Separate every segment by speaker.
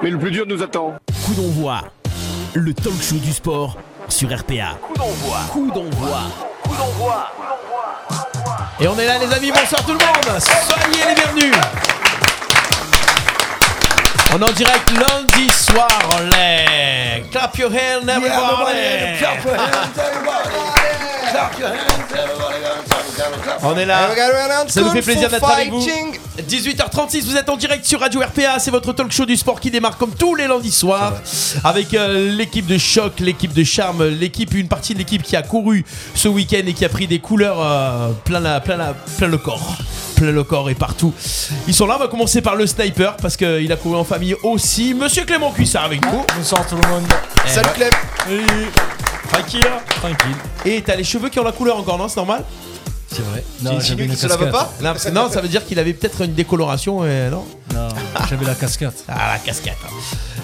Speaker 1: Mais le plus dur nous attend.
Speaker 2: Coup d'envoi, le talk show du sport sur RPA.
Speaker 3: Coup d'envoi,
Speaker 2: Coup d'envoi.
Speaker 3: coup d'envoi.
Speaker 4: Et on est là les amis, bonsoir tout le monde, soyez les bienvenus on est en direct lundi soir en l'air. Clap your hands, everybody. On est là. Ah. Ça nous fait plaisir d'être avec vous. 18h36, vous êtes en direct sur Radio RPA. C'est votre talk show du sport qui démarre comme tous les lundis soirs. Avec euh, l'équipe de choc, l'équipe de charme, l'équipe, une partie de l'équipe qui a couru ce week-end et qui a pris des couleurs euh, plein, la, plein, la- plein le corps. Plein le corps et partout. Ils sont là, on va commencer par le sniper parce qu'il a couru en famille aussi. Monsieur Clément Cuissard avec nous.
Speaker 5: Bonsoir tout le monde.
Speaker 4: Salut
Speaker 5: Clem. Tranquille. Tranquille.
Speaker 4: Et t'as les cheveux qui ont la couleur encore, non C'est normal
Speaker 5: C'est vrai.
Speaker 4: J'ai
Speaker 5: Non,
Speaker 4: insinué
Speaker 5: j'avais une
Speaker 4: que cela va
Speaker 5: casquette.
Speaker 4: pas non, parce que- non, ça veut dire qu'il avait peut-être une décoloration et non
Speaker 5: Non, j'avais la casquette.
Speaker 4: Ah la casquette. hein.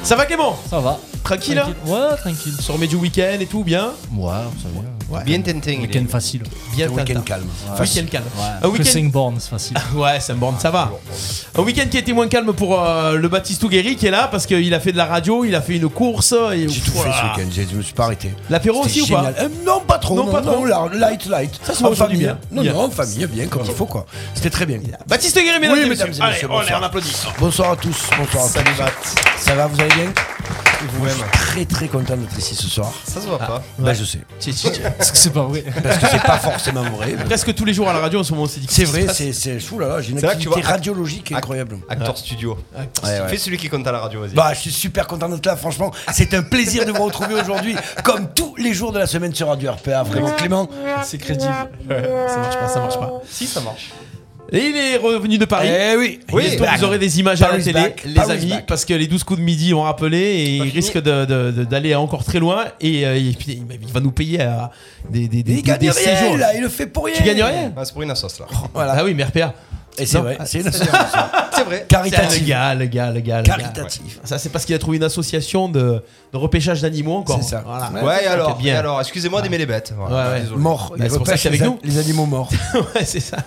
Speaker 4: Ça va Clément
Speaker 5: Ça va.
Speaker 4: Tranquille, hein
Speaker 5: Ouais, tranquille.
Speaker 4: On se remet du week-end et tout, bien
Speaker 5: Ouais, ça va.
Speaker 6: Bien tenting.
Speaker 5: Week-end facile.
Speaker 4: Bien
Speaker 6: Week-end
Speaker 4: tintin.
Speaker 6: calme.
Speaker 4: Week-end calme. Un
Speaker 5: Ouais. Que
Speaker 4: Ah, week-end.
Speaker 5: 5 bornes, c'est facile.
Speaker 4: Ouais, ça me borne, ça va. Un week-end qui a été moins calme pour euh, le Baptiste Ougueri qui est là parce qu'il a fait de la radio, il a fait une course. euh, et-
Speaker 6: J'ai tout fait
Speaker 4: Voilà.
Speaker 6: ce week-end, j'ai- je me suis pas arrêté.
Speaker 4: L'apéro
Speaker 6: C'était
Speaker 4: aussi ou
Speaker 6: génial.
Speaker 4: pas
Speaker 6: Euh, Non, pas trop.
Speaker 4: Non,
Speaker 6: Non,
Speaker 4: pas
Speaker 6: pas
Speaker 4: trop.
Speaker 6: light, light.
Speaker 4: Ça, c'est
Speaker 6: En
Speaker 4: bon,
Speaker 6: famille.
Speaker 4: bien.
Speaker 6: Non,
Speaker 4: Bien.
Speaker 6: non, en famille, bien, comme il faut, quoi. C'était très bien.
Speaker 4: Baptiste Ougueri, mesdames
Speaker 6: Oui,
Speaker 4: et
Speaker 6: mesdames
Speaker 4: messieurs.
Speaker 6: et
Speaker 4: Allez,
Speaker 6: messieurs,
Speaker 4: on est-
Speaker 6: bonsoir.
Speaker 4: on applaudit.
Speaker 6: Bonsoir à tous. Bonsoir à tous. Ça va, vous allez bien Moi, Je suis très, très content d'être ici ce soir.
Speaker 7: Ça se voit pas.
Speaker 6: Bah, je sais.
Speaker 4: Tiens, tiens, tiens.
Speaker 5: Parce que c'est pas vrai.
Speaker 6: Parce que c'est pas forcément vrai. mais
Speaker 4: Presque tous les jours à la radio en ce moment, on s'est dit
Speaker 6: C'est vrai, c'est. c'est- Ouh là là, j'ai une
Speaker 7: C'est là que tu
Speaker 6: activité
Speaker 7: vois-
Speaker 6: radiologique incroyable.
Speaker 7: Acteur studio.
Speaker 6: Ah. Ouais, ouais.
Speaker 7: Fais celui qui compte à la radio, vas-y.
Speaker 6: Bah, je suis super content d'être là, franchement. C'est un plaisir de vous retrouver aujourd'hui, comme tous les jours de la semaine sur Radio RPA. Vraiment, Clément.
Speaker 4: c'est crédible. ça marche pas, ça marche pas.
Speaker 7: si, ça marche.
Speaker 4: Et il est revenu de Paris.
Speaker 6: Eh oui,
Speaker 4: Oui,
Speaker 6: He's
Speaker 4: donc
Speaker 6: back.
Speaker 4: vous aurez des images à la
Speaker 6: Paris is
Speaker 4: télé,
Speaker 6: back.
Speaker 4: les
Speaker 6: Paris is
Speaker 4: amis,
Speaker 6: back.
Speaker 4: parce que les 12 coups de midi ont rappelé et il risque de- de- de- d'aller encore très loin. Et, euh, et puis, il va nous payer à des, des, des,
Speaker 6: Il gagne
Speaker 4: des
Speaker 6: rien,
Speaker 4: séjours.
Speaker 6: là, il le fait pour rien.
Speaker 4: Tu gagnes rien
Speaker 7: Ah, c'est pour une assoce là.
Speaker 4: Ah oui, mais RPA.
Speaker 6: Et c'est
Speaker 4: Non.
Speaker 6: vrai,
Speaker 4: Ah,
Speaker 6: c'est une hein. association.
Speaker 7: C'est vrai.
Speaker 4: C'est le
Speaker 6: Caritative.
Speaker 4: gars, le gars, le gars. le gars.
Speaker 6: Caritative.
Speaker 4: Ça, c'est parce qu'il a trouvé une association de, de repêchage d'animaux encore.
Speaker 6: C'est ça.
Speaker 4: Voilà.
Speaker 7: Ouais, et alors,
Speaker 4: C'était bien.
Speaker 7: et alors excusez-moi d'aimer les bêtes. Voilà,
Speaker 4: Ouais, ouais.
Speaker 7: désolé.
Speaker 6: Mort.
Speaker 4: Bah,
Speaker 6: Il
Speaker 4: c'est pour ça
Speaker 6: repêche
Speaker 4: que t'es
Speaker 6: les,
Speaker 4: avec
Speaker 6: a- les animaux morts.
Speaker 4: ouais, c'est ça.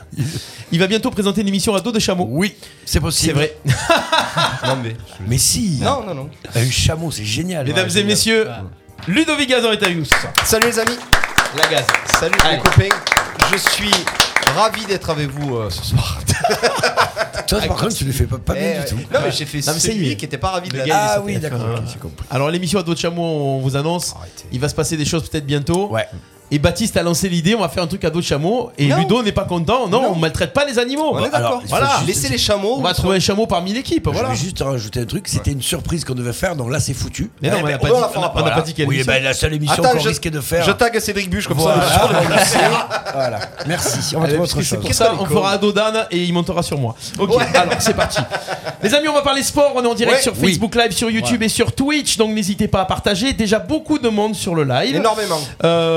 Speaker 4: Il va bientôt présenter une émission à dos de chameau.
Speaker 6: Oui, c'est
Speaker 4: C'est
Speaker 6: possible.
Speaker 4: vrai.
Speaker 7: Non, mais.
Speaker 6: Mais si. Ah,
Speaker 7: Non, non, non.
Speaker 6: Un chameau, c'est génial.
Speaker 4: Mesdames et
Speaker 6: Ouais,
Speaker 4: messieurs, Ludovic Gazan est avec nous ce soir.
Speaker 7: Salut les amis.
Speaker 4: La Gaz.
Speaker 7: Salut les copains. Je suis ravi d'être avec vous euh, ce soir.
Speaker 6: c'est- Toi, par contre, tu le fais pas, pas
Speaker 7: Eh,
Speaker 6: bien
Speaker 7: ouais.
Speaker 6: du tout.
Speaker 7: Non, mais j'ai fait
Speaker 4: Non, mais c'est
Speaker 7: celui
Speaker 4: lui.
Speaker 7: qui était pas ravi de
Speaker 4: Le
Speaker 7: la
Speaker 4: gars, il est
Speaker 6: Ah
Speaker 4: sur
Speaker 6: oui,
Speaker 4: TF1.
Speaker 6: d'accord, ok, j'ai compris.
Speaker 4: Alors l'émission à dos de chameau, on vous annonce.
Speaker 7: Arrêtez.
Speaker 4: Il va se passer des choses peut-être bientôt.
Speaker 6: Ouais.
Speaker 4: Et Baptiste a lancé l'idée, on va faire un truc à dos de chameau. Et
Speaker 7: Non.
Speaker 4: Ludo n'est pas content. Non, on maltraite pas les animaux.
Speaker 7: On est d'accord.
Speaker 6: il faut
Speaker 7: Voilà.
Speaker 6: juste-
Speaker 7: Laissez les chameaux.
Speaker 4: On va trouver un chameau parmi l'équipe. Voilà.
Speaker 6: Je vais juste rajouter un truc. C'était une surprise qu'on devait faire, donc là, c'est foutu.
Speaker 4: Mais non,
Speaker 7: Eh
Speaker 4: on n'a
Speaker 7: ben,
Speaker 4: pas,
Speaker 7: on
Speaker 4: dit-
Speaker 7: la fera
Speaker 4: on a-
Speaker 7: pas,
Speaker 4: on a
Speaker 7: voilà.
Speaker 4: pas dit quelle
Speaker 6: Oui,
Speaker 4: émission.
Speaker 6: bah, la seule émission qu'on risque de faire.
Speaker 7: je tag Cédric Buche comme ça.
Speaker 6: Voilà. Voilà. Merci. On va
Speaker 4: Ouais,
Speaker 6: trouver
Speaker 4: Ah, parce
Speaker 6: autre
Speaker 4: que c'est
Speaker 6: chose.
Speaker 4: pour ça, on fera ado d'âne et il montera sur moi. Ok, alors c'est parti. Les amis, on va parler sport. On est en direct
Speaker 7: Ouais.
Speaker 4: sur
Speaker 6: Oui.
Speaker 4: Facebook Live, sur YouTube et sur Twitch. Donc n'hésitez pas à partager. Déjà beaucoup de monde sur le live.
Speaker 7: Énormément.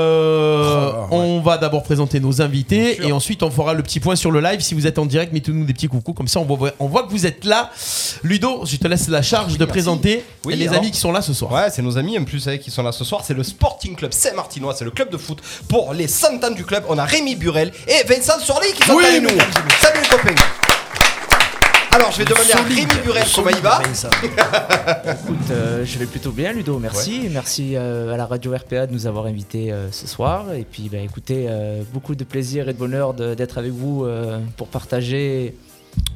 Speaker 4: Euh,
Speaker 6: Oh, ouais.
Speaker 4: on va d'abord présenter nos
Speaker 7: Bien
Speaker 4: invités
Speaker 7: sûr.
Speaker 4: et ensuite on fera le petit point sur le live. Si vous êtes en direct, mettez-nous des petits coucous comme ça, on voit, on voit que vous êtes là. Ludo, je te laisse la charge de présenter
Speaker 7: Oui,
Speaker 4: les
Speaker 7: alors.
Speaker 4: amis qui sont là ce soir.
Speaker 7: Ouais, c'est nos amis en plus eh, qui sont là ce soir. C'est le Sporting Club Saint-Martinois, c'est le club de foot. Pour les 100 ans du club, on a Rémi Burel et Vincent Sorli qui sont
Speaker 6: Oui,
Speaker 7: avec nous.
Speaker 6: mesdames et
Speaker 7: Salut les copains. Alors, je vais demander à
Speaker 6: Solide.
Speaker 7: Rémi Burel comment il
Speaker 6: Solide,
Speaker 7: va.
Speaker 6: mais ça.
Speaker 8: Écoute, euh, je vais plutôt bien, Ludo. Merci. Merci euh, à la radio RPA de nous avoir invités euh, ce soir. Et puis, bah, écoutez, euh, beaucoup de plaisir et de bonheur de- d'être avec vous euh, pour partager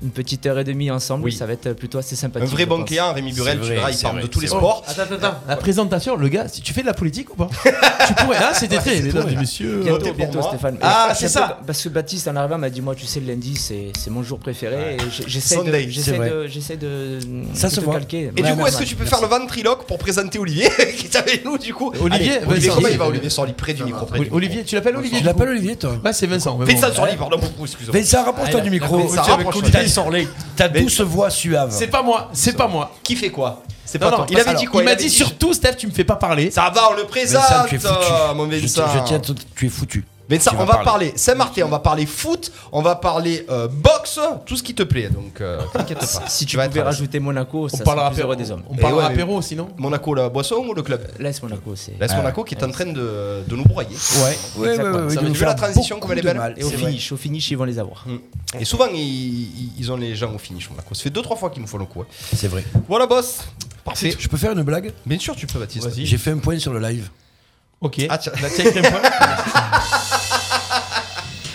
Speaker 8: une petite heure et demie ensemble.
Speaker 7: Oui.
Speaker 8: Ça va être plutôt assez
Speaker 7: Un
Speaker 8: sympathique.
Speaker 7: vrai
Speaker 8: je
Speaker 7: bon
Speaker 8: pense.
Speaker 7: client, Rémi Burel, tu verras, il parle de tous
Speaker 6: Oh,
Speaker 7: les sports.
Speaker 4: Attends, attends, attends. La présentation, le gars, si tu fais de la politique ou pas Tu pourrais. Ah, c'était très. Mesdames et messieurs.
Speaker 7: Votez
Speaker 8: Bientôt,
Speaker 7: pour
Speaker 8: bientôt,
Speaker 7: moi.
Speaker 8: Stéphane.
Speaker 4: Ah,
Speaker 8: Et
Speaker 4: c'est
Speaker 8: un peu
Speaker 4: ça.
Speaker 8: comme- Parce que Baptiste, en arrivant, m'a dit Moi, tu sais, le lundi, c'est c'est mon jour préféré. Et j'ai- J'essaie
Speaker 7: Sunday,
Speaker 8: de,
Speaker 6: c'est
Speaker 8: j'essaie
Speaker 6: vrai.
Speaker 8: de, j'essaie de,
Speaker 6: Ça
Speaker 8: de
Speaker 6: se
Speaker 8: te
Speaker 6: voit.
Speaker 8: calquer.
Speaker 7: Et
Speaker 6: Ouais,
Speaker 7: du coup,
Speaker 6: ouais,
Speaker 7: est-ce que
Speaker 6: ouais,
Speaker 7: tu peux
Speaker 6: merci.
Speaker 7: faire le ventriloque pour présenter Olivier qui est avec nous du coup
Speaker 4: Olivier,
Speaker 7: Allez, Olivier
Speaker 4: Vincent.
Speaker 7: comment il va Olivier Sorli près du micro près du
Speaker 4: Oli- Olivier, tu l'appelles Olivier
Speaker 6: Tu
Speaker 4: du coup
Speaker 6: l'appelles Olivier, toi
Speaker 4: Ouais, Ah, c'est Vincent. mais
Speaker 7: micro.
Speaker 4: bon.
Speaker 7: Vincent Sorli, pardon beaucoup, excusez-moi.
Speaker 6: Vincent, rapproche-toi du micro.
Speaker 7: Vincent, rapproche-toi.
Speaker 6: Ta douce voix suave.
Speaker 4: C'est pas moi, c'est pas moi.
Speaker 7: Qui fait quoi C'est
Speaker 4: Non, non,
Speaker 7: pas toi. Il avait dit quoi
Speaker 4: Il m'a
Speaker 7: avait
Speaker 4: dit surtout, Steph, tu me fais pas parler.
Speaker 7: Ça va, on le présente.
Speaker 6: Vincent, tu es foutu.
Speaker 7: euh, Mon
Speaker 6: Je,
Speaker 7: Vincent.
Speaker 6: je tiens, à te- tu es foutu.
Speaker 7: Mais ça,
Speaker 6: Tu
Speaker 7: on
Speaker 6: vas
Speaker 7: va
Speaker 6: parler.
Speaker 7: parler Saint-Martin, on va parler foot, on va parler euh, boxe, tout ce qui te plaît. Donc, euh, t'inquiète pas.
Speaker 8: Si tu
Speaker 7: vas
Speaker 8: pouvais
Speaker 7: être- euh,
Speaker 8: rajouter Monaco, ça
Speaker 4: On
Speaker 8: serait
Speaker 4: parlera
Speaker 8: plus
Speaker 4: apéro.
Speaker 8: heureux des hommes.
Speaker 4: On parlera
Speaker 7: ouais, mais-
Speaker 4: apéro sinon.
Speaker 7: Monaco, la boisson ou le club
Speaker 8: Laisse Monaco, c'est.
Speaker 7: L'AS Monaco qui est en train de, de nous broyer.
Speaker 6: Ouais, ouais, ouais, ouais,
Speaker 8: Exactement.
Speaker 6: ouais,
Speaker 7: Ça va
Speaker 6: de nous
Speaker 7: durer la
Speaker 6: faire
Speaker 7: transition,
Speaker 6: beaucoup
Speaker 7: comme elle est
Speaker 6: de
Speaker 7: belle.
Speaker 6: mal,
Speaker 8: Et au
Speaker 6: c'est vrai.
Speaker 8: finish, au finish, ils vont les avoir.
Speaker 7: Et souvent, ils, ils- ils ont les gens au finish, Monaco. Ça fait 2-3 fois qu'ils nous font le coup. hein.
Speaker 6: C'est vrai.
Speaker 7: Voilà, boss. Parfait.
Speaker 6: Je peux faire une blague
Speaker 7: Bien sûr, tu peux, Baptiste.
Speaker 4: Vas-y.
Speaker 6: J'ai fait un point sur le live.
Speaker 4: Ok.
Speaker 7: Ah, tiens,
Speaker 4: Bah, tiens, écris un point.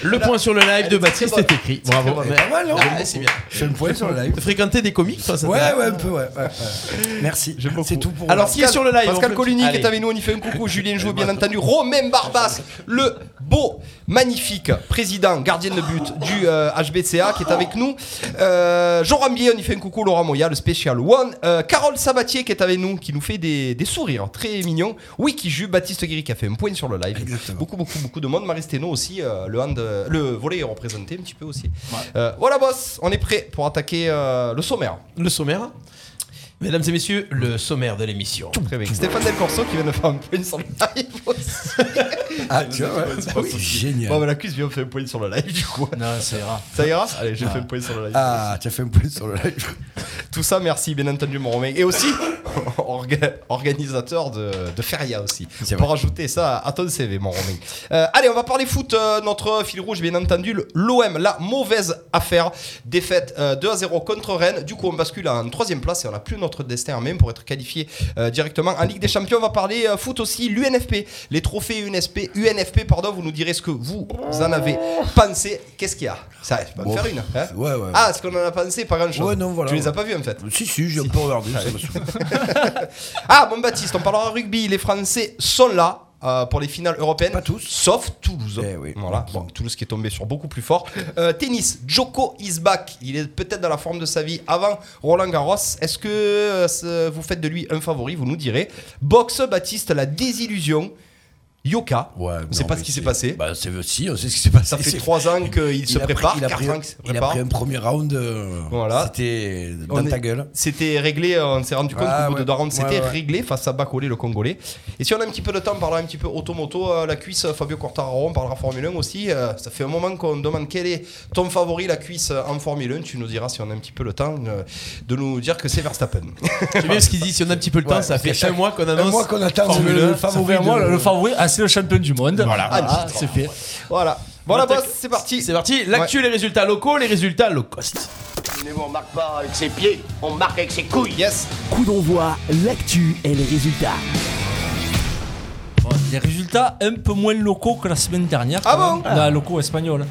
Speaker 4: Le point sur le live de Baptiste est écrit. Bravo.
Speaker 6: C'est Eh, pas mal, non
Speaker 7: Ah,
Speaker 4: Ouais, c'est bien.
Speaker 6: Je fais un point sur le live.
Speaker 4: Fréquenter des comiques, toi, ça te
Speaker 6: Ouais,
Speaker 4: va
Speaker 6: ouais, un peu, ouais. ouais, ouais. Merci. C'est tout pour
Speaker 4: Alors,
Speaker 6: moi.
Speaker 4: si- Qui est sur le live, en
Speaker 7: Pascal
Speaker 4: fait
Speaker 7: Coligny qui
Speaker 4: Allez.
Speaker 7: est avec nous, on y fait un coucou. Julien Jouve, bien entendu. Romain Barbas, le beau, magnifique président, gardien de but du euh, HBCA qui est avec nous. Euh, Jean Rambier, on y fait un coucou. Laurent Moya, le Special One. Euh, Carole Sabatier qui est avec nous, qui nous fait des, des sourires très mignons. Oui, qui joue. Baptiste Guéry qui a fait un point sur le live.
Speaker 6: Exactement.
Speaker 7: Beaucoup, beaucoup, beaucoup de monde. Marie Steno aussi, euh, le, hand, euh, le volet est représenté un petit peu aussi. Euh, voilà, boss, on est prêt pour attaquer euh, le sommaire.
Speaker 4: Le sommaire. Mesdames et messieurs, le sommaire de l'émission.
Speaker 7: Très bien. Stéphane Del Corso qui vient de faire un point sur le live aussi.
Speaker 6: Ah, tu vois, ouais. Ah oui,
Speaker 7: Bon,
Speaker 6: génial.
Speaker 7: bah, la cuisse vient de faire un point sur le live, du coup.
Speaker 5: Non, ça ira.
Speaker 7: Ça ira Allez, j'ai fait un point sur le live.
Speaker 6: Ah, tu as fait un point sur le live.
Speaker 7: Tout ça, merci, bien entendu, mon Romain. Et aussi, orga- organisateur de, de Feria aussi. Pour ajouter ça à ton CV, mon Romain. Euh, allez, on va parler foot. euh, notre fil rouge, bien entendu, le- l'OM, la mauvaise affaire. Défaite euh, 2 à 0 contre Rennes. Du coup, on bascule en troisième place et on n'a plus notre destin en main pour être qualifié euh, directement en Ligue des Champions. On va parler euh, foot aussi, l'UNFP. Les trophées UNFP, UNFP, pardon, vous nous direz ce que vous en avez pensé. Qu'est-ce qu'il y a Ça, je peux en
Speaker 6: Bon.
Speaker 7: faire une. hein
Speaker 6: Ouais, ouais.
Speaker 7: Ah, ce qu'on en a pensé, pas grand-chose.
Speaker 6: Ouais, non, voilà.
Speaker 7: Tu les as pas vus en fait.
Speaker 6: Si, si, j'ai un peu regardé. ça me saoule.
Speaker 7: Ah, bon Baptiste, on parlera rugby. Les Français sont là. euh, pour les finales européennes,
Speaker 6: Pas tous.
Speaker 7: sauf Toulouse.
Speaker 6: Eh oui.
Speaker 7: Voilà, bon, Toulouse qui est tombé sur beaucoup plus fort. Euh, tennis, Joko is back. Il est peut-être dans la forme de sa vie avant Roland Garros. Est-ce que euh, ce- vous faites de lui un favori Vous nous direz. Boxe, Baptiste, la désillusion. Yoka,
Speaker 6: Ouais,
Speaker 7: on
Speaker 6: non,
Speaker 7: ne sait pas ce
Speaker 6: mais
Speaker 7: qui s'est
Speaker 6: c'est-
Speaker 7: passé.
Speaker 6: Bah, c'est si, on sait ce qui s'est passé.
Speaker 7: Ça fait
Speaker 6: C'est-
Speaker 7: trois ans qu'il se
Speaker 6: a pris-
Speaker 7: prépare,
Speaker 6: il a
Speaker 7: quatre
Speaker 6: pris-
Speaker 7: ans qu'il se
Speaker 6: il a
Speaker 7: prépare.
Speaker 6: pris un premier round. euh,
Speaker 7: Voilà.
Speaker 6: C'était
Speaker 7: On
Speaker 6: dans
Speaker 7: est-
Speaker 6: ta gueule.
Speaker 7: C'était réglé, euh, on s'est rendu compte
Speaker 6: Ah
Speaker 7: qu'au bout de
Speaker 6: ouais.
Speaker 7: deux rounds,
Speaker 6: Ouais,
Speaker 7: c'était
Speaker 6: ouais.
Speaker 7: réglé face à Bacolé, le Congolais. Et si on a un petit peu de temps, on parlera un petit peu automoto, euh, la cuisse, euh, Fabio Quartararo, on parlera Formule 1 aussi. euh, ça fait un moment qu'on demande quel est ton favori, la cuisse, euh, en Formule 1. Tu nous diras si on a un petit peu le temps euh, de nous dire que c'est Verstappen.
Speaker 4: J'aime bien ce qu'il dit. Si on a un petit peu le temps,
Speaker 6: Ouais,
Speaker 4: ça fait
Speaker 6: c'est
Speaker 4: un mois qu'on annonce.
Speaker 6: Un mois qu'on attend
Speaker 4: Formule
Speaker 6: le,
Speaker 4: un,
Speaker 6: le
Speaker 4: ça
Speaker 6: favori.
Speaker 5: Ouvrir
Speaker 6: de-
Speaker 5: moi le favori, ah, c'est le champion du monde. Voilà,
Speaker 7: Ah,
Speaker 5: c'est fait.
Speaker 7: voilà. Voilà,
Speaker 4: Attaque.
Speaker 7: boss, c'est parti.
Speaker 4: C'est parti. L'actu, les résultats locaux, les résultats low cost.
Speaker 1: Mais on marque pas avec ses pieds, on marque avec ses couilles.
Speaker 7: Yes.
Speaker 2: Coup d'envoi, l'actu et les résultats.
Speaker 5: Bon, des résultats un peu moins locaux que la semaine dernière.
Speaker 7: Ah
Speaker 5: quand
Speaker 7: bon
Speaker 5: même. Là, locaux espagnol.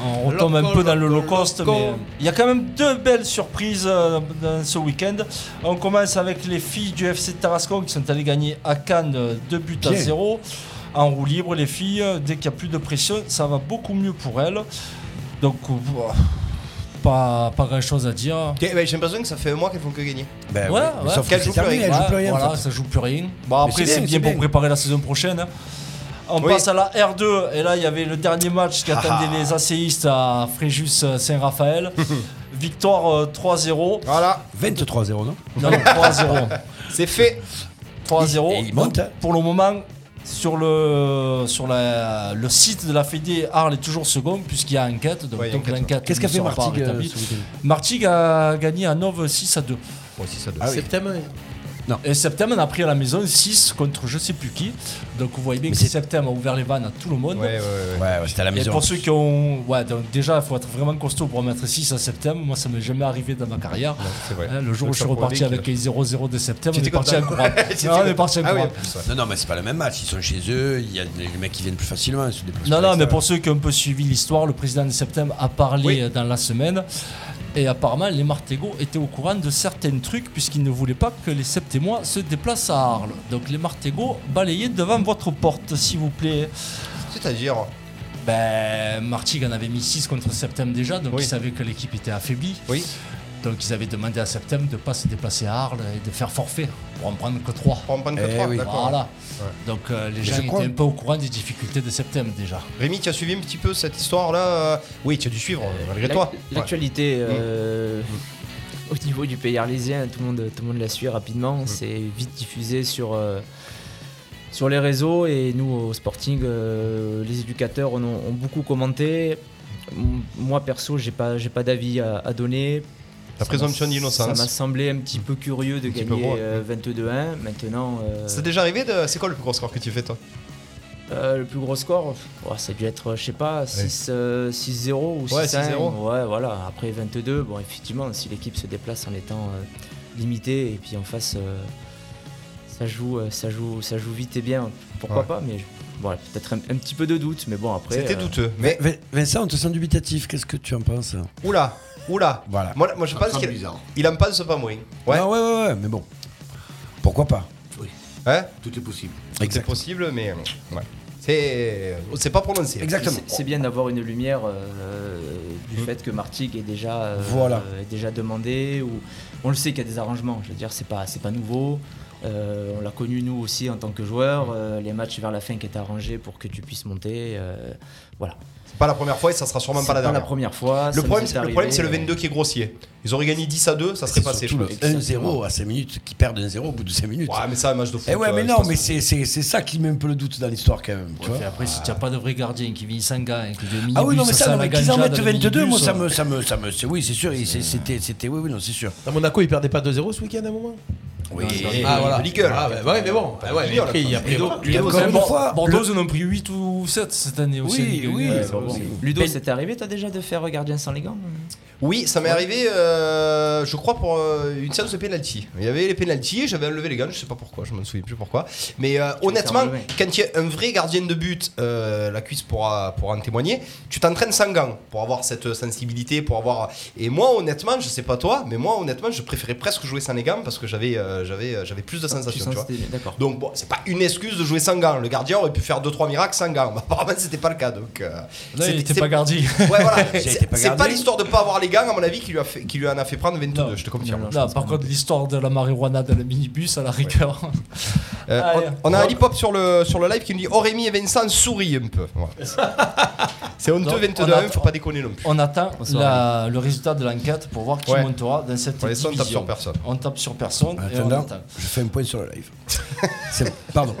Speaker 5: On retombe un
Speaker 4: Loco,
Speaker 5: peu dans le low
Speaker 4: loco,
Speaker 5: cost,
Speaker 4: loco.
Speaker 5: mais euh, il y a quand même deux belles surprises euh, dans ce week-end. On commence avec les filles du FC Tarascon qui sont allées gagner à Cannes euh, deux buts à
Speaker 6: Bien.
Speaker 5: zéro. En roue libre, les filles, euh, dès qu'il n'y a plus de pression, ça va beaucoup mieux pour elles. Donc, euh, pas, pas grand chose à dire.
Speaker 7: Ok, bah, j'ai l'impression que ça fait un mois qu'ils font que gagner.
Speaker 6: Ben
Speaker 5: Ouais,
Speaker 6: mais
Speaker 5: ouais.
Speaker 6: Sauf
Speaker 7: Qu'elle
Speaker 6: que
Speaker 7: joue
Speaker 6: c'est
Speaker 7: plus
Speaker 6: terminé,
Speaker 7: rien.
Speaker 6: elle joue plus
Speaker 5: Ouais,
Speaker 6: rien.
Speaker 5: voilà,
Speaker 6: en fait.
Speaker 5: ça joue plus rien.
Speaker 7: Bon,
Speaker 5: Après,
Speaker 6: Mais
Speaker 5: c'est
Speaker 6: c'est bien,
Speaker 5: bien,
Speaker 6: c'est
Speaker 5: pour
Speaker 6: bien.
Speaker 5: préparer la saison prochaine. hein. On
Speaker 7: Oui.
Speaker 5: passe à la R2, et là, il y avait le dernier match
Speaker 6: Ah
Speaker 5: qui attendait les ACistes à Fréjus euh, Saint-Raphaël. Victoire euh, 3-0.
Speaker 6: Ah.
Speaker 7: Voilà,
Speaker 6: 23-0, non
Speaker 5: Non, non, 3-0.
Speaker 7: c'est fait.
Speaker 5: 3-0.
Speaker 6: Et il monte, hein.
Speaker 5: Pour le moment, sur le, sur la- le site de la Fédé, Arles est toujours second, puisqu'il y a enquête. Donc,
Speaker 7: Ouais, il y a
Speaker 5: donc
Speaker 7: enquête,
Speaker 5: l'enquête.
Speaker 6: Qu'est-ce
Speaker 5: ne
Speaker 6: qu'a fait
Speaker 5: sera pas
Speaker 6: Martigues euh,
Speaker 5: rétablie.
Speaker 6: ce week-end
Speaker 5: Martigues a gagné à 9, 6 à 2.
Speaker 6: Ah oui.
Speaker 4: Septembre.
Speaker 5: Et Septem en a pris à la maison 6 contre je sais plus qui. Donc vous voyez bien que Septem a ouvert les vannes à tout le monde.
Speaker 7: Ouais, ouais, ouais.
Speaker 6: Ouais, ouais, c'était à la
Speaker 5: Et
Speaker 6: maison.
Speaker 5: pour ceux qui ont. Ouais, donc déjà, il faut être vraiment costaud pour mettre 6 à septembre. Moi, ça m'est jamais arrivé dans ma carrière.
Speaker 7: c'est vrai.
Speaker 5: Hein, le jour
Speaker 7: Le
Speaker 5: où je suis
Speaker 7: Chapeau
Speaker 5: reparti
Speaker 7: League.
Speaker 5: avec les 0-0 de septembre, on
Speaker 7: J'étais
Speaker 5: est parti en
Speaker 7: content.
Speaker 5: courant.
Speaker 7: J'étais
Speaker 5: Non, on est parti en
Speaker 7: Ah oui,
Speaker 5: courant.
Speaker 7: en plus, ouais.
Speaker 6: Non, non, mais c'est pas le même match. Ils sont chez eux. Il y a les mecs qui viennent plus facilement. ils se déplacent
Speaker 5: Non,
Speaker 6: pas,
Speaker 5: non, mais
Speaker 6: etc.
Speaker 5: pour ceux qui ont un peu suivi l'histoire, le président de Septem a parlé
Speaker 7: Oui.
Speaker 5: euh, dans la semaine. Et apparemment, les Martégaux étaient au courant de certains trucs puisqu'ils ne voulaient pas que les Septémois se déplacent à Arles. Donc les Martégaux, balayez devant votre porte, s'il vous plaît.
Speaker 7: C'est-à-dire. euh,
Speaker 5: Ben, Martigues en avait mis 6 contre Septem déjà, donc
Speaker 7: Oui.
Speaker 5: ils savaient que l'équipe était affaiblie.
Speaker 7: Oui.
Speaker 5: Donc ils avaient demandé à Septem de ne pas se déplacer à Arles et de faire forfait pour en prendre que 3.
Speaker 7: Pour en prendre que
Speaker 6: Eh
Speaker 7: trois,
Speaker 6: oui.
Speaker 7: d'accord.
Speaker 5: Voilà. Donc euh, les gens
Speaker 6: je
Speaker 5: étaient
Speaker 6: crois-
Speaker 5: un peu au courant des difficultés de Septem déjà.
Speaker 7: Rémi, tu as suivi un petit peu cette histoire-là euh, Oui, tu as dû suivre, euh, malgré
Speaker 8: L'ac-
Speaker 7: toi. Mmh.
Speaker 8: L'actualité euh, au niveau du pays arlésien, tout le monde, tout le monde la suit rapidement. C'est vite diffusé sur, euh, sur les réseaux et nous au Sporting, euh, les éducateurs en ont, ont beaucoup commenté. M- Moi perso, j'ai pas, j'ai pas d'avis à, à donner.
Speaker 7: La
Speaker 8: Ça
Speaker 7: présomption
Speaker 8: m'a- Ça
Speaker 7: d'innocence.
Speaker 8: m'a semblé un petit peu curieux de
Speaker 7: petit peu
Speaker 8: gagner
Speaker 7: gros, ouais.
Speaker 8: euh, 22-1. Maintenant, euh,
Speaker 7: C'est déjà arrivé de... C'est quoi le plus gros score que tu fais, toi
Speaker 8: euh, le plus gros score, oh, ça a dû être, je sais pas, 6, euh, 6-0 ou 6-1.
Speaker 7: 6-0.
Speaker 8: Ouais, voilà. Après 22, bon, effectivement, si l'équipe se déplace en étant euh, limité. Et puis en face, euh, ça, joue, euh, ça, joue, ça joue vite et bien. Pourquoi
Speaker 7: Ouais.
Speaker 8: pas Mais je- bon, ouais, peut-être un, un petit peu de doute. Mais bon, après.
Speaker 7: C'était
Speaker 8: euh,
Speaker 7: douteux. Mais
Speaker 6: Mais Vin- Vincent, on te sent dubitatif. Qu'est-ce que tu en penses
Speaker 7: oula, oula.
Speaker 6: Voilà.
Speaker 7: Moi, moi, je pense
Speaker 1: sera
Speaker 7: qu'il
Speaker 1: bizarre.
Speaker 7: il en pense pas moins. Ouais,
Speaker 6: Non, ouais, ouais, ouais, mais bon. Pourquoi pas
Speaker 7: hein
Speaker 1: Tout est possible.
Speaker 7: c'est possible, mais euh, ouais. C'est euh, c'est pas prononcé.
Speaker 6: Exactement.
Speaker 8: C'est c'est bien d'avoir une lumière euh, du fait que Martigues est déjà, euh,
Speaker 6: Voilà.
Speaker 8: est déjà demandé. Ou, on le sait qu'il y a des arrangements, je veux dire, c'est pas, c'est pas nouveau. Euh, on l'a connu nous aussi en tant que joueurs. Euh, les matchs vers la fin qui étaient arrangés pour que tu puisses monter. euh, voilà.
Speaker 7: C'est pas la première fois et ça sera sûrement
Speaker 8: C'est
Speaker 7: pas la dernière.
Speaker 8: première fois. ça
Speaker 7: le
Speaker 8: nous
Speaker 7: problème,
Speaker 8: est
Speaker 7: c'est- le
Speaker 8: arrivé,
Speaker 7: problème, c'est le
Speaker 8: euh,
Speaker 7: 22 qui est grossier. Ils auraient gagné 10 à 2, ça serait passé. je
Speaker 6: Surtout le
Speaker 7: pense.
Speaker 6: 1-0 à 5 minutes, qui perdent 1-0 au bout de 5 minutes.
Speaker 7: Ouais, mais ça, un match de foot.
Speaker 6: Eh ouais,
Speaker 7: euh,
Speaker 6: mais
Speaker 7: je
Speaker 6: non,
Speaker 7: pense-
Speaker 6: mais c'est c'est- c'est ça qui met un peu le doute dans l'histoire quand même. tu vois.
Speaker 5: Et après, si t'as pas de vrai gardien qui vit sans gars et que des
Speaker 6: Ah oui, non,
Speaker 5: minibus,
Speaker 6: mais ça,
Speaker 5: à
Speaker 6: non,
Speaker 5: la
Speaker 6: mais qu'ils en
Speaker 5: ganja
Speaker 6: mettent
Speaker 5: dans les
Speaker 6: 22, moi,
Speaker 5: minibus, hein.
Speaker 6: ça me. Ça me, ça me c'est- oui, c'est sûr, et c'est- c'était. c'était- Oui, oui, non, c'est sûr.
Speaker 4: À Monaco, ils perdaient pas 2-0 ce week-end à un moment
Speaker 7: Oui,
Speaker 4: Ah, voilà.
Speaker 7: de Ligue 1.
Speaker 4: Ah, bah, ouais, mais bon. Ah, ouais, mais après, il y a pris d'autres.
Speaker 5: Ludo,
Speaker 6: Encore une
Speaker 5: Bor-
Speaker 6: fois,
Speaker 5: Bordeaux, ils en ont pris 8 ou 7 cette année aussi.
Speaker 6: Oui,
Speaker 5: Ligue 1.
Speaker 6: oui,
Speaker 5: Ouais,
Speaker 6: c'est
Speaker 5: bon.
Speaker 6: bon.
Speaker 8: Ludo, c'était arrivé toi déjà de faire euh, gardien sans les gants
Speaker 7: Oui, ça m'est arrivé, euh, je crois, pour euh, une séance de penalty. Il y avait les penalties, j'avais enlevé les gants, je sais pas pourquoi, je me souviens plus pourquoi. Mais euh, honnêtement,
Speaker 8: enlever.
Speaker 7: quand il y a un vrai gardien de but, euh, la cuisse pourra, pourra en témoigner, tu t'entraînes sans gants pour avoir cette sensibilité, pour avoir. Et moi, honnêtement, je sais pas toi, mais moi, honnêtement, je préférais presque jouer sans les gants parce que j'avais euh, j'avais euh, j'avais plus de
Speaker 8: Ah, Tu
Speaker 7: sensations,
Speaker 8: sens
Speaker 7: tu vois.
Speaker 8: que c'était- D'accord.
Speaker 7: Donc bon, c'est pas une excuse de jouer sans gants. Le gardien aurait pu faire 2-3 miracles sans gants. Mais apparemment, c'était pas le cas. Donc, euh,
Speaker 5: Là, il
Speaker 7: c'était-
Speaker 5: était
Speaker 7: c'est-
Speaker 5: pas gardien.
Speaker 7: Ouais, voilà.
Speaker 6: été
Speaker 7: C'est
Speaker 6: pas
Speaker 7: c'est
Speaker 6: gardé.
Speaker 7: pas l'histoire de pas avoir les gants, à mon avis, qui lui, a fait- qui lui en a fait prendre 22, je te confirme.
Speaker 8: Non, non, je
Speaker 5: Là,
Speaker 8: pense
Speaker 5: par
Speaker 8: pas.
Speaker 5: contre, l'histoire de la marijuana dans le minibus, à la rigueur.
Speaker 7: Euh,
Speaker 5: Allez.
Speaker 7: on, on a Ali Pop sur le, sur le live qui nous dit Oh Rémi et Vincent sourit un peu. Voilà. C'est honteux
Speaker 5: Non,
Speaker 7: 22
Speaker 5: on
Speaker 7: à
Speaker 5: a-
Speaker 7: 1, faut pas déconner non plus.
Speaker 5: On attend
Speaker 8: Bonsoir,
Speaker 5: la- le résultat de l'enquête pour voir qui
Speaker 7: Ouais.
Speaker 5: montera dans cette
Speaker 7: Pour l'instant, on tape
Speaker 5: division.
Speaker 7: sur personne.
Speaker 5: On tape sur personne
Speaker 6: En
Speaker 5: et on
Speaker 6: attendant,
Speaker 5: attend.
Speaker 6: je fais un point sur le live. C'est- Pardon.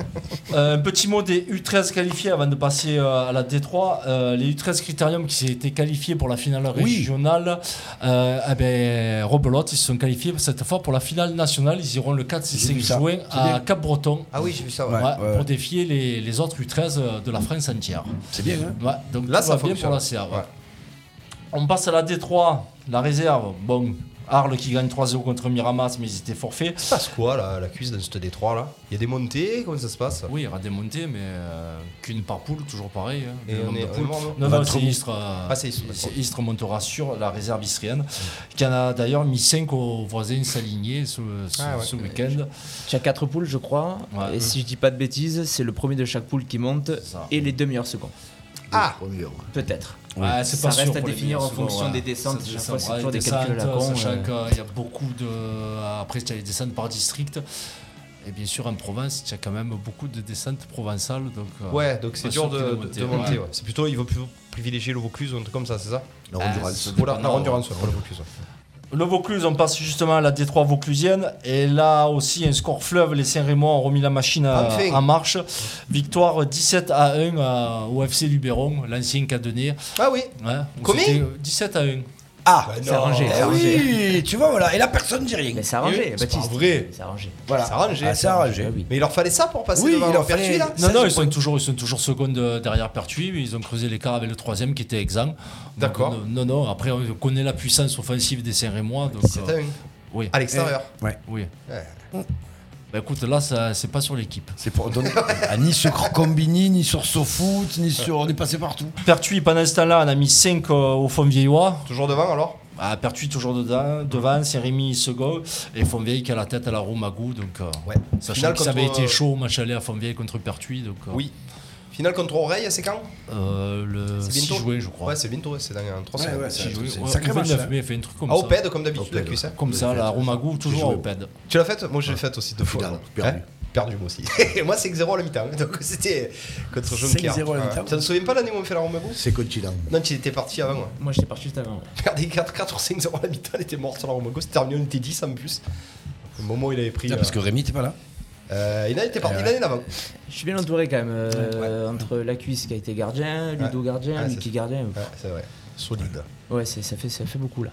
Speaker 5: Euh, un petit mot des U13 qualifiés avant de passer euh, à la D3. Euh, les U13 Critérium qui s'étaient qualifiés pour la finale régionale, euh, eh ben, rebelote, ils se sont qualifiés cette fois pour la finale nationale. Ils iront le 4 et
Speaker 6: J'ai
Speaker 5: 5
Speaker 6: vu ça.
Speaker 5: juin
Speaker 6: C'est
Speaker 5: à
Speaker 6: bien.
Speaker 5: Cap-Breton.
Speaker 7: Ah oui, j'ai vu ça.
Speaker 6: ouais.
Speaker 5: Ouais, pour défier les, les autres U13 de la France entière.
Speaker 6: C'est bien, hein
Speaker 5: Ouais, donc
Speaker 7: Là,
Speaker 5: tout
Speaker 7: ça
Speaker 5: va bien
Speaker 7: fonctionne.
Speaker 5: pour la CA. ouais.
Speaker 7: Ouais.
Speaker 5: On passe à la D3, la réserve. Bon, Arles qui gagne 3-0 contre Miramas, mais ils étaient forfaits.
Speaker 7: Ça se passe quoi là, la cuisse dans cette D3 là Il y a des montées, comment ça se passe
Speaker 5: Oui, il y aura des montées, mais euh, qu'une par poule, toujours pareil. hein.
Speaker 7: Et
Speaker 5: Le
Speaker 7: on
Speaker 5: nombre
Speaker 7: est-
Speaker 5: de
Speaker 7: on est
Speaker 5: poules.
Speaker 7: mort, non
Speaker 5: Non, non,
Speaker 6: Vingt-trois
Speaker 5: c'est
Speaker 6: mille.
Speaker 5: Istres. euh,
Speaker 7: Ah, c'est Istres, d'accord.
Speaker 5: c'est Istres montera sur la réserve istrienne, qui en a d'ailleurs mis 5 aux voisins s'aligner ce, ce-
Speaker 7: Ah ouais.
Speaker 5: ce week-end.
Speaker 8: Tu as quatre poules, je crois.
Speaker 5: Ouais.
Speaker 8: Et si je dis pas de bêtises, c'est le premier de chaque poule qui monte
Speaker 5: ça.
Speaker 8: et les deux meilleurs secondes.
Speaker 7: Ah
Speaker 8: Peut-être.
Speaker 5: Ouais, c'est pas
Speaker 8: Ça reste
Speaker 5: sûr
Speaker 8: à
Speaker 5: pour les
Speaker 8: définir
Speaker 5: meilleurs
Speaker 8: en
Speaker 5: souvent,
Speaker 8: fonction
Speaker 5: ouais.
Speaker 8: des descentes.
Speaker 5: Ça
Speaker 8: Chaque
Speaker 5: descend,
Speaker 8: fois, c'est
Speaker 5: ouais,
Speaker 8: toujours des
Speaker 5: descentes,
Speaker 8: calculs à la con,
Speaker 5: Sachant
Speaker 8: euh.
Speaker 5: qu'il y a beaucoup de. euh, Après, tu as les descentes par district. Et bien sûr, en province, tu as quand même beaucoup de descentes provençales. Donc, euh,
Speaker 7: Ouais, donc c'est
Speaker 5: pas
Speaker 7: dur
Speaker 5: sûr
Speaker 7: de,
Speaker 5: qu'il
Speaker 7: de-
Speaker 5: ait
Speaker 7: de
Speaker 5: monté,
Speaker 7: monter.
Speaker 5: ouais.
Speaker 7: ouais. C'est plutôt, il vaut plus privilégier le Vaucluse ou un truc comme ça, c'est ça
Speaker 1: La
Speaker 5: Ah,
Speaker 1: Honduras.
Speaker 5: c'est-
Speaker 7: Voilà,
Speaker 5: Non,
Speaker 7: la
Speaker 5: non.
Speaker 7: Rendurance, pas le Vaucluse. ouais.
Speaker 5: Le Vaucluse, on passe justement à la Détroit Vauclusienne. Et là aussi, un score fleuve. Les Saint-Rémois ont remis la machine à-
Speaker 7: Enfin.
Speaker 5: en marche. Victoire 17 à 1 à- au FC Luberon, l'ancien Cadenet.
Speaker 7: Ah oui
Speaker 5: Ouais, où
Speaker 7: Combien
Speaker 5: c'était 17 à 1.
Speaker 7: bah
Speaker 6: Ah
Speaker 8: C'est arrangé,
Speaker 6: Eh
Speaker 8: c'est arrangé.
Speaker 6: oui, tu vois, voilà. Et là, personne dit rien.
Speaker 8: Mais c'est arrangé,
Speaker 7: C'est pas
Speaker 8: Baptiste.
Speaker 7: vrai.
Speaker 8: C'est arrangé.
Speaker 6: Voilà.
Speaker 7: C'est arrangé.
Speaker 6: Ah, c'est arrangé.
Speaker 8: Ah oui.
Speaker 7: Mais il leur fallait ça pour passer
Speaker 6: Oui,
Speaker 7: devant
Speaker 6: il leur
Speaker 7: Pertuis,
Speaker 6: fallait-
Speaker 7: là
Speaker 5: Non,
Speaker 6: 16
Speaker 5: non, ils sont,
Speaker 6: points.
Speaker 5: toujours, ils sont toujours secondes euh, derrière Pertuis. mais Ils ont creusé l'écart avec le troisième qui était exempt.
Speaker 7: D'accord.
Speaker 5: Donc, euh, Non, non, après, on connaît la puissance offensive des Saint-Rémois. donc,
Speaker 7: C'est
Speaker 5: euh,
Speaker 7: un-
Speaker 5: oui,
Speaker 7: à l'extérieur.
Speaker 6: Eh.
Speaker 5: oui.
Speaker 7: Ouais.
Speaker 5: Bah, écoute, là, ça- c'est pas sur l'équipe.
Speaker 6: C'est pour donner. Ah, ni sur Combini, ni sur SoFoot, ni sur. On est passé partout.
Speaker 5: Pertuis, pendant ce temps-là, on a mis 5 au fond vieillois.
Speaker 7: Toujours devant alors
Speaker 5: Ah, Pertuis toujours dedans, devant, c'est Rémi second et Fonvieille qui a la tête à la roue Magou. Donc, euh,
Speaker 7: Ouais.
Speaker 5: sachant
Speaker 7: Finale
Speaker 5: que ça avait
Speaker 7: contre,
Speaker 5: été
Speaker 7: euh,
Speaker 5: chaud au match aller à Fontvieille contre Pertuis. Donc, euh,
Speaker 7: Oui. Finale contre Oreille, c'est quand
Speaker 5: euh, le
Speaker 7: C'est
Speaker 5: 6
Speaker 7: bientôt
Speaker 5: joué, je crois.
Speaker 7: Ouais, c'est bientôt, c'est dans 3
Speaker 6: Ouais,
Speaker 7: semaines.
Speaker 6: ouais, c'est
Speaker 5: Six joués.
Speaker 6: c'est
Speaker 5: Ouais,
Speaker 6: un sacré
Speaker 5: au
Speaker 6: match.
Speaker 5: 29
Speaker 6: hein.
Speaker 5: mai, fait un truc comme
Speaker 7: Ah,
Speaker 5: ça.
Speaker 7: au PED, comme d'habitude, la cuisse. hein.
Speaker 5: Comme ça, la roue Magou, toujours
Speaker 1: joué.
Speaker 5: au PED.
Speaker 7: Tu l'as faite Moi, je l'ai faite aussi deux fois.
Speaker 1: Finale,
Speaker 7: Hein
Speaker 1: perdu.
Speaker 7: Perdu, moi aussi. moi, c'est que 0 à la mi-temps. hein, Donc, c'était contre Jonquière.
Speaker 6: 5-0 à la mi-temps.
Speaker 7: Tu ne te souviens pas l'année où on fait la Romagou
Speaker 1: C'est continent.
Speaker 7: Non, tu étais parti avant, moi.
Speaker 8: Moi, j'étais parti juste avant. ouais.
Speaker 7: Perdu 4, 4 ou 5-0 à la mi-temps, elle était morte sur la Romagou. C'était terminé, on était 10 en plus. Au moment où il avait pris.
Speaker 6: Putain, Parce Eh, que Rémi, t'es pas là.
Speaker 7: euh, il en était parti l'année d'avant.
Speaker 8: Je suis bien entouré quand même. euh, Entre la cuisse qui a été gardien, Ludo gardien,
Speaker 7: Ouais,
Speaker 8: Mickey
Speaker 7: c'est-
Speaker 8: gardien.
Speaker 7: Ouais, c'est vrai. Solide.
Speaker 8: Ouais, c'est- ça fait, ça fait beaucoup là.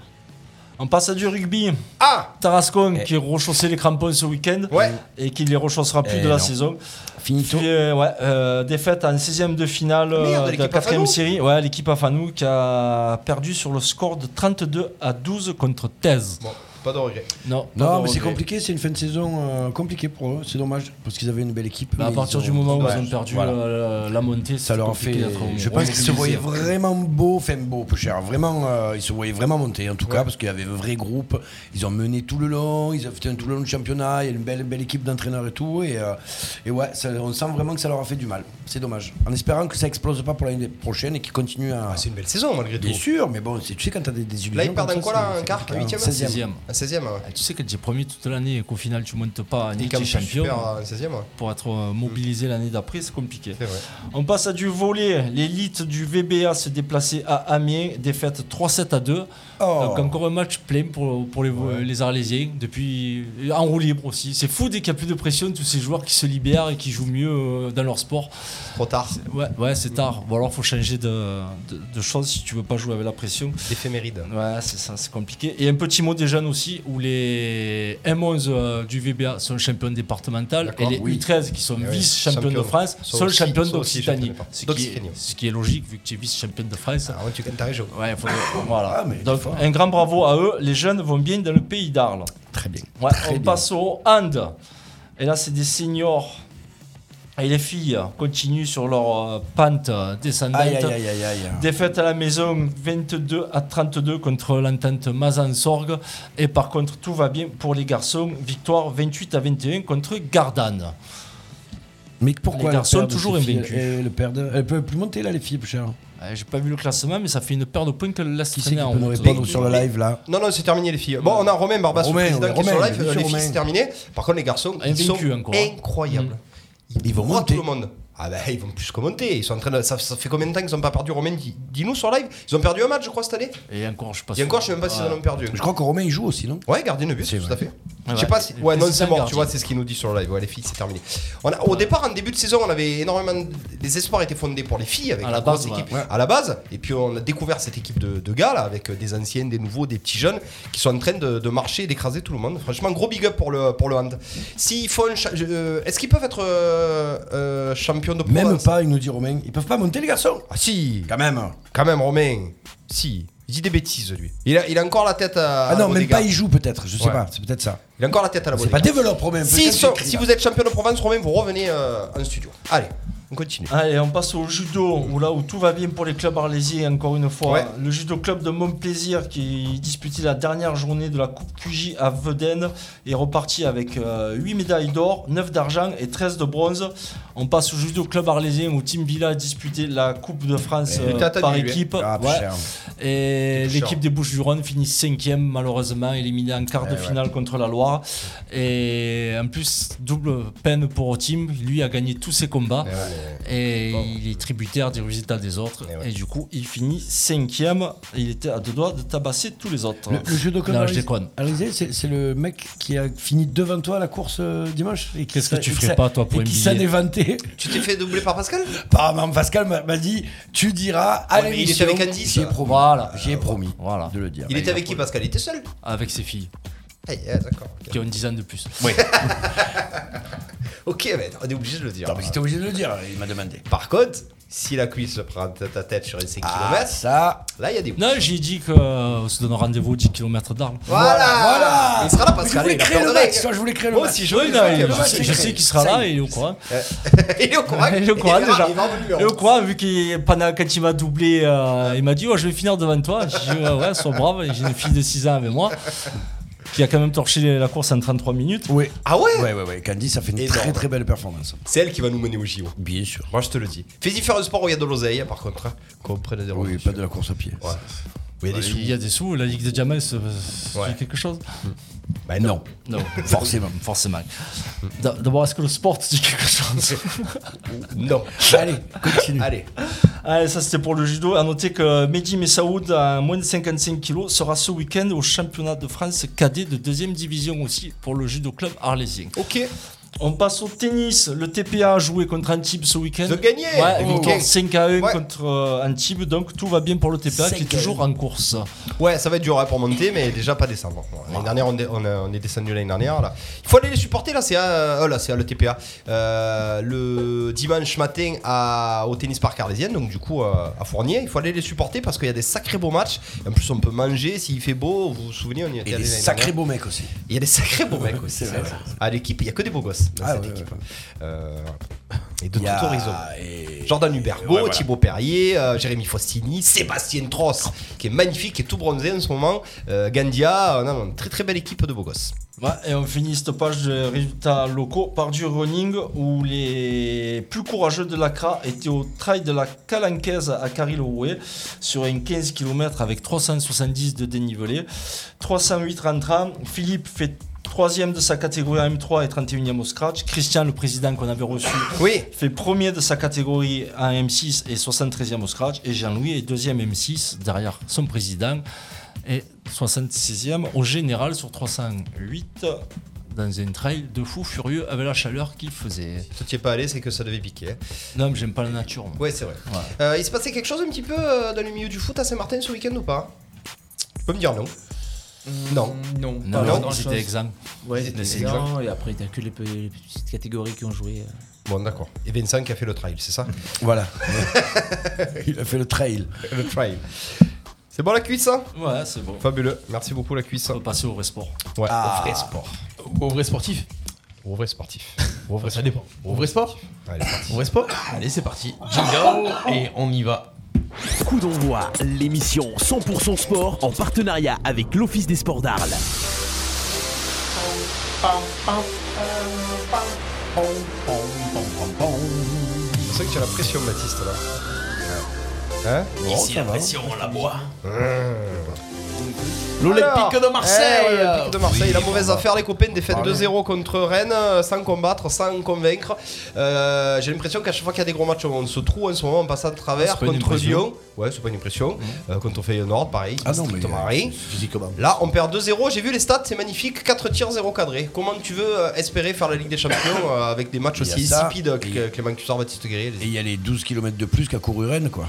Speaker 5: On passe à du rugby.
Speaker 7: Ah
Speaker 5: Tarascon
Speaker 6: Eh.
Speaker 5: qui rechaussait les crampons ce week-end
Speaker 7: Ouais.
Speaker 5: et qui les rechaussera plus
Speaker 6: Eh
Speaker 5: de la
Speaker 6: non.
Speaker 5: saison.
Speaker 6: Finito.
Speaker 5: Puis, euh, ouais, euh, défaite en 16ème de finale euh,
Speaker 7: Merde,
Speaker 5: de la
Speaker 7: l'équipe
Speaker 5: quatrième
Speaker 7: Afanou.
Speaker 5: série. Ouais, l'équipe Afanou qui a perdu sur le score de 32 à 12 contre Thèse.
Speaker 7: Bon, Pas de regret.
Speaker 5: Non.
Speaker 6: Non,
Speaker 5: Pas
Speaker 6: mais c'est
Speaker 5: regret.
Speaker 6: compliqué, c'est une fin de saison euh, compliquée pour eux, c'est dommage, parce qu'ils avaient une belle équipe.
Speaker 5: Bah, à
Speaker 6: mais
Speaker 5: partir
Speaker 6: ils
Speaker 5: du
Speaker 6: ont-
Speaker 5: moment où
Speaker 6: Ouais,
Speaker 5: ils ont perdu
Speaker 6: voilà.
Speaker 5: euh, la, la montée,
Speaker 6: ça leur a fait. Je pense qu'ils se voyaient vraiment beaux, enfin beaux, peu cher. Vraiment, euh, ils se voyaient vraiment monter, en tout cas, parce qu'il y avait un vrai groupe. Ils ont mené tout le long, ils ont fait un tout le long de championnat, il y a une belle, belle équipe d'entraîneurs et tout. Et, euh, et ouais, ça- on sent vraiment que ça leur a fait du mal. C'est dommage. En espérant que ça explose pas pour l'année prochaine et qu'ils continuent à.
Speaker 7: Ah, C'est une belle saison malgré tout.
Speaker 6: Bien sûr, mais bon, c'est- tu sais, quand t'as des, des illusions.
Speaker 7: Là, ils perdent
Speaker 6: comme
Speaker 7: en
Speaker 6: ça,
Speaker 7: quoi là
Speaker 6: c'est-
Speaker 7: Un quart
Speaker 6: c'est-
Speaker 7: Huitième
Speaker 6: 16e.
Speaker 5: 16 e
Speaker 7: Un 16ème, ouais.
Speaker 5: Tu sais que tu es premier toute l'année et qu'au final tu montes pas en
Speaker 7: Et
Speaker 5: Ligue
Speaker 7: quand
Speaker 5: des
Speaker 7: tu
Speaker 5: Champions
Speaker 7: perds en hein. 16ème, ouais.
Speaker 5: pour être euh, mobilisé l'année d'après, c'est compliqué.
Speaker 7: C'est vrai.
Speaker 5: On passe à du volet. L'élite du VBA se déplaçait à Amiens, défaite 3-7 à 2.
Speaker 6: Oh.
Speaker 5: Donc encore un match plein pour, pour les, les Arlésiens. Depuis en roue libre aussi. C'est fou dès qu'il n'y a plus de pression, tous ces joueurs qui se libèrent et qui jouent mieux euh, dans leur sport.
Speaker 7: Trop tard.
Speaker 5: Ouais, ouais c'est tard. Ou alors faut changer de, de, de chose si tu veux pas jouer avec la pression.
Speaker 7: Éphéméride.
Speaker 5: Ouais, c'est ça, c'est compliqué. Et un petit mot des jeunes aussi, où les M11 euh, du VBA sont champions départementales et
Speaker 7: D'accord,
Speaker 5: les
Speaker 7: oui.
Speaker 5: U13 qui sont
Speaker 7: Eh oui,
Speaker 5: vice-champions
Speaker 7: champions.
Speaker 5: de France
Speaker 7: Sont
Speaker 5: sont
Speaker 7: aussi-
Speaker 5: champions
Speaker 7: sont aussi
Speaker 5: d'Occitanie.
Speaker 7: champions de France.
Speaker 5: Ce, qui est-
Speaker 7: D'Occitanie.
Speaker 5: ce qui est logique vu que tu es vice-champion de France.
Speaker 7: Ah ouais, tu t'as raison.
Speaker 5: Ouais, il faudrait- voilà.
Speaker 6: Ah, mais
Speaker 5: Donc, un grand bravo à eux. Les jeunes vont bien dans le pays d'Arles.
Speaker 6: Très bien.
Speaker 5: Ouais, on
Speaker 6: bien.
Speaker 5: passe au hand. Et là, c'est des seniors. Et les filles continuent sur leur euh, pente euh, descendante.
Speaker 6: Aïe, aïe, aïe, aïe, aïe.
Speaker 5: Défaite à la maison 22 à 32 contre l'entente Mazan-Sorgue. Et par contre, tout va bien pour les garçons. Victoire 28 à 21 contre Gardanne.
Speaker 6: Mais pourquoi
Speaker 5: Les garçons
Speaker 6: père de
Speaker 5: toujours
Speaker 6: ces filles,
Speaker 5: invaincus.
Speaker 6: et le père de- Elles peuvent plus monter là, les filles, peu cher.
Speaker 5: Euh, J'ai pas vu le classement, mais ça fait une paire de points que le laisse
Speaker 6: Qui c'est qui
Speaker 5: traîner en
Speaker 6: peut nous
Speaker 5: route.
Speaker 6: répondre sur le live là
Speaker 7: Non, non, c'est terminé les filles. Bon, on a Romain Barbas, le
Speaker 6: Romain,
Speaker 7: président
Speaker 6: ouais,
Speaker 7: qui est sur
Speaker 6: Romain,
Speaker 7: live. Euh,
Speaker 6: bien sûr,
Speaker 7: Les filles,
Speaker 6: Romain.
Speaker 7: c'est terminé. Par contre, les garçons, ils sont
Speaker 5: Invaincus encore.
Speaker 7: incroyables. Mmh.
Speaker 6: Ils vont
Speaker 7: Moi,
Speaker 6: monter.
Speaker 7: tout le monde. Ah bah ils vont plus que monter. Ils sont en train de... ça, ça fait combien de temps qu'ils n'ont pas perdu Romain dis- Dis-nous sur live. Ils ont perdu un match, je crois, cette année.
Speaker 5: Et encore, je passe.
Speaker 7: Et encore, je sais même pas s'ils en ont perdu.
Speaker 6: Je crois que Romain il joue aussi, non
Speaker 7: Ouais, gardien de but, tout à fait. je sais
Speaker 5: ouais.
Speaker 7: pas si. Ouais, non,
Speaker 5: C'est
Speaker 7: c'est
Speaker 5: un
Speaker 7: mort,
Speaker 5: gardien.
Speaker 7: tu vois, c'est ce qu'il nous dit sur le live. Ouais, les filles, c'est terminé. On a, au départ, en début de saison, on avait énormément. de- Les espoirs étaient fondés pour les filles avec
Speaker 5: À
Speaker 7: la
Speaker 5: la
Speaker 7: grosse
Speaker 5: base, ouais.
Speaker 7: équipe. À la base, et puis on a découvert cette équipe de, de gars, là, avec euh, des anciens, des nouveaux, des petits jeunes, qui sont en train de, de marcher et d'écraser tout le monde. Franchement, gros big up pour le, pour le hand. S'ils font. cha- euh, Est-ce qu'ils peuvent être euh, euh, champions de province
Speaker 6: Même pas, il nous dit Romain. Ils peuvent pas monter, les garçons Ah
Speaker 7: Ah, si
Speaker 6: Quand même.
Speaker 7: Quand même, Romain Si Il dit des bêtises, lui. Il a, il a encore la tête à.
Speaker 6: Ah, non,
Speaker 7: au
Speaker 6: même
Speaker 7: dégât.
Speaker 6: pas, il joue peut-être, je sais
Speaker 7: Ouais.
Speaker 6: pas, c'est peut-être ça.
Speaker 7: Il a encore la tête à la
Speaker 6: C'est
Speaker 7: bonne
Speaker 6: pas
Speaker 7: écart.
Speaker 6: développe Romain.
Speaker 7: Si,
Speaker 6: peut-être
Speaker 7: so-
Speaker 6: qu'il
Speaker 7: si
Speaker 6: a-
Speaker 7: vous êtes champion de province, Romain, vous revenez euh, en studio. Allez, on continue.
Speaker 5: Allez, on passe au judo, où là où tout va bien pour les clubs arlésiens, encore une fois.
Speaker 7: Ouais.
Speaker 5: Le judo club de Montplaisir qui disputait la dernière journée de la Coupe QJ à Veden est reparti avec 8 médailles d'or, 9 d'argent et 13 de bronze. On passe au judo club arlésien où Team Villa a disputé la Coupe de France
Speaker 7: Il
Speaker 5: euh,
Speaker 7: était attendu,
Speaker 5: par
Speaker 7: lui, hein.
Speaker 5: équipe.
Speaker 6: Ah,
Speaker 5: Ouais.
Speaker 6: putain.
Speaker 5: Et
Speaker 7: Bouchard.
Speaker 5: l'équipe des Bouches-du-Rhône finit cinquième, malheureusement, éliminée en quart
Speaker 7: Eh
Speaker 5: de finale contre la Loire. Et en plus, double peine pour Tim. Lui a gagné tous ses combats.
Speaker 7: Euh,
Speaker 5: Et il est tributaire des résultats des autres.
Speaker 7: Eh
Speaker 5: Et,
Speaker 7: ouais.
Speaker 5: du coup, il finit cinquième. Et il était à deux doigts de tabasser tous les autres.
Speaker 6: Le, le jeu de club
Speaker 5: Non, je
Speaker 6: Alizé-
Speaker 5: déconne.
Speaker 6: Alizé, c'est c'est le mec qui a fini devant toi à la course euh, dimanche. et qui
Speaker 5: Qu'est-ce que
Speaker 6: s'est-
Speaker 5: tu
Speaker 6: et qui
Speaker 5: ferais
Speaker 6: s'est-
Speaker 5: pas, toi, pour
Speaker 6: Et qui
Speaker 5: NBA?
Speaker 6: s'en est vanté.
Speaker 7: Tu t'es fait doubler par Pascal
Speaker 6: Apparemment, Bah, Pascal m'a m'a dit Tu diras à
Speaker 7: Ouais, mais il
Speaker 6: l'émission,
Speaker 7: était avec Andy,
Speaker 6: J'y ai
Speaker 7: ça.
Speaker 6: promis. Euh,
Speaker 5: Voilà.
Speaker 6: J'y ai promis
Speaker 5: Voilà.
Speaker 6: de le dire.
Speaker 7: Il était avec qui, Pascal Il était seul
Speaker 5: Avec ses filles,
Speaker 7: Ah, yeah, d'accord.
Speaker 5: qui ont une dizaine de plus.
Speaker 7: Ok, mais on est obligé de le dire.
Speaker 6: Non, mais c'était obligé de le dire, il m'a demandé.
Speaker 7: Par contre, si la cuisse prend ta ta tête sur les 5
Speaker 6: Ah,
Speaker 7: km,
Speaker 6: ça.
Speaker 7: là, il y a des.
Speaker 5: Non, j'ai dit qu'on se donne rendez-vous aux 10 km d'armes.
Speaker 7: Voilà,
Speaker 6: Voilà
Speaker 7: Il sera là,
Speaker 6: Je
Speaker 7: Pascal.
Speaker 6: voulais
Speaker 7: il a
Speaker 6: créer
Speaker 7: peur
Speaker 6: le
Speaker 7: de rien.
Speaker 6: match, toi, je voulais créer le
Speaker 7: Moi
Speaker 6: match.
Speaker 7: aussi, je
Speaker 5: Oui,
Speaker 7: veux
Speaker 5: non,
Speaker 7: qu'il y ait
Speaker 5: je,
Speaker 7: un match.
Speaker 5: sais- je sais qu'il sera
Speaker 6: Ça
Speaker 5: là et il est au courant.
Speaker 7: Il est au courant.
Speaker 5: Il est au courant
Speaker 7: verra-
Speaker 5: déjà.
Speaker 7: Il va en numéro.
Speaker 5: Et au courant, vu qu'il pendant- quand il m'a doublé, euh, il m'a dit oh, Je vais finir devant toi. J'ai dit Ouais, ouais, sois brave. Et J'ai une fille de 6 ans avec moi qui a quand même torché la course en 33 minutes.
Speaker 6: Oui.
Speaker 7: Ah ouais
Speaker 6: Ouais, ouais, ouais. Candy, ça fait une
Speaker 7: Énorme.
Speaker 6: très très belle performance.
Speaker 7: C'est elle qui va nous mener au JO.
Speaker 6: Bien sûr.
Speaker 7: Moi, je te le dis. Fais-y faire un sport où il y a de l'oseille, par contre. hein, Qu'on prenne des
Speaker 6: Oui,
Speaker 7: revenus.
Speaker 6: pas de Bah, la course à pied.
Speaker 7: Ouais. Où il y a des sous.
Speaker 5: Il y a des sous, la Ligue des Diamants, c'est c'est
Speaker 7: Ouais.
Speaker 5: quelque chose
Speaker 6: Bah non,
Speaker 5: Non,
Speaker 6: forcément.
Speaker 5: forcément. D'a- D'abord, est-ce que le sport dit quelque chose
Speaker 7: Non.
Speaker 6: Bah, Allez, continue.
Speaker 7: Allez.
Speaker 5: Allez, ça c'était pour le judo. À noter que Mehdi Messaoud, à moins de 55 kilos, sera ce week-end au championnat de France cadet de deuxième division aussi pour le judo club arlésien.
Speaker 7: Ok.
Speaker 5: On passe au tennis. Le TPA a joué contre Antibes ce week-end.
Speaker 7: Ils ont gagné.
Speaker 5: Ouais,
Speaker 7: Oh.
Speaker 5: victoire 5 à 1
Speaker 7: Ouais.
Speaker 5: contre euh, Antibes. Donc tout va bien pour le TPA qui est toujours en course.
Speaker 7: Ouais, ça va être dur hein, pour monter, mais déjà pas descendre. L'année dernière, on, dé- on a- on est descendu l'année dernière. Là. Il faut aller les supporter, là, c'est à, oh là, c'est à l'ETPA. Euh, le dimanche matin à, au tennis parc arlésienne, donc du coup euh, à Fournier. Il faut aller les supporter parce qu'il y a des sacrés beaux matchs. En plus, on peut manger s'il fait beau. Vous vous souvenez, on y était
Speaker 6: Et des
Speaker 7: allé l'année
Speaker 6: sacrés
Speaker 7: dernière.
Speaker 6: beaux mecs aussi.
Speaker 7: Il y a des sacrés beaux mecs aussi.
Speaker 6: C'est vrai,
Speaker 7: c'est vrai. À l'équipe, il y a que des beaux gosses dans
Speaker 6: Ah,
Speaker 7: cette
Speaker 6: ouais,
Speaker 7: équipe.
Speaker 6: ouais.
Speaker 7: Euh, et de
Speaker 6: Il y a-
Speaker 7: tout horizon.
Speaker 6: et-
Speaker 7: Jordan Hubergo,
Speaker 6: Ouais, voilà.
Speaker 7: Thibaut Perrier, euh, Jérémy Faustini, Sébastien Tross, qui est magnifique et tout bronzé en ce moment. euh, Gandia, on a une très très belle équipe de beaux gosses.
Speaker 5: Ouais, et on finit cette page de résultats locaux par du running où les plus courageux de l'ACRA étaient au trail de la Calancaise à Cariloué sur un 15 km avec 370 de dénivelé. 308 rentrants, Philippe fait troisième de sa catégorie en M3 et 31e au scratch. Christian, le président qu'on avait reçu,
Speaker 7: Oui,
Speaker 5: fait premier de sa catégorie en M6 et 73e au scratch. Et Jean-Louis est deuxième M6 derrière son président et 66e au général sur 308 dans un trail de fou furieux avec la chaleur qu'il faisait.
Speaker 7: si tu n'y es pas allé, c'est que ça devait piquer. hein.
Speaker 5: Non, mais j'aime pas la nature. moi.
Speaker 7: Ouais, c'est vrai.
Speaker 5: Ouais.
Speaker 7: Euh, il se passait quelque chose un petit peu euh, dans le milieu du foot à Saint-Martin ce week-end ou pas Tu peux me dire non
Speaker 6: Hmm.
Speaker 7: Non.
Speaker 8: Non,
Speaker 5: Non,
Speaker 8: pas
Speaker 7: non,
Speaker 5: non,
Speaker 8: grand-chose.
Speaker 5: j'étais exempt.
Speaker 8: Ouais,
Speaker 7: C'était
Speaker 8: c'était
Speaker 7: exact.
Speaker 8: bien, Et après, t'as que les, pe- les petites catégories qui ont joué. euh.
Speaker 7: Bon, d'accord. Et Vincent qui a fait le trail, c'est ça
Speaker 6: Voilà. Il a fait le trail.
Speaker 7: Le trail. C'est bon la cuisse hein
Speaker 5: Ouais, c'est bon.
Speaker 7: Fabuleux. Merci beaucoup la cuisse.
Speaker 5: On va passer au vrai sport.
Speaker 7: Ouais, au vrai sport.
Speaker 4: Au vrai sportif
Speaker 7: Au vrai sportif.
Speaker 4: Au vrai, ça dépend. Au vrai sport
Speaker 7: Allez, parti.
Speaker 4: Au vrai sport Allez, c'est parti. Jingle et on y va.
Speaker 2: Coup d'envoi, l'émission 100% sport en partenariat avec l'Office des sports d'Arles.
Speaker 7: Je sais que tu as la pression, Baptiste, là. Hein
Speaker 6: Ici, la
Speaker 7: Euh. Alors,
Speaker 4: L'Olympique de Marseille
Speaker 7: eh ouais, l'Olympique de Marseille,
Speaker 6: Oui, bah.
Speaker 7: la mauvaise
Speaker 6: on va.
Speaker 7: affaire, les copains, défaite
Speaker 6: Pardon.
Speaker 7: 2-0 contre Rennes, euh, sans combattre, sans convaincre. Euh, J'ai l'impression qu'à chaque fois qu'il y a des gros matchs, on se trouve en ce moment, on passe à travers
Speaker 6: Ah,
Speaker 5: C'est pas une
Speaker 7: contre
Speaker 5: impression.
Speaker 7: Lyon. Ouais, c'est pas une impression. Euh, contre Feyenoord, pareil,
Speaker 6: Mmh. Ah non, mais.
Speaker 7: strictement rien.
Speaker 6: Physiquement.
Speaker 7: Là, on perd 2-0. J'ai vu les stats, c'est magnifique. 4 tirs, 0 cadré. Comment tu veux euh, espérer faire la Ligue des Champions euh, avec des matchs
Speaker 6: Il y a
Speaker 7: aussi
Speaker 6: ça.
Speaker 7: stupides que
Speaker 6: Et-
Speaker 7: que Clément Cussard, Baptiste Guerrier
Speaker 6: Et il y a les 12 km de plus qu'a couru Rennes, quoi.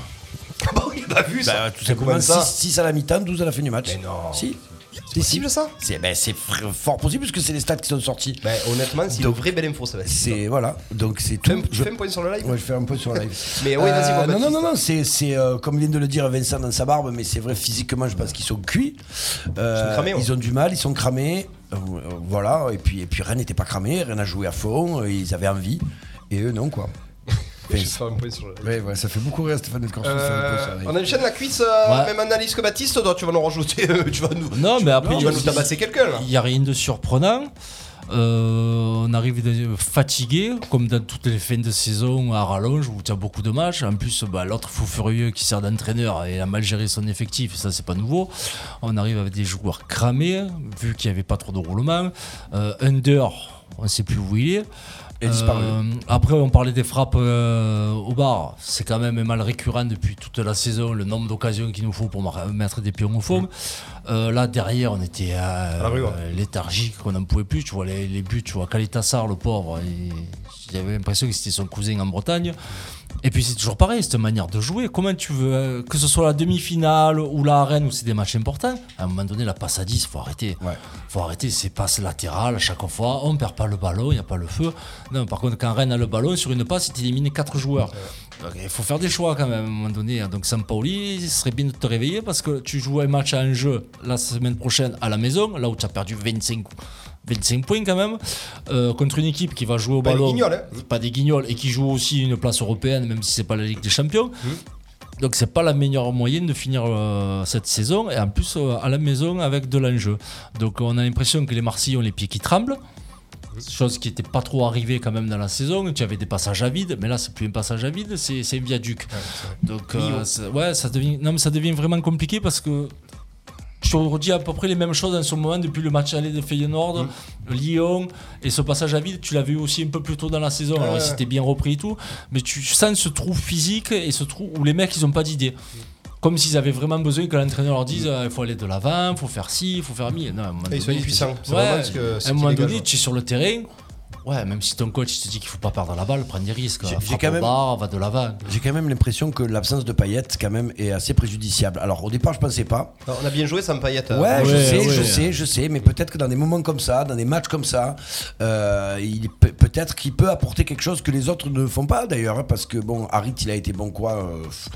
Speaker 7: Bah, on l'a pas vu ça.
Speaker 6: Bah, tout
Speaker 7: C'est
Speaker 6: simplement,
Speaker 7: comment ça
Speaker 6: 6 à la mi-temps, 12 à la fin du match.
Speaker 7: Mais non.
Speaker 6: Si.
Speaker 7: C'est possible ça
Speaker 6: C'est ben, c'est fr- fort possible puisque c'est les stats qui sont sortis.
Speaker 7: Bah, honnêtement, c'est une vraie belle info, ça va.
Speaker 6: C'est voilà, donc c'est
Speaker 7: Tu
Speaker 6: tout.
Speaker 7: fais un- tu fais un point sur le live
Speaker 6: Ouais, je fais un peu sur la live.
Speaker 7: Mais oui, vas-y, moi,
Speaker 6: non, non,
Speaker 7: Baptiste.
Speaker 6: non, non, c'est, c'est euh, comme vient de le dire Vincent dans sa barbe, mais c'est vrai, physiquement, je pense qu'ils sont cuits. Euh,
Speaker 7: Ils sont cramés, ouais.
Speaker 6: Ils ont du mal, ils sont cramés. Euh, euh, voilà, et puis, et puis Rennes n'était pas cramé, Rennes a joué à fond, euh, ils avaient envie, et eux non, quoi.
Speaker 7: Je fais un point sur le live.
Speaker 6: Ouais, ouais, ça fait beaucoup rire Stéphane Delcourt.
Speaker 7: Euh, on enchaîne la cuisse, euh,
Speaker 5: Ouais.
Speaker 7: même analyse que Baptiste, toi tu vas nous rajouter, euh, tu vas nous,
Speaker 5: Non, mais après,
Speaker 7: tu vas nous tabasser quelqu'un là.
Speaker 5: Il n'y a rien de surprenant. Euh, on arrive de- fatigué, comme dans toutes les fins de saison à rallonge où tu as beaucoup de matchs. En plus, bah, l'autre fou furieux qui sert d'entraîneur et a mal géré son effectif, ça c'est pas nouveau. On arrive avec des joueurs cramés, vu qu'il n'y avait pas trop de roulement. Euh, Under, on ne sait plus où il est. Euh,
Speaker 6: Et disparu.
Speaker 5: après, on parlait des frappes euh, au bar. C'est quand même un mal récurrent depuis toute la saison, le nombre d'occasions qu'il nous faut pour mar- mettre des pions au fond. Euh, là, derrière, on était euh,
Speaker 7: Mm. la rue, ouais.
Speaker 5: euh, léthargique, on n'en pouvait plus. Tu vois, les, les buts, tu vois, Caletassar, le pauvre, il- j'avais l'impression que c'était son cousin en Bretagne. Et puis c'est toujours pareil, cette manière de jouer. Comment tu veux, euh, que ce soit la demi-finale ou la arène où c'est des matchs importants, à un moment donné, la passe à 10, faut arrêter.
Speaker 6: Ouais.
Speaker 5: faut arrêter ces passes latérales à chaque fois. On perd pas le ballon, il n'y a pas le feu. Non, par contre, quand Rennes a le ballon, sur une passe, il t'élimine 4 joueurs. Donc, Il faut faire des choix quand même à un moment donné. Donc Sampaoli, ce serait bien de te réveiller parce que tu joues un match à un jeu la semaine prochaine à la maison, là où tu as perdu 25, 25 points quand même, euh, contre une équipe qui va jouer au
Speaker 7: Pas des
Speaker 5: ballon
Speaker 7: guignols, hein.
Speaker 5: pas des guignols et qui joue aussi une place européenne, même si c'est pas la Ligue des Champions. Donc c'est pas la meilleure moyenne de finir euh, cette saison et en plus euh, à la maison avec de l'enjeu. Donc on a l'impression que les Marseillais ont les pieds qui tremblent. Chose qui n'était pas trop arrivée quand même dans la saison. Tu avais des passages à vide, mais là c'est plus un passage à vide, c'est c'est un viaduc. Donc euh, ça- ouais, ça devient, non, mais ça devient vraiment compliqué parce que je redis à peu près les mêmes choses en ce moment depuis le match aller de Feyenoord,
Speaker 7: Mm.
Speaker 5: Lyon et ce passage à vide. Tu l'avais eu aussi un peu plus tôt dans la saison. Alors
Speaker 7: Ah ouais.
Speaker 5: c'était bien repris et tout, mais tu sens ce trou physique et ce trou où les mecs ils n'ont pas d'idée. Comme s'ils avaient vraiment besoin que l'entraîneur leur dise euh, il faut aller de l'avant, il faut faire ci, il faut faire mi. Non, à un moment
Speaker 7: Mm. Et ils sont
Speaker 5: donné,
Speaker 7: impuissants.
Speaker 5: t'es-
Speaker 7: C'est
Speaker 5: Ouais,
Speaker 7: vraiment ce que- ce
Speaker 5: à un
Speaker 7: qui
Speaker 5: moment
Speaker 7: dégage, hein.
Speaker 5: donné,
Speaker 7: ouais.
Speaker 5: tu es sur le terrain.
Speaker 9: Ouais, même si ton coach te dit qu'il faut pas perdre la balle, prends des risques.
Speaker 6: J'ai- j'ai
Speaker 9: Frappe
Speaker 6: quand
Speaker 9: au
Speaker 6: même-
Speaker 9: barre, va de l'avant.
Speaker 6: J'ai quand même l'impression que l'absence de paillettes quand même est assez préjudiciable. Alors au départ je pensais pas.
Speaker 7: On a bien joué, Sam Payet.
Speaker 6: Ouais,
Speaker 7: euh,
Speaker 6: je
Speaker 9: ouais,
Speaker 6: sais, je
Speaker 9: ouais.
Speaker 6: sais, je sais, mais peut-être que dans des moments comme ça, dans des matchs comme ça, euh, il peut- peut-être qu'il peut apporter quelque chose que les autres ne font pas d'ailleurs, hein, parce que bon, Harit il a été bon quoi, euh, pff,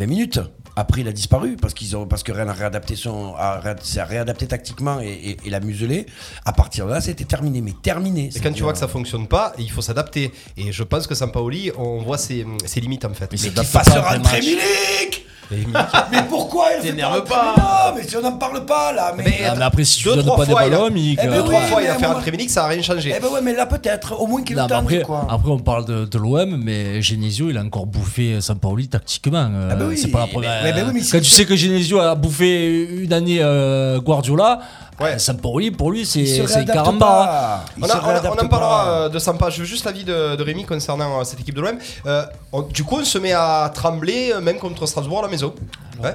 Speaker 6: 20 minutes. Après il a disparu parce qu'ils ont parce que Rennes a réadapté son, a réad- s'est réadapté tactiquement et, et- et l'a muselé. À partir de là, c'était terminé, mais terminé.
Speaker 7: Et quand tu vois que ça fonctionne pas, il faut s'adapter. Et je pense que Sampaoli, on voit ses, ses limites en fait.
Speaker 9: c'est
Speaker 6: il
Speaker 9: pas
Speaker 6: fasse
Speaker 9: un vrai
Speaker 6: rentrer
Speaker 9: match.
Speaker 6: Milik
Speaker 7: Et Milik-
Speaker 6: Mais pourquoi il
Speaker 10: T'énerve
Speaker 6: pas Mais non, mais si on n'en parle pas là, mais.
Speaker 7: Mais-
Speaker 9: Ah, mais après, si tu
Speaker 7: hein. Deux,
Speaker 9: donnes
Speaker 7: trois
Speaker 9: pas des
Speaker 7: fois, il a-
Speaker 9: ballons, Milik,
Speaker 6: Eh ben
Speaker 9: euh,
Speaker 7: Deux,
Speaker 6: oui,
Speaker 7: trois fois, il
Speaker 6: mais
Speaker 7: a fait
Speaker 6: moi-
Speaker 7: un Tréminique, ça a rien changé.
Speaker 6: Eh ben ouais, mais là peut-être, au moins qu'il
Speaker 9: Non,
Speaker 6: le
Speaker 9: mais
Speaker 6: tente
Speaker 9: après,
Speaker 6: quoi.
Speaker 9: après, on parle de, de l'OM, mais Genesio, il a encore bouffé Sampaoli tactiquement. euh,
Speaker 6: Ah bah oui,
Speaker 9: c'est pas la
Speaker 6: mais-
Speaker 9: première. euh,
Speaker 6: mais- mais oui, mais si-
Speaker 9: Quand tu sais que Genesio a bouffé une année euh, Guardiola,
Speaker 7: Ouais.
Speaker 9: euh, Sampaoli, pour lui,
Speaker 6: Il se
Speaker 9: c'est c'est
Speaker 6: réadapte
Speaker 9: caramba. hein.
Speaker 6: pas. Il
Speaker 7: On, a-
Speaker 6: se
Speaker 7: on a- on
Speaker 6: réadapte
Speaker 7: en parlera
Speaker 6: pas.
Speaker 7: euh, de Sampa. Je veux juste l'avis de, de Rémi concernant euh, cette équipe de l'OM. Euh, on- du coup, on se met à trembler, euh, même contre Strasbourg à la maison. Ouais.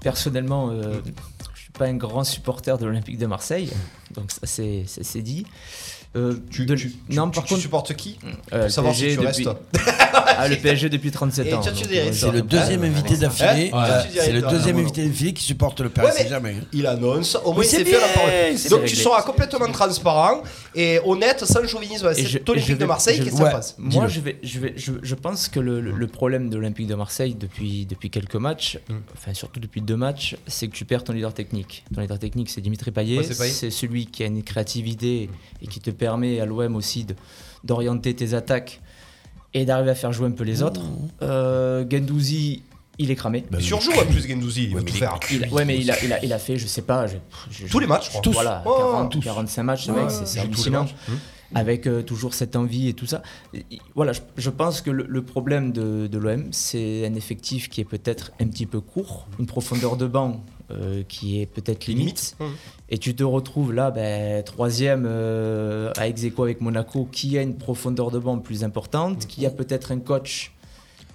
Speaker 8: Personnellement, euh,
Speaker 7: Mm.
Speaker 8: je suis pas un grand supporter de l'Olympique de Marseille, donc ça c'est ça, c'est dit. Euh,
Speaker 7: Tu,
Speaker 8: de-
Speaker 7: tu- tu-
Speaker 8: non,
Speaker 7: tu-
Speaker 8: par
Speaker 7: tu
Speaker 8: contre,
Speaker 7: supportes qui
Speaker 6: Mm.
Speaker 8: euh,
Speaker 7: Pour savoir si
Speaker 8: PSG
Speaker 7: tu
Speaker 8: depuis-
Speaker 7: restes.
Speaker 8: ah, le PSG depuis 37
Speaker 7: Et
Speaker 8: ans.
Speaker 7: tiens, tu
Speaker 8: donc,
Speaker 7: dirais
Speaker 8: euh,
Speaker 7: ça.
Speaker 6: C'est le deuxième invité d'affilée.
Speaker 7: Hein
Speaker 6: euh,
Speaker 7: Tu dirais
Speaker 6: C'est le
Speaker 7: toi,
Speaker 6: deuxième
Speaker 7: non,
Speaker 6: invité d'affilée qui supporte le Paris
Speaker 7: Ouais, mais-
Speaker 6: Saint-Germain.
Speaker 7: Il annonce, au moins
Speaker 6: c'est
Speaker 7: c'est fait la
Speaker 6: bien,
Speaker 7: parole.
Speaker 6: c'est
Speaker 7: Donc
Speaker 8: réglé.
Speaker 7: tu seras complètement transparent et honnête, sans chauvinisme.
Speaker 8: je-
Speaker 7: C'est
Speaker 8: et je
Speaker 7: Olympique de
Speaker 8: vais-
Speaker 7: Marseille,
Speaker 8: je-
Speaker 7: qu'est-ce qui se
Speaker 6: ouais.
Speaker 7: passe
Speaker 8: Moi, je, vais, je, vais, je, je pense que le, le- le problème de l'Olympique de Marseille depuis, depuis quelques matchs,
Speaker 7: Mm.
Speaker 8: enfin surtout depuis deux matchs, c'est que tu perds ton leader technique. Ton leader technique, c'est Dimitri Payet.
Speaker 7: Ouais, c'est Payet.
Speaker 8: c'est celui qui a une créativité et qui te permet à l'OM aussi de- d'orienter tes attaques et d'arriver à faire jouer un peu
Speaker 7: Mm.
Speaker 8: les autres. Euh, Gendouzi, il est cramé.
Speaker 7: Il surjoue en plus Gendouzi, il veut
Speaker 6: Ouais, mais
Speaker 7: tout
Speaker 6: il-
Speaker 7: faire.
Speaker 8: Il a- ouais, mais il a, il, a, il a fait, je sais pas. je- je-
Speaker 7: Tous les matchs, je crois.
Speaker 8: Voilà,
Speaker 7: Ouais, ouais,
Speaker 8: 40,
Speaker 7: tous.
Speaker 8: 45 matchs, ce mec, c'est- c'est
Speaker 7: Tous les
Speaker 8: hallucinant.
Speaker 7: matchs. Mhm.
Speaker 8: Avec euh, toujours cette envie et tout ça. Et- et- voilà, je, je pense que le, le problème de, de l'OM, c'est un effectif qui est peut-être un petit peu court, une profondeur de banc euh, qui est peut-être limite.
Speaker 7: Mhm.
Speaker 8: Et tu te retrouves là, ben, troisième euh, à ex aequo avec Monaco, qui a une profondeur de banc plus
Speaker 7: Hum.
Speaker 8: importante, qui a peut-être un coach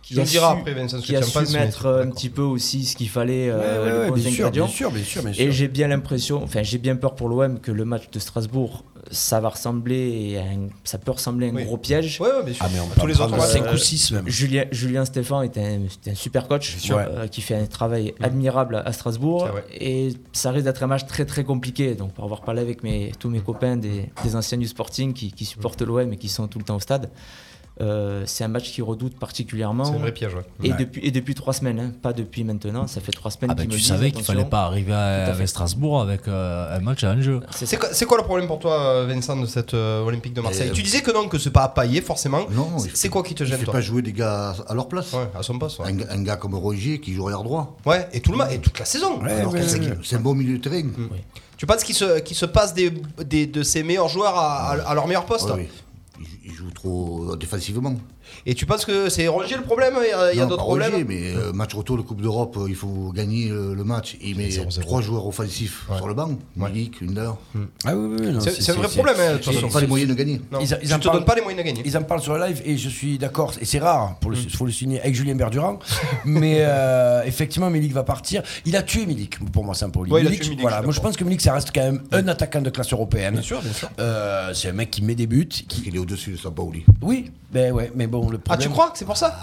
Speaker 8: qui
Speaker 7: Tu
Speaker 8: a
Speaker 7: me diras
Speaker 8: su- euh,
Speaker 7: après, Vincent, ce
Speaker 8: qui
Speaker 7: que
Speaker 8: a
Speaker 7: tu en penses.
Speaker 8: su
Speaker 7: mais-
Speaker 8: mettre euh, un
Speaker 7: D'accord.
Speaker 8: petit peu aussi ce qu'il fallait,
Speaker 6: Ouais,
Speaker 8: euh,
Speaker 6: ouais,
Speaker 8: les
Speaker 6: ouais,
Speaker 8: bons
Speaker 6: bien sûr,
Speaker 8: ingrédients.
Speaker 6: bien sûr, bien sûr, bien sûr.
Speaker 8: Et j'ai bien l'impression, enfin j'ai bien peur pour l'OM que le match de Strasbourg, ça va ressembler, à un- ça peut ressembler à un
Speaker 7: Oui.
Speaker 8: gros piège.
Speaker 7: Ouais, ouais, bien sûr.
Speaker 6: Ah, mais on
Speaker 7: Tous les autres
Speaker 6: parle de
Speaker 7: matchs.
Speaker 6: 5 ou 6 même.
Speaker 8: Julien, Julien Stéphan est un, c'est un super coach
Speaker 6: sûr. Mm.
Speaker 8: euh, qui fait un travail admirable à- à Strasbourg
Speaker 7: C'est vrai.
Speaker 8: et ça risque d'être un match très très compliqué. Donc pour avoir parlé avec mes, tous mes copains des, des anciens du Sporting qui, qui supportent l'OM et qui sont tout le temps au stade, euh, c'est un match qu'ils redoutent particulièrement.
Speaker 7: C'est un vrai piège, ouais.
Speaker 8: Et, depuis, et depuis trois semaines, hein, pas depuis maintenant, ça fait trois semaines
Speaker 9: Ah bah,
Speaker 8: qu'ils me
Speaker 9: tu
Speaker 8: disent,
Speaker 9: savais qu'il
Speaker 8: attention.
Speaker 9: fallait pas arriver à,
Speaker 8: Tout à fait.
Speaker 9: avec Strasbourg avec euh, un match à enjeu.
Speaker 8: C'est
Speaker 7: C'est
Speaker 8: ça.
Speaker 7: quoi, c'est quoi le problème pour toi, euh, Vincent, de cette euh, Olympique de Marseille
Speaker 3: Euh,
Speaker 7: Tu disais que non, que c'est pas à pailler forcément.
Speaker 3: Non,
Speaker 7: C'est-
Speaker 3: il-
Speaker 7: c'est quoi qui te
Speaker 3: Je
Speaker 7: gêne,
Speaker 3: fais
Speaker 7: toi
Speaker 3: pas jouer des gars à leur place.
Speaker 7: Ouais, à son poste. Ouais,
Speaker 3: Un, un gars comme Roger qui joue arrière droit.
Speaker 7: Ouais, et, tout le ma- et toute la saison.
Speaker 3: Alors que c'est c'est un bon milieu de terrain.
Speaker 7: Tu penses qu'il se, qu'il se passe des, des- de ses meilleurs joueurs à, à- à leur meilleur poste
Speaker 3: Ouais, ouais. Il- Il joue trop euh, défensivement.
Speaker 7: Et tu penses que c'est Roger le problème Il y a- il y a
Speaker 3: Non,
Speaker 7: d'autres
Speaker 3: pas Rogier,
Speaker 7: problèmes
Speaker 3: mais euh, match retour de Coupe d'Europe, euh, il faut gagner euh, le match. Il met
Speaker 7: 0-0.
Speaker 3: trois joueurs offensifs sur le banc. Milik, Hunder.
Speaker 6: Ah oui, oui, oui, non,
Speaker 7: C'est- C'est un vrai problème, hein, de toute
Speaker 3: Ils
Speaker 7: façon.
Speaker 3: n'ont pas les moyens de gagner.
Speaker 7: Non,
Speaker 6: Ils- ils
Speaker 7: tu
Speaker 6: en
Speaker 7: te
Speaker 6: parlent-
Speaker 7: donnes pas les moyens de gagner.
Speaker 6: Ils en parlent sur la live et je suis d'accord, et c'est rare, pour le, faut le signer avec Julien Berdurand, mais euh, effectivement Milik va partir. Il a tué Milik, pour moi, Saint-Paul.
Speaker 7: Ouais, il a tué Milik, je
Speaker 6: voilà.
Speaker 7: suis
Speaker 6: Moi je
Speaker 7: d'accord.
Speaker 6: pense que Milik, ça reste quand même un attaquant de classe européenne.
Speaker 7: sûr, bien sûr.
Speaker 6: Euh, c'est un mec qui met des buts. qui-
Speaker 3: Il est au-dessus de Sampaoli.
Speaker 6: Oui, ben ouais, mais bon, le
Speaker 7: Ah,
Speaker 6: problème.
Speaker 7: tu crois que c'est pour ça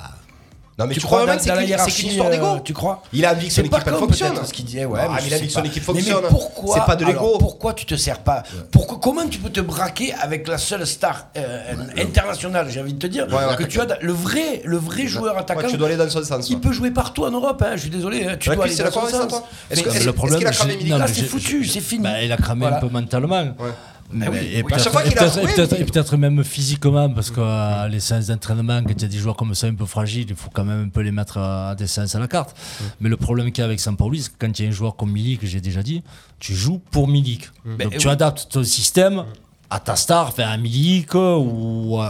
Speaker 7: Non, mais tu,
Speaker 6: tu
Speaker 7: crois
Speaker 6: crois
Speaker 7: vraiment
Speaker 6: dans,
Speaker 7: que
Speaker 6: dans la
Speaker 7: c'est qu'une- c'est
Speaker 6: hiérarchie
Speaker 7: qu'une histoire d'ego
Speaker 6: euh, Tu crois
Speaker 7: Il a envie que son
Speaker 6: C'est pas
Speaker 7: équipe elle
Speaker 6: con,
Speaker 7: fonctionne.
Speaker 6: peut-être, ce qu'il disait, ouais.
Speaker 7: Ah,
Speaker 6: mais
Speaker 7: mais
Speaker 6: je
Speaker 7: il a
Speaker 6: sais
Speaker 7: envie que son
Speaker 6: pas.
Speaker 7: équipe
Speaker 6: Mais-
Speaker 7: fonctionne.
Speaker 6: Mais pourquoi
Speaker 7: C'est pas de
Speaker 6: alors,
Speaker 7: l'ego.
Speaker 6: Pourquoi tu te sers pas Pourquoi Comment tu peux te braquer avec la seule star euh, internationale, j'ai envie de te dire,
Speaker 7: Ouais, ouais,
Speaker 6: que tu as le vrai, le vrai joueur attaquant
Speaker 7: Ouais, tu dois aller dans son sens. hein.
Speaker 6: qui
Speaker 7: ouais.
Speaker 6: peut jouer partout en Europe. hein, je suis désolé, hein, tu dois
Speaker 7: Dreyfus,
Speaker 6: aller
Speaker 7: c'est
Speaker 6: dans
Speaker 7: d'accord
Speaker 6: son
Speaker 7: avec ça,
Speaker 6: sens.
Speaker 7: toi Est-ce que-
Speaker 6: Mais-
Speaker 9: Non, mais
Speaker 7: est-ce-
Speaker 9: le
Speaker 7: est-ce
Speaker 9: problème,
Speaker 7: qu'il a cramé
Speaker 9: j'ai-
Speaker 7: Milik
Speaker 9: non,
Speaker 6: Là,
Speaker 9: mais
Speaker 6: c'est
Speaker 9: j'ai-
Speaker 6: foutu,
Speaker 9: j'ai-
Speaker 6: c'est fini.
Speaker 9: Bah, il a cramé
Speaker 6: Voilà.
Speaker 9: un peu mentalement.
Speaker 7: Mmh. Ouais.
Speaker 9: Mais-
Speaker 6: oui,
Speaker 9: et
Speaker 6: oui.
Speaker 7: À chaque fois
Speaker 9: peut-être
Speaker 7: qu'il
Speaker 9: et
Speaker 7: a
Speaker 9: peut-être-
Speaker 7: joué,
Speaker 9: et peut-être-
Speaker 7: il-
Speaker 9: et peut-être même physiquement, parce que euh, les séances d'entraînement, quand il y a des joueurs comme ça un peu fragiles, il faut quand même un peu les mettre euh, à à des séances à la carte.
Speaker 7: Mmh.
Speaker 9: Mais le problème qu'il y a avec Sampaoli, c'est que quand il y a un joueur comme Milik, j'ai déjà dit, tu joues pour Milik.
Speaker 7: Mmh.
Speaker 9: Donc
Speaker 6: Ben,
Speaker 9: tu
Speaker 6: oui.
Speaker 9: adaptes ton système à ta star, enfin à Milik euh, ou. euh,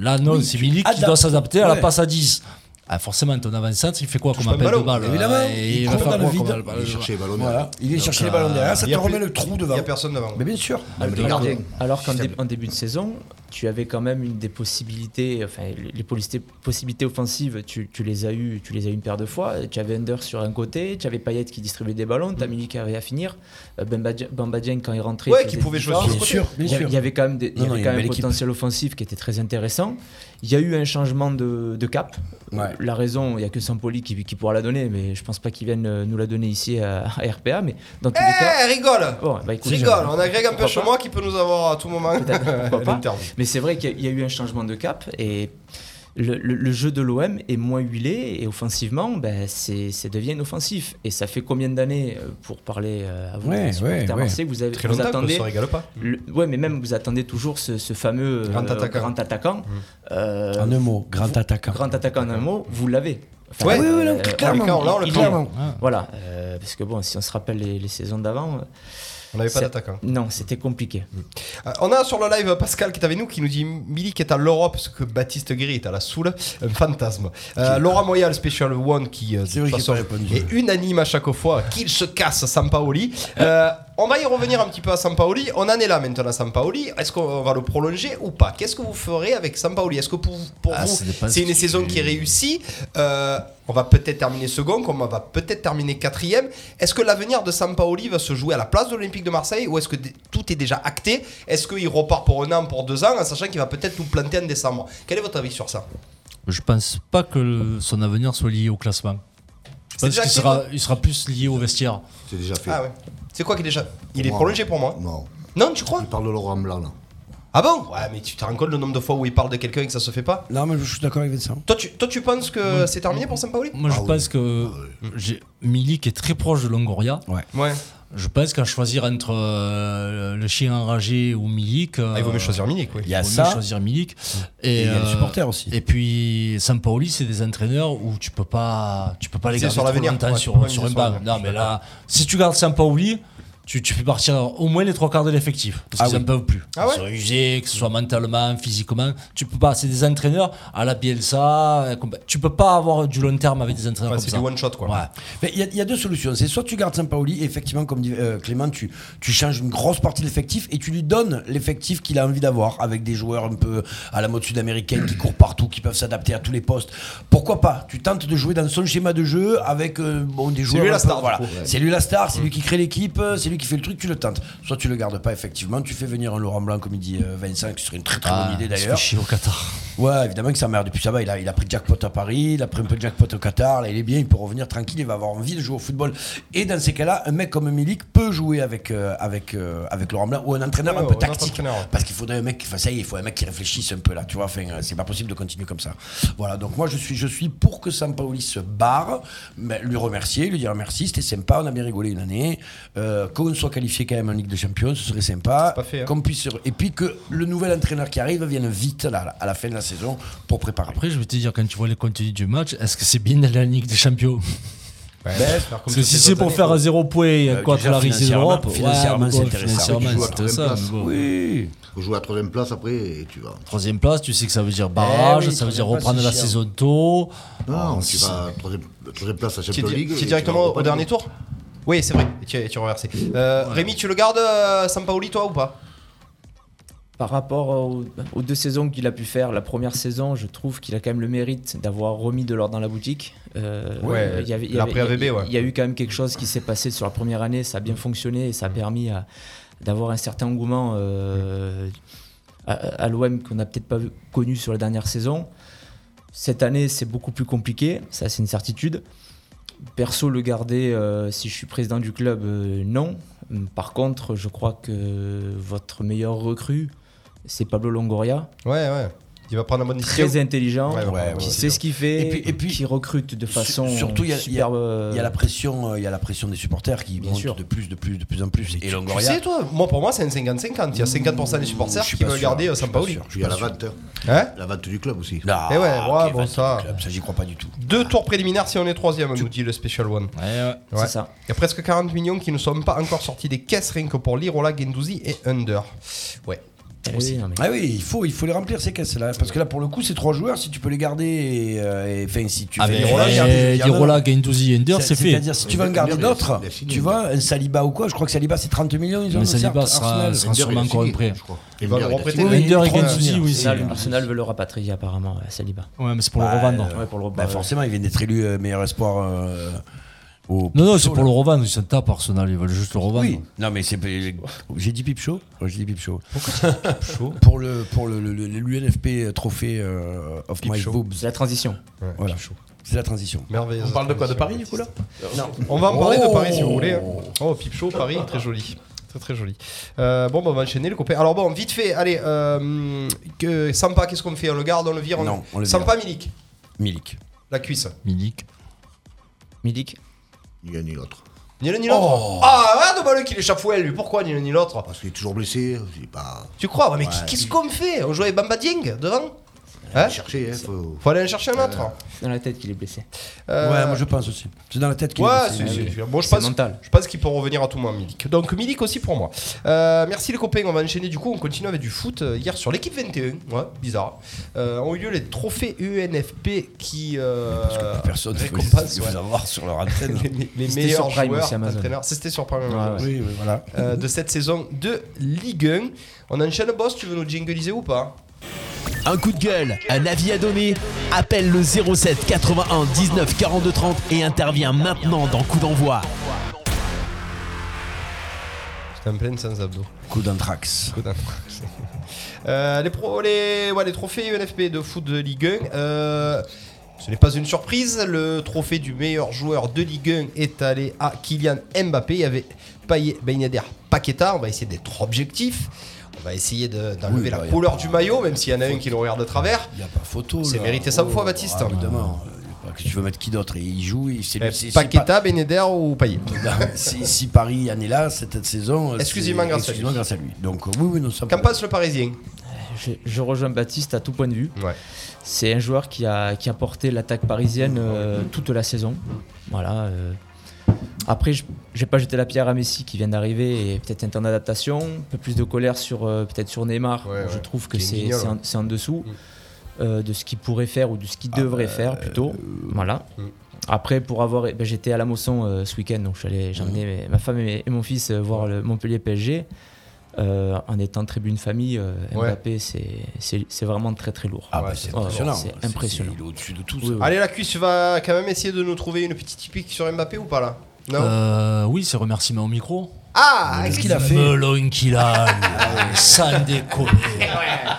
Speaker 9: Là, non, c'est Milik qui
Speaker 6: adaptes.
Speaker 9: doit s'adapter à la
Speaker 6: Ouais.
Speaker 9: passe à 10.
Speaker 5: Ah, forcément, ton avant-centre, il fait quoi comme
Speaker 7: pas le
Speaker 5: appel de
Speaker 7: ballon,
Speaker 5: balle
Speaker 6: évidemment.
Speaker 5: euh, et
Speaker 6: Il
Speaker 5: Il va
Speaker 6: court
Speaker 5: faire
Speaker 6: dans le
Speaker 5: quoi
Speaker 6: vide.
Speaker 5: comme balle
Speaker 3: Il cherchait les ballons.
Speaker 6: Voilà. Il est chercher les ballons derrière, ça
Speaker 7: euh, il y
Speaker 6: te
Speaker 7: a
Speaker 6: remet
Speaker 7: plus-
Speaker 6: le trou
Speaker 7: Il
Speaker 6: devant.
Speaker 7: n'y a personne devant.
Speaker 6: Mais bien sûr.
Speaker 8: Alors- Alors qu'en dé- en début de saison, tu avais quand même une des possibilités, enfin les les possibilités, possibilités offensives, tu, tu les as eues, tu les as eu une paire de fois. Tu avais Under sur un côté, tu avais Payet qui distribuait des
Speaker 7: Mm.
Speaker 8: ballons, Tamini qui avait à finir, euh, Bamba Dia- Bamba Dieng quand il rentrait. il
Speaker 7: Ouais,
Speaker 8: faisait
Speaker 7: qui
Speaker 8: des
Speaker 7: pouvait jouer sur
Speaker 8: différences.
Speaker 6: Bien sûr, bien
Speaker 8: Il y a-
Speaker 6: sûr.
Speaker 8: il y avait quand même, des, il y
Speaker 6: Non, non, il
Speaker 8: avait
Speaker 6: y a une
Speaker 8: quand même un
Speaker 6: belle équipe.
Speaker 8: potentiel offensif qui était très intéressant. Il y a eu un changement de, de cap.
Speaker 6: Ouais.
Speaker 8: La raison, il n'y a que Sampoli qui, qui pourra la donner, mais je pense pas qu'il vienne euh, nous la donner ici à, à RPA. Mais dans tous les cas,
Speaker 7: Eh, rigole
Speaker 8: bon, bah, écoute,
Speaker 7: Rigole, hein. on agrègue un peu
Speaker 8: Pourquoi
Speaker 7: chez moi qui peut nous avoir à tout moment.
Speaker 8: Peut-être, pourquoi pas.
Speaker 7: L'interview.
Speaker 8: Mais c'est vrai qu'il y, a- il y a eu un changement de cap et le, le- le jeu de l'OM est moins huilé et offensivement, ben, c'est, ça devient inoffensif. Et ça fait combien d'années, euh, pour parler euh, à vous,
Speaker 6: Ouais,
Speaker 8: les supporters
Speaker 6: ouais,
Speaker 8: marseillais, vous, avez,
Speaker 7: Très
Speaker 8: vous
Speaker 7: longtemps qu'on
Speaker 8: attendez.
Speaker 7: se régale pas.
Speaker 8: le- ouais, mais même vous attendez toujours ce, ce fameux euh,
Speaker 7: Grand attaquant. Mmh.
Speaker 8: attaquant. Euh,
Speaker 6: En un mot, grand attaquant.
Speaker 8: grand attaquant en un mot, vous l'avez. Enfin,
Speaker 7: Ouais,
Speaker 6: oui, oui, non,
Speaker 8: on-
Speaker 6: clairement.
Speaker 7: Là, on le
Speaker 8: il-
Speaker 7: prend.
Speaker 8: Voilà, euh, parce que bon, si on se rappelle les, les saisons d'avant, euh,
Speaker 7: On n'avait pas hein.
Speaker 8: c'est-
Speaker 7: d'attaquant.
Speaker 8: non, c'était compliqué.
Speaker 7: Euh, on a sur le live Pascal qui est avec nous qui nous dit Milik est à l'Europe parce que Baptiste Guéry est à la Soule, un fantasme. Euh, Laura Moyal, Special One, qui euh,
Speaker 6: C'est
Speaker 7: de
Speaker 6: vrai
Speaker 7: toute
Speaker 6: qu'il
Speaker 7: façon,
Speaker 6: est pas répondu.
Speaker 7: est unanime à chaque fois, qu'il se casse Sampaoli. Euh, on va y revenir un petit peu à Sampaoli. On en est là maintenant à Sampaoli. Est-ce qu'on va le prolonger ou pas Qu'est-ce que vous ferez avec Sampaoli Est-ce que pour, pour
Speaker 6: Ah, ça
Speaker 7: vous,
Speaker 6: dépend ce
Speaker 7: c'est une
Speaker 6: que
Speaker 7: saison
Speaker 6: tu-
Speaker 7: qui est réussie Euh, On va peut-être terminer second, comme on va peut-être terminer quatrième. Est-ce que l'avenir de Sampaoli va se jouer à la place de l'Olympique de Marseille ou est-ce que dé- tout est déjà acté Est-ce qu'il repart pour un an, pour deux ans, en sachant qu'il va peut-être nous planter en décembre Quel est votre avis sur ça
Speaker 5: Je pense pas que le- son avenir soit lié au classement. Je
Speaker 7: C'est
Speaker 5: pense
Speaker 7: déjà
Speaker 5: qu'il
Speaker 7: acquis,
Speaker 5: sera,
Speaker 7: toi
Speaker 5: il sera plus lié au vestiaire.
Speaker 3: C'est déjà fait.
Speaker 7: Ah ouais. C'est quoi qui est déjà Il est
Speaker 3: Moi.
Speaker 7: prolongé pour moi
Speaker 3: Non.
Speaker 7: Non, tu crois
Speaker 3: Il parle de Laurent Blanc, là.
Speaker 7: Ah bon Ouais, mais tu te rends compte le nombre de fois où il parle de quelqu'un et que ça se fait pas
Speaker 6: Non, mais je suis d'accord avec Vincent.
Speaker 7: Toi, tu, toi, tu penses que c'est terminé pour Sampaoli
Speaker 5: Moi,
Speaker 6: Ah
Speaker 5: je pense que j'ai- Milik est très proche de Longoria.
Speaker 7: Ouais.
Speaker 5: Je pense qu'à choisir entre euh, le chien enragé ou Milik, euh,
Speaker 7: Ah, il vaut mieux choisir Milik, oui.
Speaker 6: Il y a
Speaker 5: vaut mieux
Speaker 6: ça.
Speaker 5: choisir Milik.
Speaker 6: Et il y a les
Speaker 5: euh,
Speaker 6: supporters aussi.
Speaker 5: Et puis Sampaoli, c'est des entraîneurs où tu peux pas, tu peux pas les
Speaker 7: Miser
Speaker 5: garder
Speaker 7: sur
Speaker 5: trop
Speaker 7: l'avenir,
Speaker 5: longtemps
Speaker 7: ouais, tu peux
Speaker 5: sur,
Speaker 7: pas
Speaker 5: sur un
Speaker 7: miser sur
Speaker 5: banc.
Speaker 7: l'avenir,
Speaker 5: Non,
Speaker 7: je
Speaker 5: mais
Speaker 7: suis
Speaker 5: là, si tu gardes Sampaoli, tu, tu fais partir au moins les trois quarts de l'effectif parce
Speaker 6: Ah
Speaker 5: qu'ils
Speaker 6: oui.
Speaker 5: n'en peuvent plus.
Speaker 7: Ah ouais
Speaker 5: Ils sont usés, que ce soit mentalement, physiquement, tu peux pas. C'est des entraîneurs à la Bielsa, euh, compa- tu peux pas avoir du long terme avec des entraîneurs
Speaker 7: Ouais,
Speaker 5: comme
Speaker 7: c'est
Speaker 5: ça.
Speaker 7: du one shot, quoi.
Speaker 5: Ouais.
Speaker 6: Mais il y, a- il y a deux solutions. C'est soit tu gardes Sampaoli, et effectivement, comme dit euh, Clément, tu, tu changes une grosse partie de l'effectif et tu lui donnes l'effectif qu'il a envie d'avoir, avec des joueurs un peu à la mode sud-américaine qui courent partout, qui peuvent s'adapter à tous les postes. Pourquoi pas Tu tentes de jouer dans son schéma de jeu avec euh, bon, des joueurs.
Speaker 7: lui la
Speaker 6: un peu-
Speaker 7: star, du
Speaker 6: Voilà.
Speaker 7: coup, ouais. Mm.
Speaker 6: C'est lui la star, c'est lui qui crée l'équipe, euh, c'est lui qui fait le truc, tu le tentes. Soit tu le gardes pas, effectivement, tu fais venir un Laurent Blanc, comme il dit euh, Vincent, qui serait une très très
Speaker 5: Ah,
Speaker 6: bonne idée
Speaker 5: il se fait
Speaker 6: d'ailleurs.
Speaker 5: chier au Qatar.
Speaker 6: Ouais, évidemment que sa mère, depuis ça va, il a, il a pris jackpot à Paris, il a pris un peu de jackpot au Qatar, là il est bien, il peut revenir tranquille, il va avoir envie de jouer au football. Et dans ces cas-là, un mec comme Milik peut jouer avec, euh, avec, euh, avec Laurent Blanc ou un entraîneur
Speaker 7: Ouais,
Speaker 6: un
Speaker 7: ouais,
Speaker 6: peu
Speaker 7: un
Speaker 6: tactique.
Speaker 7: entraîneur.
Speaker 6: Parce qu'il faudrait un mec, qui fasse ça y est, il faut un mec qui réfléchisse un peu là, tu vois, enfin, euh, c'est pas possible de continuer comme ça. Voilà, donc moi je suis, je suis pour que Sampaoli se barre, mais lui remercier, lui dire merci, c'était sympa, on a bien rigolé une année, euh, qu'on soit qualifié quand même en Ligue des Champions, ce serait sympa.
Speaker 7: C'est pas fait, hein.
Speaker 6: Qu'on puisse se- Et puis que le nouvel entraîneur qui arrive vienne vite là, à la fin de la saison pour préparer.
Speaker 5: Après, je vais te dire, quand tu vois les contenus du match, est-ce que c'est bien d'aller en Ligue des Champions
Speaker 7: Ben,
Speaker 5: Parce que si c'est pour faire un zéro point et
Speaker 6: Euh,
Speaker 5: contre
Speaker 6: déjà,
Speaker 5: la risée
Speaker 6: financièrement,
Speaker 5: d'Europe,
Speaker 6: financièrement,
Speaker 5: ouais,
Speaker 6: c'est
Speaker 5: bon,
Speaker 6: intéressant.
Speaker 3: Tu joues
Speaker 5: Financièrement,
Speaker 3: à
Speaker 5: c'était ça.
Speaker 3: troisième
Speaker 5: mais bon.
Speaker 6: Oui.
Speaker 3: Faut jouer à la troisième place après et tu vas.
Speaker 5: Troisième place, tu sais que ça veut dire barrage,
Speaker 6: Eh oui,
Speaker 5: ça veut dire
Speaker 6: troisième
Speaker 5: reprendre
Speaker 6: place,
Speaker 5: la
Speaker 6: c'est
Speaker 5: saison tôt.
Speaker 4: Ah,
Speaker 5: Oh,
Speaker 3: Non, tu vas à troisième, troisième place à
Speaker 7: Tu es,
Speaker 3: Champions
Speaker 7: di-
Speaker 3: League.
Speaker 7: tu es
Speaker 3: et
Speaker 7: directement
Speaker 3: tu vas
Speaker 7: au
Speaker 3: pas
Speaker 7: dernier
Speaker 3: jouer.
Speaker 7: tour Oui, c'est vrai. Et tu, et tu es reversé. Euh, Rémi, tu le gardes euh, Sampaoli, toi, ou pas
Speaker 8: Par rapport au- aux deux saisons qu'il a pu faire, la première saison, je trouve qu'il a quand même le mérite d'avoir remis de l'or dans la boutique. Euh,
Speaker 7: Ouais,
Speaker 8: il y avait- il y
Speaker 7: il a
Speaker 8: avait-
Speaker 7: pris AVB,
Speaker 8: il y a-
Speaker 7: ouais. Mm.
Speaker 8: Il y a eu quand même quelque chose qui s'est passé sur la première année, ça a bien fonctionné et ça a permis à- d'avoir un certain engouement euh, à, à l'OM qu'on n'a peut-être pas vu- connu sur la dernière saison. Cette année, c'est beaucoup plus compliqué, ça c'est une certitude. Perso, le garder, euh, si je suis président du club, euh, non. Hum, Par contre, je crois que votre meilleur recrue, c'est Pablo Longoria,
Speaker 7: Ouais, ouais. Il va prendre la bonne décision.
Speaker 8: très intelligent,
Speaker 7: Ouais, ouais, ouais,
Speaker 8: qui
Speaker 7: ouais,
Speaker 8: sait ce qu'il fait,
Speaker 6: Et puis- et puis-
Speaker 8: qui recrute de façon
Speaker 6: surtout, il y a- il y a-
Speaker 8: superbe.
Speaker 6: Il y a la pression, euh, il y a la pression des supporters qui
Speaker 8: Bien
Speaker 6: monte
Speaker 8: sûr.
Speaker 6: de plus, de plus, de plus en plus. Et
Speaker 7: Tu
Speaker 6: Longoria.
Speaker 7: sais, toi, moi, pour moi, c'est un 50-50. Il y a 50% des supporters
Speaker 6: Je suis
Speaker 7: qui
Speaker 6: pas
Speaker 7: veulent
Speaker 6: sûr,
Speaker 7: garder euh,
Speaker 6: je suis pas
Speaker 7: Sampaoli.
Speaker 6: sûr.
Speaker 3: Puis il y a la vente. hein.
Speaker 7: Hein
Speaker 3: La vente du club aussi.
Speaker 6: Non,
Speaker 7: Eh ouais, ouais,
Speaker 6: ok,
Speaker 7: bon,
Speaker 6: vas-y,
Speaker 7: ça-
Speaker 6: le club, ça j'y crois pas du tout.
Speaker 7: Deux tours préliminaires si on est troisième, nous dit le Special One.
Speaker 5: Ouais, ouais.
Speaker 7: Ouais.
Speaker 8: C'est ça.
Speaker 7: Il y a presque 40 millions qui ne sont pas encore sortis des caisses, rien que pour Lirola, Gendouzi et Under. Ouais.
Speaker 8: Oui, non, mais-
Speaker 6: Ah oui, il faut, il faut les remplir ces caisses-là. Parce que là, pour le coup, c'est trois joueurs. Si tu peux les garder, et, euh, et, enfin, si tu
Speaker 5: Ah,
Speaker 6: fais
Speaker 5: mais
Speaker 6: des relais, garde-
Speaker 5: eh,
Speaker 6: garde-
Speaker 5: Dirola, Guendouzi, Ender, c'est
Speaker 6: c'est-
Speaker 5: fait.
Speaker 6: hein. C'est-à-dire, si tu vas en garder d'autres, tu vois, un Saliba ou quoi, je crois que Saliba c'est 30 millions, ils ont
Speaker 5: Mais
Speaker 6: certes,
Speaker 5: Saliba sera,
Speaker 6: Arsenal.
Speaker 5: sera sûrement encore un prêt.
Speaker 7: Ils vont le reprêter.
Speaker 5: Oui, Ender et
Speaker 6: trois,
Speaker 5: Guendouzi, oui. c'est-
Speaker 8: Arsenal, Arsenal veut le rapatrier apparemment à Saliba.
Speaker 5: Ouais, mais c'est pour le revendre.
Speaker 8: Ouais, pour le
Speaker 6: Bah,
Speaker 8: repas, ouais.
Speaker 6: forcément, ils viennent d'être élus euh, meilleur espoir euh, au.
Speaker 5: Non, non, c'est pour le revendre. Ils s'en tapent, Arsenal. Ils veulent juste le revendre.
Speaker 6: Oui, non mais c'est j'ai dit pipe chaud, j'ai dit pipe chaud. pour le pour le, le- le- l'UNFP trophée euh, of my boobs.
Speaker 8: C'est la transition.
Speaker 6: Voilà. C'est la transition.
Speaker 7: Merveilleux.
Speaker 4: On parle de quoi De Paris, du coup, là
Speaker 7: On va en parler de
Speaker 6: Oh.
Speaker 7: Paris si vous voulez. Oh, Pipe Show, Paris, très joli. Très très joli. Euh, bon, bah, on va enchaîner les copains. Alors, bon, vite fait, allez, euh, que, Sampa, qu'est-ce qu'on fait On le garde, on le vire
Speaker 6: Non, on le
Speaker 7: Sampa Milik,
Speaker 6: Milik.
Speaker 7: la cuisse.
Speaker 5: Milik.
Speaker 8: Milik.
Speaker 3: Il y en a ni l'autre.
Speaker 7: Ni l'un ni l'autre.
Speaker 6: Oh.
Speaker 7: Ah, ouais, dommage qu'il échappe fouet, lui. Pourquoi ni l'un ni l'autre
Speaker 3: Parce qu'il est toujours blessé. C'est pas.
Speaker 7: Tu crois Ouais, Mais qu'est-ce qu'on fait On jouait avec Bamba Dieng devant Hein
Speaker 3: Chercher, hein, faut.
Speaker 7: Faut aller en chercher un autre.
Speaker 8: C'est dans la tête qu'il est blessé.
Speaker 7: Euh,
Speaker 6: Ouais, moi je pense aussi. C'est dans la tête qu'il
Speaker 7: Ouais,
Speaker 6: est
Speaker 7: c'est,
Speaker 6: blessé.
Speaker 7: c'est- bon, je
Speaker 8: C'est
Speaker 7: pense,
Speaker 8: mental.
Speaker 7: Je pense qu'il peut revenir à tout moment, Milik. Donc, Milik aussi pour moi. Euh, merci les copains, on va enchaîner du coup. On continue avec du foot. Euh, Hier sur l'équipe 21, ouais, bizarre, euh, ont eu lieu les trophées E UNFP qui euh,
Speaker 6: Parce que plus personne ne
Speaker 7: récompensent
Speaker 6: veut
Speaker 7: ouais,
Speaker 6: les avoir sur leur antenne.
Speaker 7: les, les- les
Speaker 8: C'était
Speaker 7: meilleurs
Speaker 8: sur Prime
Speaker 7: joueurs,
Speaker 8: aussi, Amazon.
Speaker 7: entraîneurs. C'était sur Prime
Speaker 8: Ouais,
Speaker 7: Amazon,
Speaker 8: ouais.
Speaker 6: oui, oui, voilà.
Speaker 7: euh, de cette saison de Ligue 1. On enchaîne, boss, tu veux nous jingliser ou pas
Speaker 2: Un coup de gueule, un avis à donner Appelle le 07 81 19 42 30 et intervient maintenant dans Coup d'envoi.
Speaker 7: J'étais en pleine sans abdos.
Speaker 6: Coup d'anthrax.
Speaker 7: Godin. Euh, les, pro- les- ouais, les trophées E UNFP de foot de Ligue 1. euh, ce n'est pas une surprise. Le trophée du meilleur joueur de Ligue 1 est allé à Kylian Mbappé. Il y avait Payet, Ben Yedder, Paqueta. On va essayer d'être objectif. On va essayer de- d'enlever
Speaker 6: Oui,
Speaker 7: la
Speaker 6: bah, y a
Speaker 7: couleur
Speaker 6: pas-
Speaker 7: du maillot, même s'il y en a un qui le regarde de travers.
Speaker 6: Il n'y a pas photo.
Speaker 7: C'est
Speaker 6: là.
Speaker 7: mérité cinq fois, Baptiste.
Speaker 6: ah, évidemment. Euh, que tu veux mettre qui d'autre Et Il joue, il- c'est
Speaker 7: Eh,
Speaker 6: lui. c'est- c'est pas-
Speaker 7: Paqueta, Ben Yedder ou Payet.
Speaker 6: si, si Paris en est là cette saison, euh, c'est-
Speaker 7: Exclusivement grâce à lui.
Speaker 6: exclusivement grâce à lui. Donc euh, oui, oui, nous sommes.
Speaker 7: Qu'en passe le Parisien
Speaker 8: Je, je rejoins Baptiste à tout point de vue.
Speaker 7: Ouais.
Speaker 8: C'est un joueur qui a, qui a porté l'attaque parisienne euh, toute la saison. Voilà. euh. Après, je je vais pas jeter la pierre à Messi qui vient d'arriver et peut-être un temps d'adaptation, un peu plus de colère sur euh, peut-être sur Neymar.
Speaker 7: Ouais,
Speaker 8: je
Speaker 7: ouais.
Speaker 8: trouve que
Speaker 7: Qui est
Speaker 8: c'est
Speaker 7: guignol,
Speaker 8: c'est en,
Speaker 7: ouais.
Speaker 8: c'est en dessous
Speaker 7: Mm. Ah, bah,
Speaker 8: euh, de ce qu'il pourrait faire ou de ce qu'il devrait faire plutôt. voilà.
Speaker 7: Mm.
Speaker 8: Après, pour avoir, ben, j'étais à la Mosson euh, ce week-end, donc je suis allé- j'ai emmené mes- ma femme et, mes- et mon fils euh, voir le Montpellier PSG. Euh, en étant tribune famille, euh,
Speaker 7: Ouais.
Speaker 8: Mbappé, c'est- c'est c'est vraiment très très lourd.
Speaker 6: Ah bah, c'est
Speaker 8: Ouais,
Speaker 6: impressionnant.
Speaker 8: c'est impressionnant.
Speaker 6: Il est au-dessus de tout.
Speaker 8: Oui,
Speaker 6: ça.
Speaker 8: oui.
Speaker 7: Allez, la cuisse va quand même essayer de nous trouver une petite typique sur Mbappé ou pas là Non
Speaker 5: Euh, oui, c'est remerciement au micro.
Speaker 7: Ah
Speaker 6: Qu'est-ce qu'il a fait
Speaker 5: Melon qu'il a, lui. sans déconner.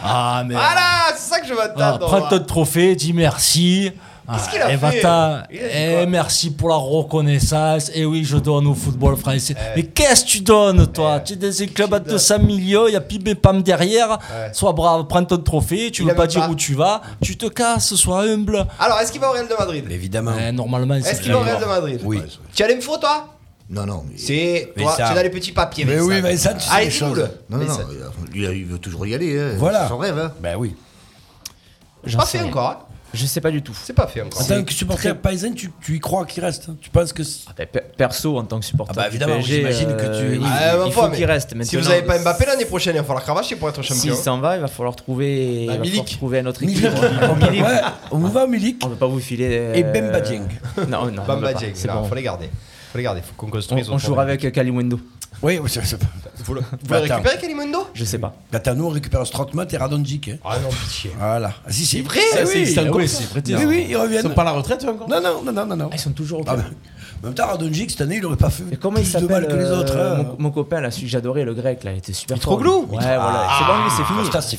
Speaker 5: Ah, mais.
Speaker 7: Voilà, c'est ça que je veux
Speaker 5: Ah,
Speaker 7: attendre.
Speaker 5: prends ton trophée, dis merci. Ah,
Speaker 7: qu'il a
Speaker 5: et
Speaker 7: fait
Speaker 5: va-t'en.
Speaker 7: Il a dit
Speaker 5: Eh,
Speaker 7: quoi
Speaker 5: merci pour la reconnaissance. Et oui, je donne au football français. Mais qu'est-ce que tu donnes, toi Ah, Tu es dans un club à 200 millions, il y a Pibé Pam derrière.
Speaker 7: Ouais.
Speaker 5: Sois brave, prends ton trophée. Tu
Speaker 7: Il
Speaker 5: veux
Speaker 7: aime
Speaker 5: pas dire
Speaker 7: pas.
Speaker 5: où tu vas. Tu te casses, sois humble.
Speaker 7: Alors, est-ce qu'il va au Real de Madrid
Speaker 6: Mais Évidemment.
Speaker 5: Eh, normalement,
Speaker 7: Est-ce
Speaker 5: c'est
Speaker 7: qu'il va au
Speaker 5: la
Speaker 7: Real
Speaker 5: loi.
Speaker 7: de Madrid
Speaker 6: Oui.
Speaker 7: Tu as l'info, toi
Speaker 3: Non, non. mais-
Speaker 7: C'est.
Speaker 6: Mais
Speaker 7: Toi,
Speaker 6: ça-
Speaker 7: tu as les petits papiers. Ah,
Speaker 6: Mais
Speaker 7: Vincent.
Speaker 6: oui, mais ça, tu sais
Speaker 7: Allez,
Speaker 6: les
Speaker 7: dis-nous-le.
Speaker 6: choses.
Speaker 3: Non, non,
Speaker 7: Vincent.
Speaker 3: non, il a- il, a- il veut toujours y aller. hein.
Speaker 6: Voilà.
Speaker 3: C'est son rêve. Hein.
Speaker 6: Ben oui.
Speaker 8: J'en
Speaker 7: C'est pas
Speaker 8: sais
Speaker 7: fait
Speaker 8: rien.
Speaker 7: encore. hein.
Speaker 8: Je sais pas du tout.
Speaker 7: C'est pas fait encore.
Speaker 6: En tant que supporter parisien, tu, tu y crois qu'il reste hein Tu penses que. c'est-
Speaker 8: Ah ben, per- perso, en tant que supporter,
Speaker 6: Ah bah,
Speaker 8: du
Speaker 6: évidemment,
Speaker 8: PSG,
Speaker 6: j'imagine que tu-
Speaker 8: euh, il,
Speaker 6: Ah,
Speaker 7: Ah,
Speaker 8: il
Speaker 7: bah,
Speaker 8: faut
Speaker 7: mais
Speaker 8: qu'il reste.
Speaker 7: Si vous
Speaker 8: Maintenant,
Speaker 7: n'avez pas Mbappé l'année prochaine, il va falloir cravacher pour être
Speaker 8: S'il
Speaker 7: champion.
Speaker 8: s'en va, il va falloir trouver,
Speaker 7: Bah,
Speaker 8: il va falloir
Speaker 7: Milik.
Speaker 8: trouver un autre
Speaker 6: Milik.
Speaker 8: équilibre. Milik.
Speaker 6: Ouais, on va au Milik.
Speaker 8: On peut pas vous filer. euh,
Speaker 6: Et Bemba Dieng.
Speaker 8: Non, non. on
Speaker 7: Bamba
Speaker 8: peut pas.
Speaker 7: Dieng,
Speaker 8: Ah, C'est
Speaker 7: là,
Speaker 8: bon.
Speaker 7: faut les garder. Faut les garder, faut qu'on
Speaker 8: On,
Speaker 7: construise.
Speaker 8: on jouera avec euh, Kalimundo.
Speaker 6: Oui, oui, c'est. c'est-
Speaker 7: Vous le, vous le
Speaker 6: Attends.
Speaker 7: récupérez, Kalimundo
Speaker 8: Je sais pas.
Speaker 6: Attends, nous on récupère Strootman et Radonjic. hein.
Speaker 7: Ah non, pitié.
Speaker 6: Voilà. Ah, si, c'est
Speaker 7: vrai,
Speaker 6: Ah,
Speaker 7: oui,
Speaker 6: c'est- c'est
Speaker 5: ah
Speaker 6: encore-
Speaker 5: oui, c'est vrai,
Speaker 6: Oui,
Speaker 5: tiens.
Speaker 6: oui, ils
Speaker 4: Ils
Speaker 6: reviennent.
Speaker 4: sont pas à la retraite, eux, encore
Speaker 6: Non, non, non, non, non, non.
Speaker 8: Ah, ils sont toujours au
Speaker 6: Ah,
Speaker 8: club.
Speaker 6: mais- en même temps, Radonjic, cette année, il aurait pas fait
Speaker 8: Et comment il
Speaker 6: plus de mal
Speaker 8: s'appelle
Speaker 6: que les
Speaker 8: euh,
Speaker 6: autres. hein.
Speaker 8: mon, mon copain là, celui que j'adorais, le grec là, il était super
Speaker 7: Mitroglou
Speaker 8: fort. lui. Ouais, voilà.
Speaker 7: Ah,
Speaker 8: C'est bon, lui, Ah, c'est fini.
Speaker 6: Ah, Ça, c'est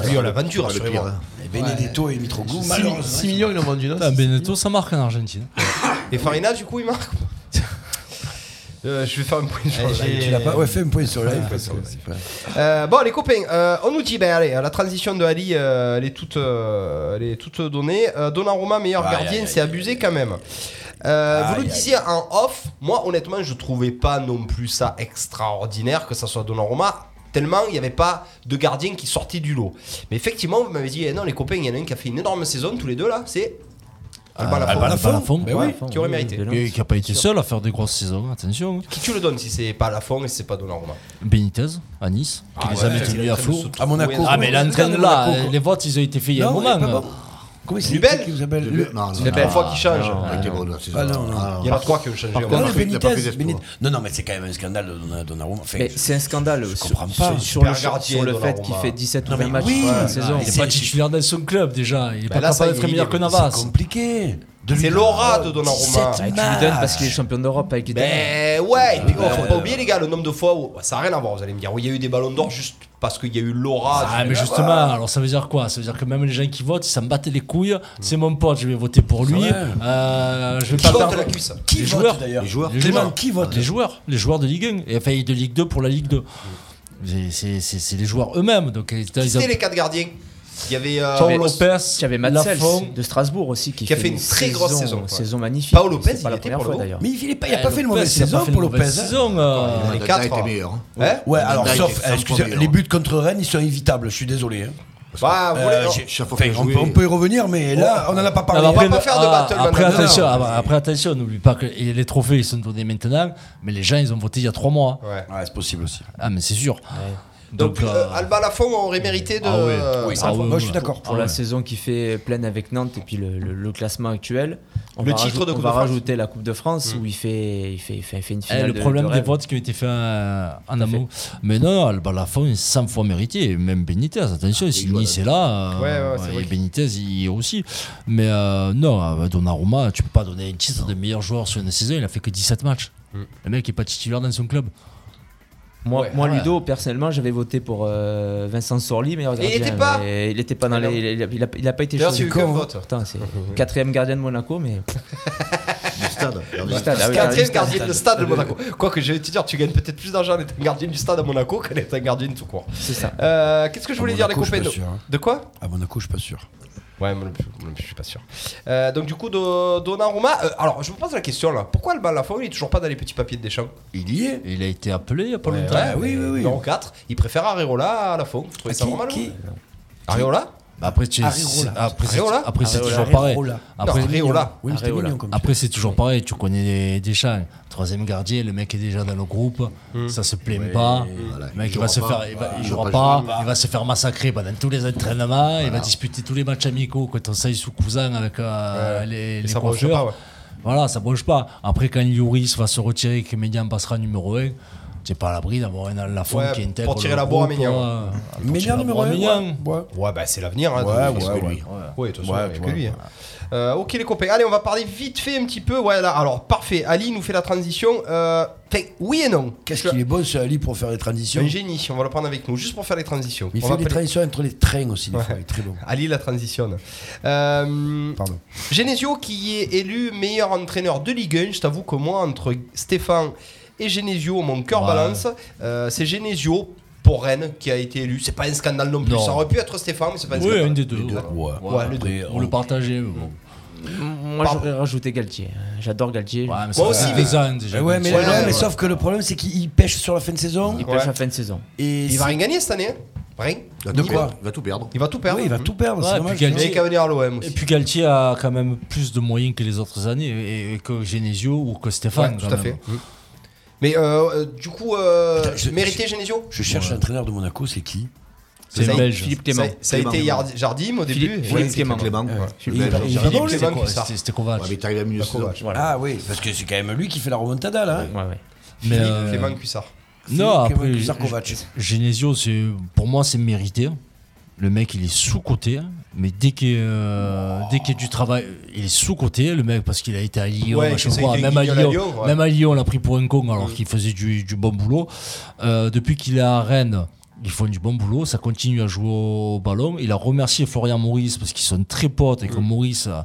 Speaker 6: fini.
Speaker 7: Lui, on l'aventure,
Speaker 3: Le pire.
Speaker 7: assurément.
Speaker 3: hein.
Speaker 6: Et Benedetto et Mitroglou,
Speaker 4: 6
Speaker 6: malheureusement.
Speaker 4: millions, ils en vendent une autre.
Speaker 5: Putain, Benetto, ça marque en Argentine.
Speaker 7: Et Farina, du coup, il marque Euh, Je vais faire un point de
Speaker 6: Ouais, bah, Tu l'as pas ouais, fais un point sur live. parce que c'est pas-
Speaker 7: Euh, bon, les copains, euh, on nous dit, ben allez, la transition de Ali, euh, elle, est toute, euh, elle est toute donnée. Euh, Donnarumma, meilleur
Speaker 6: Aïe,
Speaker 7: gardien,
Speaker 6: aïe,
Speaker 7: c'est
Speaker 6: aïe,
Speaker 7: abusé quand même. Euh, vous
Speaker 6: Aïe,
Speaker 7: le
Speaker 6: aïe.
Speaker 7: disiez en off, moi honnêtement, je trouvais pas non plus ça extraordinaire que ça soit Donnarumma. Tellement il n'y avait pas de gardien qui sortait du lot. Mais effectivement, vous m'avez dit, eh non, les copains, il y en a un qui a fait une énorme saison, tous les deux là, c'est Alba Lafont.
Speaker 4: Bah, Alba Lafont.
Speaker 7: Ben oui, qui aurait mérité.
Speaker 9: Et qui n'a pas été seul à faire des grosses saisons, attention.
Speaker 7: Qui tu le donnes si c'est pas Lafont et si c'est pas Donnarumma
Speaker 9: Benitez à Nice, qui les a
Speaker 7: ouais,
Speaker 9: maintenus
Speaker 7: c'est
Speaker 9: à
Speaker 7: le
Speaker 9: flot.
Speaker 7: seul-
Speaker 6: À Monaco.
Speaker 4: Ah, mais l'entraîne là, euh, les votes, ils ont été faits il y a un
Speaker 6: Non, il est pas
Speaker 4: moment.
Speaker 6: bon. Comment il
Speaker 7: Lubel
Speaker 6: s'appelle qui vous appelle
Speaker 3: Le- non, non,
Speaker 7: C'est la
Speaker 3: non,
Speaker 7: fois qu'il change.
Speaker 3: avec les Grenades, c'est
Speaker 6: Ah,
Speaker 3: ça.
Speaker 6: non, non.
Speaker 3: Ah,
Speaker 7: Il y en a trois qui ont changé.
Speaker 3: Par
Speaker 7: au
Speaker 3: contre,
Speaker 7: moins.
Speaker 6: Non,
Speaker 3: Il a fait- il a pas fait d'espoir.
Speaker 6: Benitez. Non, non, mais c'est quand même un scandale de Donna- Donnarumma. Enfin,
Speaker 8: Mais c'est un scandale
Speaker 6: comprends
Speaker 8: sur,
Speaker 6: pas.
Speaker 8: sur- sur le,
Speaker 7: Super Gardier,
Speaker 8: sur le fait
Speaker 7: Donnarumma.
Speaker 8: qu'il fait 17 ou
Speaker 6: mais
Speaker 8: 20 matchs
Speaker 6: oui,
Speaker 8: par
Speaker 6: voilà.
Speaker 8: saison.
Speaker 6: Il
Speaker 4: Il n'est pas
Speaker 6: c'est-
Speaker 4: titulaire dans son club déjà. Il n'est
Speaker 7: Bah
Speaker 4: pas
Speaker 7: là, ça
Speaker 4: capable
Speaker 7: y
Speaker 4: d'être
Speaker 7: est, il
Speaker 4: meilleur
Speaker 7: est-
Speaker 4: que
Speaker 7: c'est
Speaker 4: Navas.
Speaker 6: c'est compliqué. De lui-
Speaker 7: C'est l'aura de Donnarumma.
Speaker 6: 17
Speaker 8: Ah, tu lui
Speaker 6: matchs.
Speaker 8: donnes parce qu'il est champion d'Europe avec l'Italie.
Speaker 7: Ben ouais, et puis oh, faut pas oublier les gars, le nombre de fois où bah, ça a rien à voir, vous allez me dire, oui, il y a eu des ballons d'or juste parce qu'il y a eu l'aura.
Speaker 4: Ah,
Speaker 7: du-
Speaker 4: mais justement, alors ça veut dire quoi Ça veut dire que même les gens qui votent, ils s'en battent les couilles. C'est mon pote, je vais voter pour lui.
Speaker 6: Ouais.
Speaker 4: Euh, je vais
Speaker 7: Qui
Speaker 4: pas
Speaker 7: vote
Speaker 4: perdre-
Speaker 7: à la cuisse
Speaker 6: Qui
Speaker 4: Les
Speaker 6: vote
Speaker 4: joueurs.
Speaker 6: d'ailleurs
Speaker 3: Les joueurs.
Speaker 4: Les
Speaker 6: Clément,
Speaker 4: joueurs.
Speaker 6: qui vote
Speaker 4: Les joueurs, les joueurs de Ligue 1, et enfin de Ligue 2 pour la Ligue 2. C'est- C'est c'est- c'est les joueurs eux-mêmes. Donc, euh, ils- ils ont-
Speaker 7: C'était les quatre gardiens. Il y avait euh,
Speaker 4: Paul
Speaker 7: Paolo-
Speaker 4: Lopez,
Speaker 8: Il y avait Matsels de Strasbourg aussi qui,
Speaker 7: Qui a fait une très grosse saison, quoi.
Speaker 8: saison magnifique.
Speaker 7: Paolo Lopez,
Speaker 8: C'est pas
Speaker 7: il
Speaker 8: la
Speaker 7: était
Speaker 8: première
Speaker 7: pour le
Speaker 8: fois
Speaker 7: coup.
Speaker 8: d'ailleurs.
Speaker 6: Mais il n'a pas, il a
Speaker 4: Ah,
Speaker 6: pas fait le mauvais saison pour Lopez. hein.
Speaker 4: euh,
Speaker 7: les
Speaker 3: Mandanda
Speaker 7: quatre,
Speaker 3: était
Speaker 7: hein.
Speaker 3: meilleur. hein.
Speaker 7: Hein
Speaker 6: Ouais, alors
Speaker 3: Mandanda
Speaker 6: sauf,
Speaker 3: était
Speaker 6: euh,
Speaker 3: sans
Speaker 6: excusez,
Speaker 3: premier,
Speaker 6: les
Speaker 3: hein.
Speaker 6: buts contre Rennes, ils sont évitables, je suis désolé. hein.
Speaker 7: Bah, vous
Speaker 6: Euh,
Speaker 7: voulez-
Speaker 6: j'ai-
Speaker 3: chaque fois
Speaker 6: enfin,
Speaker 3: qu'il a
Speaker 6: on,
Speaker 3: joué-
Speaker 6: peut, on peut y revenir, mais là, on en a pas
Speaker 4: Ah, bah,
Speaker 7: on
Speaker 6: parlé.
Speaker 7: va
Speaker 4: après,
Speaker 7: pas
Speaker 4: le-
Speaker 7: faire de
Speaker 4: ah,
Speaker 7: battle
Speaker 4: après,
Speaker 7: maintenant.
Speaker 4: attention,
Speaker 7: Non,
Speaker 4: ah, bah,
Speaker 7: mais-
Speaker 4: après attention, n'oublie pas que et les trophées ils sont donnés maintenant, mais les gens ils ont voté il y a trois mois. hein.
Speaker 7: Ouais.
Speaker 6: Ouais, c'est possible aussi.
Speaker 4: Ah mais c'est sûr.
Speaker 7: Donc,
Speaker 4: euh,
Speaker 7: euh, Alba Lafont aurait mérité de.
Speaker 4: Ah ouais.
Speaker 7: euh,
Speaker 4: Oui, ça,
Speaker 6: Ah,
Speaker 4: ouais,
Speaker 6: moi, je
Speaker 4: ouais.
Speaker 6: suis d'accord.
Speaker 8: Pour la saison qui fait pleine avec Nantes et puis le, le- le classement actuel, on
Speaker 7: Le
Speaker 8: va,
Speaker 7: titre
Speaker 8: rajou-
Speaker 7: de
Speaker 8: on
Speaker 7: Coupe
Speaker 8: va
Speaker 7: de France. Mm.
Speaker 8: rajouter la Coupe de France où il fait, il fait, il fait, il fait une
Speaker 4: Eh,
Speaker 8: finale.
Speaker 4: le
Speaker 8: de-
Speaker 4: problème
Speaker 8: de
Speaker 4: des
Speaker 8: rêve.
Speaker 4: votes qui ont été faits euh, en amont. Mais non, bah, Alba Lafont est 100 fois mérité. et Même Benitez, attention, si Nice est là, euh,
Speaker 7: Ouais, ouais, c'est
Speaker 4: ouais,
Speaker 7: vrai
Speaker 4: et
Speaker 7: que-
Speaker 4: Benitez il est aussi. Mais euh, non, euh, Donnarumma, tu peux pas donner un titre de meilleur joueur sur une saison, il a fait que 17 matchs. Le mec est pas titulaire dans son club.
Speaker 8: Moi,
Speaker 4: Ouais,
Speaker 8: moi
Speaker 7: Ah
Speaker 4: ouais.
Speaker 8: Ludo, personnellement, j'avais voté pour euh, Vincent Sorli, meilleur
Speaker 7: Et il
Speaker 8: gardien.
Speaker 7: était pas
Speaker 8: mais il était pas dans
Speaker 7: Ah, non.
Speaker 8: les. Il a, il a- il a pas été
Speaker 7: D'ailleurs,
Speaker 8: choisi.
Speaker 7: c'est eu quel
Speaker 8: Con, hein.
Speaker 7: vote
Speaker 8: Putain, c'est quatrième gardien de Monaco, mais.
Speaker 3: Du stade.
Speaker 8: Du stade, ah oui, du
Speaker 7: Quatrième
Speaker 8: stade.
Speaker 7: gardien de stade de Monaco. Quoique, je vais te dire, tu gagnes peut-être plus d'argent en étant gardien du stade à Monaco qu'en étant gardien tout court.
Speaker 8: C'est ça.
Speaker 7: Euh, Qu'est-ce que je voulais dire, les
Speaker 6: Monaco, je suis
Speaker 7: copains
Speaker 6: pas sûr, hein.
Speaker 7: De quoi
Speaker 6: À Monaco, je suis pas sûr.
Speaker 7: Ouais, moi non plus, moi non plus, je suis pas sûr. Euh, donc du coup, Do- Donnarumma, euh, alors je me pose la question là, pourquoi le Lafont il est toujours pas dans les petits papiers de Deschamps
Speaker 6: Il y est.
Speaker 9: Il a été appelé il y a pas longtemps.
Speaker 6: ouais, oui, oui, oui.
Speaker 7: Numéro 4, il préfère Areola à Lafont, vous trouvez ça
Speaker 6: Qui-
Speaker 7: normal
Speaker 6: qui-
Speaker 7: ou pas Areola
Speaker 9: Bah Après, tu-
Speaker 6: Arriola.
Speaker 9: après, c'est-
Speaker 7: Arriola
Speaker 9: après, c'est
Speaker 8: Arriola.
Speaker 9: toujours pareil.
Speaker 6: Arriola.
Speaker 9: Après,
Speaker 7: Non, Areola.
Speaker 6: Oui, mais c'était
Speaker 8: Areola.
Speaker 6: mignon comme
Speaker 9: Après, c'est toujours pareil, tu connais des chats. hein. Troisième gardien, le mec est déjà dans le groupe, ça se plaint pas. le mec, il, va
Speaker 3: jouera
Speaker 9: se
Speaker 3: pas.
Speaker 9: faire, il, va,
Speaker 3: Voilà,
Speaker 9: il
Speaker 3: il
Speaker 9: jouera
Speaker 3: jouera
Speaker 9: pas,
Speaker 3: pas.
Speaker 9: il va se faire massacrer pendant tous les entraînements, il va disputer tous les matchs amicaux contre Sai Soukouzan avec euh,
Speaker 7: Ouais.
Speaker 9: les,
Speaker 7: Et
Speaker 9: les
Speaker 7: ça bouge
Speaker 9: coiffeurs.
Speaker 7: pas, ouais.
Speaker 9: Voilà, ça bouge pas. Après, quand Lloris va se retirer et que Médian passera numéro 1, tu n'es pas à l'abri d'avoir un Lafont
Speaker 7: Ouais,
Speaker 9: qui intègre.
Speaker 7: pour tirer
Speaker 9: le
Speaker 7: la bourre à
Speaker 9: groupe,
Speaker 7: Ménian.
Speaker 9: euh, pour tirer
Speaker 6: Meilleur
Speaker 9: la
Speaker 6: numéro
Speaker 9: bourre à
Speaker 6: 1.
Speaker 9: Ménian.
Speaker 7: Ouais, bah c'est l'avenir, hein,
Speaker 6: Ouais,
Speaker 7: de toute façon,
Speaker 6: ouais,
Speaker 7: que
Speaker 6: ouais.
Speaker 7: lui. Ouais, de toute façon,
Speaker 6: Ouais,
Speaker 7: il y a
Speaker 6: tu
Speaker 7: que
Speaker 6: vois,
Speaker 7: lui.
Speaker 6: ouais.
Speaker 7: hein. Euh, ok, les copains, allez, on va parler vite fait un petit peu. Ouais, là, alors parfait, Ali nous fait la transition. Euh, enfin, oui et non.
Speaker 6: Qu'est-ce qu'il est bon, ce Ali, pour faire les transitions
Speaker 7: Un génie, on va le prendre avec nous, juste pour faire les transitions.
Speaker 6: Il
Speaker 7: On
Speaker 6: fait
Speaker 7: va
Speaker 6: des
Speaker 7: appeler-
Speaker 6: transitions entre les trains aussi, des fois. Il est très bon.
Speaker 7: Ali la transitionne. Euh,
Speaker 6: Pardon.
Speaker 7: Genesio qui est élu meilleur entraîneur de Ligue 1, je t'avoue que moi, entre Stéphane et Genesio, mon cœur
Speaker 9: Ouais.
Speaker 7: balance, Euh, c'est Genesio pour Rennes qui a été élu. C'est pas un scandale non plus,
Speaker 9: Non.
Speaker 7: ça aurait pu être Stéphane, mais c'est pas un
Speaker 9: Oui,
Speaker 7: scandale.
Speaker 9: un des deux.
Speaker 6: Ouais,
Speaker 7: Ouais, les
Speaker 6: après,
Speaker 9: Pour le partager, mais bon.
Speaker 8: Moi, j'aurais rajouté Galtier. J'adore Galtier.
Speaker 9: Ouais, Ah, mais ça
Speaker 7: Moi
Speaker 9: fait
Speaker 7: aussi,
Speaker 9: deux ans déjà.
Speaker 6: Ouais, ouais, mais,
Speaker 7: Ouais,
Speaker 6: ouais,
Speaker 7: ouais,
Speaker 6: mais
Speaker 7: ouais.
Speaker 6: sauf que le problème, c'est qu'il pêche sur la fin de saison.
Speaker 8: Il
Speaker 7: Ouais.
Speaker 8: pêche à fin de saison.
Speaker 6: Et
Speaker 7: Il va
Speaker 6: si-
Speaker 7: rien gagner cette année, hein. rien.
Speaker 3: Il va
Speaker 6: De
Speaker 3: tout
Speaker 6: quoi
Speaker 3: perdre. Il va tout perdre.
Speaker 7: Il va tout perdre.
Speaker 6: Ouais, il va
Speaker 7: Mmh.
Speaker 6: tout perdre. c'est
Speaker 9: Ouais,
Speaker 6: dommage,
Speaker 9: puis
Speaker 6: hein.
Speaker 7: Il n'y a qu'à venir à l'OM
Speaker 9: Et
Speaker 7: aussi.
Speaker 9: puis Galtier a quand même plus de moyens que les autres années, et, et que Genesio ou que Stéphane.
Speaker 7: Ouais,
Speaker 9: quand
Speaker 7: tout à fait.
Speaker 9: même.
Speaker 7: Mmh. Mais euh, euh, du coup, euh,
Speaker 6: Putain, je-
Speaker 7: mérité Genesio
Speaker 6: Je cherche l'entraîneur de Monaco, c'est qui
Speaker 9: C'est
Speaker 7: Ça-
Speaker 9: belge.
Speaker 8: Philippe
Speaker 7: ça,
Speaker 8: Clément.
Speaker 7: ça a été Yard- Jardim au début.
Speaker 8: Philippe-
Speaker 7: Ouais,
Speaker 8: Philippe
Speaker 7: c'est
Speaker 8: Clément.
Speaker 7: Clément.
Speaker 3: Clément.
Speaker 7: Ouais.
Speaker 3: Tu
Speaker 6: Il-
Speaker 3: le belge.
Speaker 6: il-
Speaker 3: Ouais,
Speaker 6: Clément,
Speaker 9: Philippe
Speaker 7: Oh, Clément
Speaker 9: Clément,
Speaker 7: qui sort.
Speaker 9: c'était c'était Kovac.
Speaker 3: mais t'arrives à milieu de saison.
Speaker 8: Voilà.
Speaker 6: Ah oui, parce que c'est quand même lui qui fait la remontada là. hein.
Speaker 8: Ouais, ouais.
Speaker 9: Mais,
Speaker 7: Philippe
Speaker 9: euh,
Speaker 7: Clément Cuissard.
Speaker 9: non,
Speaker 6: Philippe
Speaker 9: après,
Speaker 6: Clément Kovac.
Speaker 9: Genesio, c'est- pour moi, c'est mérité. Le mec, il est sous-coté, hein. mais dès qu'il euh, dès qu'il y a du travail, il est sous-coté, le mec, parce qu'il a été à Lyon,
Speaker 7: Ouais,
Speaker 9: machin,
Speaker 7: que ça a
Speaker 9: quoi.
Speaker 7: été
Speaker 9: Même, à
Speaker 7: guignol à
Speaker 9: Lyon,
Speaker 7: Lyon, ouais.
Speaker 9: même à Lyon, on l'a pris pour un con alors qu'il faisait du, du bon boulot. Euh, depuis qu'il est à Rennes, ils font du bon boulot, ça continue à jouer au ballon. Il a remercié Florian Maurice parce qu'ils sont très potes et que Maurice euh,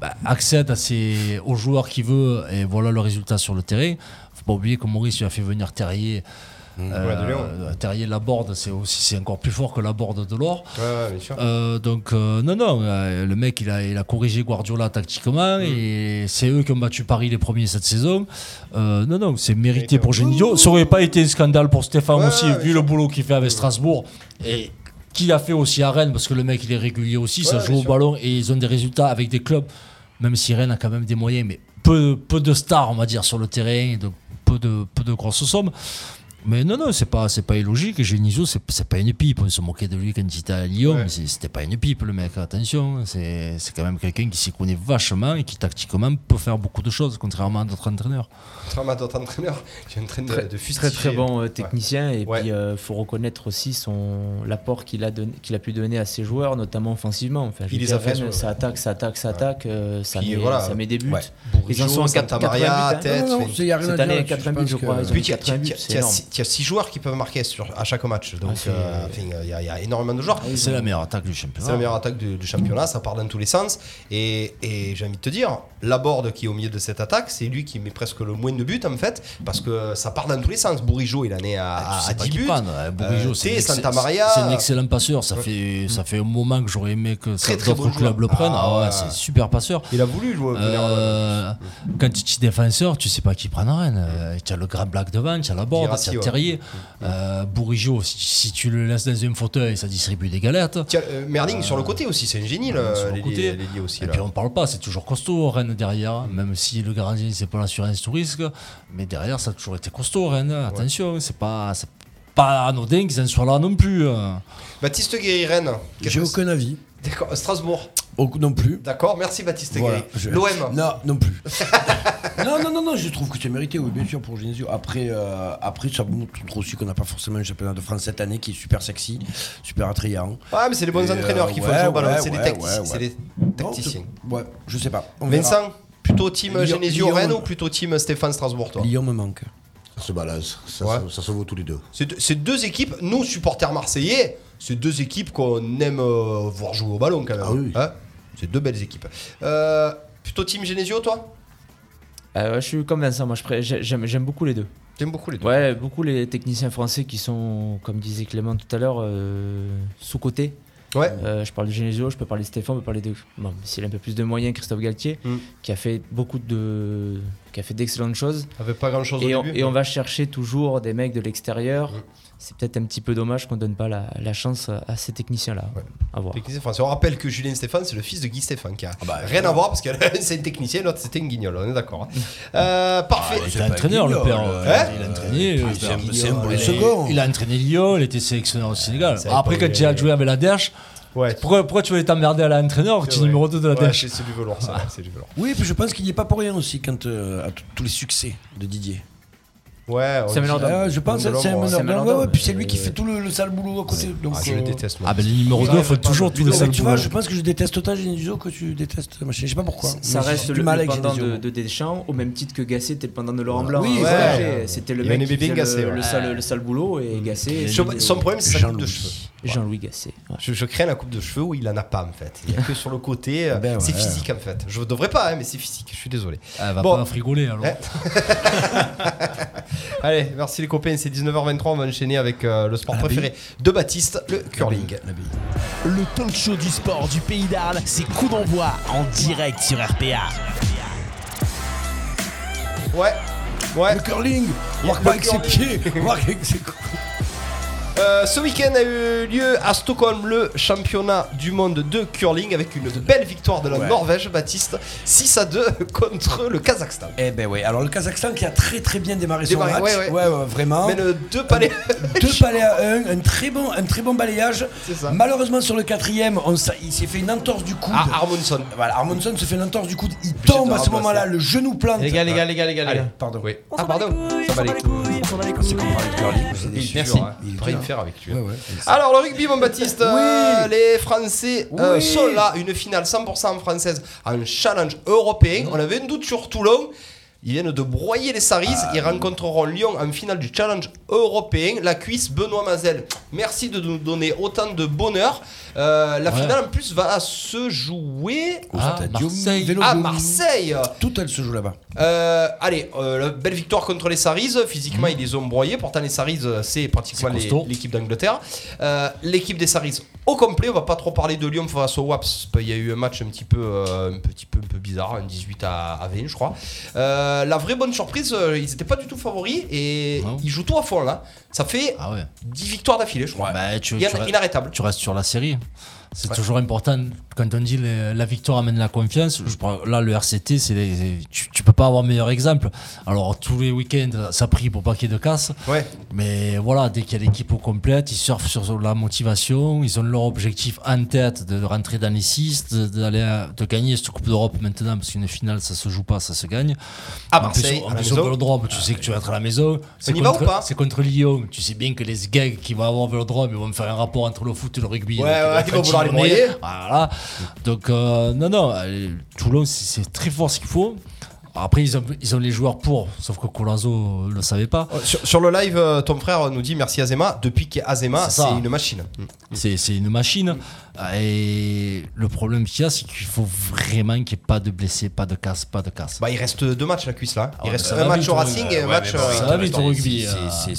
Speaker 9: bah, accède à ses, aux joueurs qu'il veut et voilà le résultat sur le terrain. Faut pas oublier que Maurice lui a fait venir Terrier.
Speaker 7: Ouais, de Lyon.
Speaker 9: Euh, Terrier Laborde, c'est aussi c'est encore plus fort que Laborde de l'or.
Speaker 7: Ouais, ouais, bien sûr.
Speaker 9: Euh, donc euh, non non, euh, le mec il a il a corrigé Guardiola tactiquement et c'est eux qui ont battu Paris les premiers cette saison. Euh, non non, c'est mérité pour Genio. Ça aurait pas été un scandale pour Stéphane
Speaker 7: Ouais,
Speaker 9: aussi
Speaker 7: ouais,
Speaker 9: vu le boulot qu'il fait avec Strasbourg et qu'il a fait aussi à Rennes parce que le mec il est régulier aussi, ça
Speaker 7: Ouais,
Speaker 9: joue
Speaker 7: bien
Speaker 9: au
Speaker 7: sûr.
Speaker 9: ballon et ils ont des résultats avec des clubs
Speaker 5: même si Rennes a quand même des moyens, mais peu, peu de stars, on va dire, sur le terrain, de, peu, de, peu de grosses sommes. Mais non, non, c'est pas, c'est pas illogique. Genisio, c'est, c'est pas une pipe. On se moquait de lui quand il était à Lyon. mais c'est- C'était pas une pipe, le mec. Attention, c'est, c'est quand même quelqu'un qui s'y connaît vachement et qui tactiquement peut faire beaucoup de choses, contrairement à d'autres entraîneurs.
Speaker 7: Contrairement à d'autres entraîneurs, qui est en train de,
Speaker 8: Très,
Speaker 7: de
Speaker 8: très
Speaker 7: fustiger.
Speaker 8: très bon euh,
Speaker 7: Ouais.
Speaker 8: technicien et
Speaker 7: Ouais.
Speaker 8: puis euh, faut reconnaître aussi son l'apport qu'il a donné- qu'il a pu donner à ses joueurs notamment offensivement enfin je
Speaker 7: Il
Speaker 8: veux
Speaker 7: les
Speaker 8: dire,
Speaker 7: a fait
Speaker 8: Rennes,
Speaker 7: sur-
Speaker 8: ça attaque ça attaque ça attaque euh, ça
Speaker 7: Puis,
Speaker 8: met
Speaker 7: voilà.
Speaker 8: ça met des buts
Speaker 6: Ouais.
Speaker 8: ils en sont à
Speaker 7: Bourigeaud,
Speaker 8: 4
Speaker 7: Santamaria,
Speaker 8: 80 buts, hein.
Speaker 7: Tête.
Speaker 6: Non, non,
Speaker 7: fait-
Speaker 6: il y a rien à
Speaker 8: Cette
Speaker 6: dire
Speaker 8: année,
Speaker 6: là-dessus,
Speaker 8: 80
Speaker 6: je pense
Speaker 8: buts, je crois,
Speaker 6: que-
Speaker 8: ils ont-
Speaker 7: Puis il y a-
Speaker 8: 80 buts,
Speaker 7: il y a-
Speaker 8: c'est
Speaker 7: il y a
Speaker 8: énorme.
Speaker 7: six- il y a six joueurs qui peuvent marquer sur, à chaque match. Donc
Speaker 8: c'est-
Speaker 7: euh, enfin, il y, a- il y a énormément de joueurs.
Speaker 9: Ah
Speaker 5: C'est la meilleure attaque du championnat.
Speaker 7: Ah C'est la meilleure attaque du, du championnat, ça part dans tous les sens. Et, et j'ai envie de te dire, Laborde qui est au milieu de cette attaque, c'est lui qui met presque le moins de buts en fait, parce que ça part dans tous les sens. Bourigeau, il en est à,
Speaker 5: Ah, tu
Speaker 7: à-
Speaker 5: sais
Speaker 7: à
Speaker 5: pas
Speaker 7: 10
Speaker 5: qui
Speaker 7: buts.
Speaker 5: prendre, hein, Bourigeau,
Speaker 7: Euh,
Speaker 5: c'est
Speaker 7: T,
Speaker 5: un ex-
Speaker 7: Santa Maria.
Speaker 5: C'est un excellent passeur. Ça fait, ça fait un moment que j'aurais aimé
Speaker 7: Mm.
Speaker 5: que ça-
Speaker 7: Très, très
Speaker 5: d'autres
Speaker 7: bon
Speaker 5: clubs
Speaker 7: joueur.
Speaker 5: le prennent.
Speaker 7: Ah,
Speaker 5: Ah ouais,
Speaker 7: ouais.
Speaker 5: c'est super passeur.
Speaker 7: Il a voulu jouer. venir, euh,
Speaker 5: Euh, quand tu es défenseur, tu sais pas qui prend Rennes.
Speaker 7: Mm.
Speaker 5: Euh, Tu as le grand black devant, tu as la borde,
Speaker 7: Guirassi,
Speaker 5: tu as
Speaker 7: ouais.
Speaker 5: Terrier. Euh, Bourigeau, si, si tu le laisses dans un fauteuil, ça distribue des galettes.
Speaker 7: Tiens, euh, Merling sur le côté aussi, c'est un génie, là,
Speaker 5: sur le
Speaker 7: les,
Speaker 5: côté.
Speaker 7: les- les liés aussi.
Speaker 5: Et
Speaker 7: là.
Speaker 5: puis on parle pas, c'est toujours costaud Rennes derrière, même si le gardien c'est pas l'assurance tout risque, mais derrière ça a toujours été costaud Rennes. Attention, c'est pas c'est pas anodin qu'ils en soient là non plus. hein.
Speaker 7: Baptiste Guéry, Rennes.
Speaker 6: J'ai
Speaker 7: Qu'est-ce que-
Speaker 6: aucun avis.
Speaker 7: D'accord, euh, Strasbourg.
Speaker 6: Au- Non plus.
Speaker 7: D'accord, merci Baptiste
Speaker 6: Voilà,
Speaker 7: Guéry.
Speaker 6: je-
Speaker 7: L'OM.
Speaker 6: Non, non plus. non, non, non, non, je trouve que c'est mérité, oui, bien sûr, pour Genesio. Après, euh, après ça montre aussi qu'on n'a pas forcément un championnat de France cette année qui est super sexy, super attrayant.
Speaker 7: Ah, mais c'est les bons
Speaker 6: Et, euh,
Speaker 7: entraîneurs qui font
Speaker 6: ouais,
Speaker 7: le ballon,
Speaker 6: ouais,
Speaker 7: c'est les
Speaker 6: ouais,
Speaker 7: tactici-
Speaker 6: ouais, ouais.
Speaker 7: c'est les tacticiens.
Speaker 6: Non, c'est- ouais, je sais pas. On verra.
Speaker 7: Vincent, plutôt team
Speaker 6: Lyon-
Speaker 7: Genesio
Speaker 6: Lyon-
Speaker 7: Rennes ou plutôt team Stéphane Strasbourg, toi
Speaker 6: Lyon me manque.
Speaker 3: Ça se balance. Ça,
Speaker 7: Ouais.
Speaker 3: ça, ça se vaut tous les deux.
Speaker 7: C'est deux- c'est deux équipes, nous supporters marseillais, c'est deux équipes qu'on aime euh, voir jouer au ballon quand même.
Speaker 3: Ah oui.
Speaker 7: Hein c'est deux belles équipes. Euh, plutôt team Genesio, toi
Speaker 8: Euh, ouais, je suis comme Vincent moi je pré- j'ai- j'aime j'aime beaucoup les deux
Speaker 7: T'aimes beaucoup les deux.
Speaker 8: ouais beaucoup les techniciens français qui sont comme disait Clément tout à l'heure euh, sous cotés
Speaker 7: Ouais.
Speaker 8: Euh, je parle de Genesio, je peux parler de Stéphane, on peut parler de. Bon, s'il a un peu plus de moyens, Christophe Galtier,
Speaker 7: Mm.
Speaker 8: qui a fait beaucoup de. qui a fait d'excellentes choses.
Speaker 7: Avec pas grand chose au
Speaker 8: Et on,
Speaker 7: début. Mm.
Speaker 8: et on va chercher toujours des mecs de l'extérieur. C'est peut-être un petit peu dommage qu'on donne pas la, la chance à, à ces techniciens-là. À voir.
Speaker 7: Technicien français. On rappelle que Julien Stéphane, c'est le fils de Guy Stéphane, qui a
Speaker 6: Ah bah,
Speaker 7: rien à voir parce que c'est un technicien, l'autre c'était un guignol, on est d'accord. hein. Euh, parfait.
Speaker 6: Ah,
Speaker 5: Il
Speaker 6: bah,
Speaker 5: était entraîneur le
Speaker 6: guignol,
Speaker 5: père.
Speaker 6: euh,
Speaker 5: Enfin,
Speaker 7: hein
Speaker 5: il a entraîné. le
Speaker 6: C'est
Speaker 5: père.
Speaker 6: un- c'est un bon
Speaker 5: Il a-
Speaker 6: second.
Speaker 5: Il a entraîné Lyon, il était sélectionneur au Sénégal.
Speaker 7: Oh. c'est
Speaker 5: Après,
Speaker 7: pas-
Speaker 5: quand il a joué avec la DH,
Speaker 7: ouais,
Speaker 5: pourquoi, pourquoi tu voulais t'emmerder à l'entraîneur Tu es
Speaker 7: vrai.
Speaker 5: numéro 2 de la
Speaker 7: Ouais,
Speaker 5: DH
Speaker 7: c'est c'est du velours, ça. C'est du velours.
Speaker 6: Oui, puis je pense qu'il n'y est pas pour rien aussi quand euh, à t- tous les succès de Didier.
Speaker 7: Ouais, on
Speaker 8: C'est
Speaker 7: dit-
Speaker 8: Melanda.
Speaker 6: Ah, je pense
Speaker 7: Mandanda,
Speaker 6: que c'est un
Speaker 7: moi,
Speaker 6: meneur
Speaker 8: c'est
Speaker 6: d'homme.
Speaker 8: Mandanda,
Speaker 6: Ouais, Euh, ouais, puis c'est
Speaker 8: mais-
Speaker 6: lui qui fait tout le, le sale boulot à côté. donc,
Speaker 7: Ah, je le
Speaker 6: euh,
Speaker 7: déteste, moi.
Speaker 5: Ah ben le numéro
Speaker 7: Ouais,
Speaker 5: 2
Speaker 7: ouais,
Speaker 5: faut
Speaker 7: pas
Speaker 5: toujours
Speaker 7: de-
Speaker 5: tout le
Speaker 7: Non,
Speaker 6: mais
Speaker 5: sale
Speaker 6: tu
Speaker 5: boulot.
Speaker 6: vois, je pense que je déteste autant Genesio que tu détestes machin. Je sais pas pourquoi.
Speaker 8: Ça
Speaker 6: mais j'ai
Speaker 8: reste
Speaker 6: du
Speaker 8: le,
Speaker 6: mal
Speaker 8: le
Speaker 6: avec
Speaker 8: pendant
Speaker 6: Genesio.
Speaker 8: de, de Deschamps, au même titre que Gasset était le pendant de Laurent Blanc.
Speaker 6: Oui,
Speaker 8: hein,
Speaker 7: ouais.
Speaker 8: Gasset, C'était le
Speaker 7: Il y a
Speaker 8: mec
Speaker 7: une
Speaker 8: qui
Speaker 7: bébé
Speaker 8: faisait
Speaker 7: Gasset,
Speaker 8: le, le
Speaker 7: ouais.
Speaker 8: sale, le sale boulot et Gasset.
Speaker 7: Son- Son problème, c'est sa coupe de
Speaker 6: Jean-Louis.
Speaker 7: cheveux.
Speaker 8: Jean-Louis Gasset. ouais.
Speaker 7: Je, je crains la coupe de cheveux où il en a pas en fait. Il n'y a que sur le côté. euh,
Speaker 6: Ben ouais.
Speaker 7: C'est physique en fait. Je ne devrais pas, hein, mais c'est physique. Je suis désolé.
Speaker 5: Ah, Elle va
Speaker 7: Bon.
Speaker 5: pas frigoler alors.
Speaker 7: Hein Allez, merci les copains. C'est 19h23. On va enchaîner avec euh, le sport préféré de Baptiste, le curling.
Speaker 2: Le talk show du sport du pays d'Arles, c'est coup d'envoi en direct sur RPA.
Speaker 7: Ouais. Ouais.
Speaker 6: Le curling Marque
Speaker 7: Le
Speaker 6: pas avec ses
Speaker 7: curling.
Speaker 6: pieds Marque avec ses coups
Speaker 7: Euh, ce week-end a eu lieu à Stockholm le championnat du monde de curling avec une belle victoire de la
Speaker 6: Ouais.
Speaker 7: Norvège, Baptiste, 6 à 2 contre le Kazakhstan.
Speaker 6: Eh ben ouais, alors le Kazakhstan qui a très très bien démarré son
Speaker 7: Démarré,
Speaker 6: match.
Speaker 7: ouais, ouais.
Speaker 6: vraiment.
Speaker 7: Mais le 2 palais.
Speaker 6: Deux palais à un, un très bon, un très bon balayage.
Speaker 7: C'est ça.
Speaker 6: Malheureusement sur le quatrième, on s'a- il s'est fait une entorse du coude.
Speaker 7: Ah, Harmonson.
Speaker 6: Voilà, Harmonson se fait une entorse du coude, il
Speaker 7: Obligé
Speaker 6: tombe
Speaker 7: de
Speaker 6: à ce
Speaker 7: remplacer.
Speaker 6: moment-là, le genou plante.
Speaker 4: Les gars, les gars, les gars, les gars, les
Speaker 7: Allez,
Speaker 4: gars.
Speaker 6: pardon.
Speaker 7: Oui. Ah, pardon. Ça va les couilles.
Speaker 6: C'est qu'on parlait de curling, c'est des
Speaker 7: Il
Speaker 6: sujets,
Speaker 7: est dur,
Speaker 6: ouais.
Speaker 7: hein.
Speaker 6: Il est
Speaker 7: Faut rien
Speaker 6: dur.
Speaker 7: faire avec lui.
Speaker 6: Ouais, ouais.
Speaker 7: Alors le rugby, mon Baptiste, euh, les Français euh,
Speaker 6: Oui.
Speaker 7: sont là, une finale 100% française, un challenge
Speaker 6: Mm.
Speaker 7: européen. On avait un doute sur Toulon. Ils viennent de broyer les Saris.
Speaker 6: Ah,
Speaker 7: Ils rencontreront Lyon en finale du challenge européen. La cuisse, Benoît Mazel. Merci de nous donner autant de bonheur. Euh, la
Speaker 5: Ouais.
Speaker 7: finale en plus va se jouer
Speaker 6: Au
Speaker 5: Ah,
Speaker 6: Stadium
Speaker 5: Marseille.
Speaker 6: Vélodrome.
Speaker 7: à Marseille.
Speaker 6: Tout elle se joue là-bas.
Speaker 7: Euh, allez, euh, la belle victoire contre les Saris. Physiquement,
Speaker 9: Mhm.
Speaker 7: ils les ont broyés. Pourtant, les Saris, euh, c'est pratiquement
Speaker 5: C'est
Speaker 7: les-
Speaker 5: costaud.
Speaker 7: l'équipe d'Angleterre. Euh, l'équipe des Saris au complet. On va pas trop parler de Lyon face au Waps. Il y a eu un match un petit peu, euh, un petit peu, un peu bizarre, un 18 à, à 20, je crois. Euh, la vraie bonne surprise, euh, ils n'étaient pas du tout favoris et
Speaker 5: Non.
Speaker 7: ils jouent tout à fond là. Ça fait
Speaker 5: Ah ouais.
Speaker 7: 10 victoires d'affilées, je crois.
Speaker 5: Bah, tu,
Speaker 7: Il y en
Speaker 5: tu
Speaker 7: a-
Speaker 5: restes-
Speaker 7: Inarrêtable.
Speaker 5: tu restes sur la série.
Speaker 9: C'est toujours important quand on dit le- la victoire amène la confiance. Je prends- là, le RCT, c'est les- c'est- tu, tu peux pas avoir meilleur exemple. Alors tous les week-ends, ça prie pour pas qu'il y ait de casse.
Speaker 7: Ouais.
Speaker 9: Mais voilà, dès qu'il y a l'équipe au complète, ils surfent sur la motivation, ils ont leur objectif en tête de rentrer dans les 6, d'aller à- de gagner cette Coupe d'Europe maintenant, parce qu'une finale, ça se joue pas, ça se gagne.
Speaker 7: À
Speaker 9: En plus,
Speaker 7: Marseille,
Speaker 9: en
Speaker 7: Ah, bah, à la
Speaker 9: plus,
Speaker 7: maison.
Speaker 9: au Vélodrome, tu sais que tu vas être à la maison. C'est
Speaker 7: y va ou
Speaker 9: contre-
Speaker 7: pas
Speaker 9: C'est contre Lyon. Tu sais bien que les gags qui vont avoir au Vélodrome, ils vont faire un rapport entre le foot et le rugby.
Speaker 7: Ouais, ouais, ils vont vouloir les
Speaker 9: continuer.
Speaker 7: broyer.
Speaker 9: Voilà. Donc, euh, non, non, euh, Toulon, c'est c'est très fort ce qu'il faut. Après, ils ont, ils ont les joueurs pour, sauf que Colazo ne le savait pas.
Speaker 7: Sur, sur le live, euh, ton frère nous dit merci Azema. Depuis qu'Azema,
Speaker 9: C'est ça. Mm.
Speaker 7: c'est une machine.
Speaker 9: C'est c'est une machine. Et le problème qu'il y a, c'est qu'il faut vraiment qu'il n'y ait pas de blessés, pas de casse, pas de casse.
Speaker 7: Bah, il reste deux matchs la cuisse là. Il
Speaker 9: Ah,
Speaker 7: reste
Speaker 9: ça
Speaker 7: un
Speaker 9: va
Speaker 7: match
Speaker 9: vite,
Speaker 7: au
Speaker 9: ouais. bah,
Speaker 7: Racing et un match. euh,
Speaker 9: ça va vite au rugby. euh.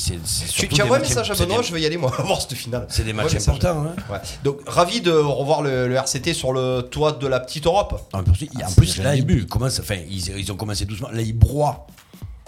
Speaker 7: Tu, tu envoies un message à Benoît, je vais y aller moi, voir cette finale.
Speaker 6: C'est des
Speaker 7: Ouais,
Speaker 6: matchs
Speaker 7: message.
Speaker 6: importants. hein.
Speaker 7: Ouais. Donc, ravi de revoir le, le RCT sur le toit de la petite Europe.
Speaker 6: En plus, il- en
Speaker 9: c'est
Speaker 6: plus
Speaker 9: déjà
Speaker 6: là,
Speaker 9: le
Speaker 6: ils,
Speaker 9: début.
Speaker 6: ils commencent, enfin, ils, ils ont commencé doucement. Là, ils broient.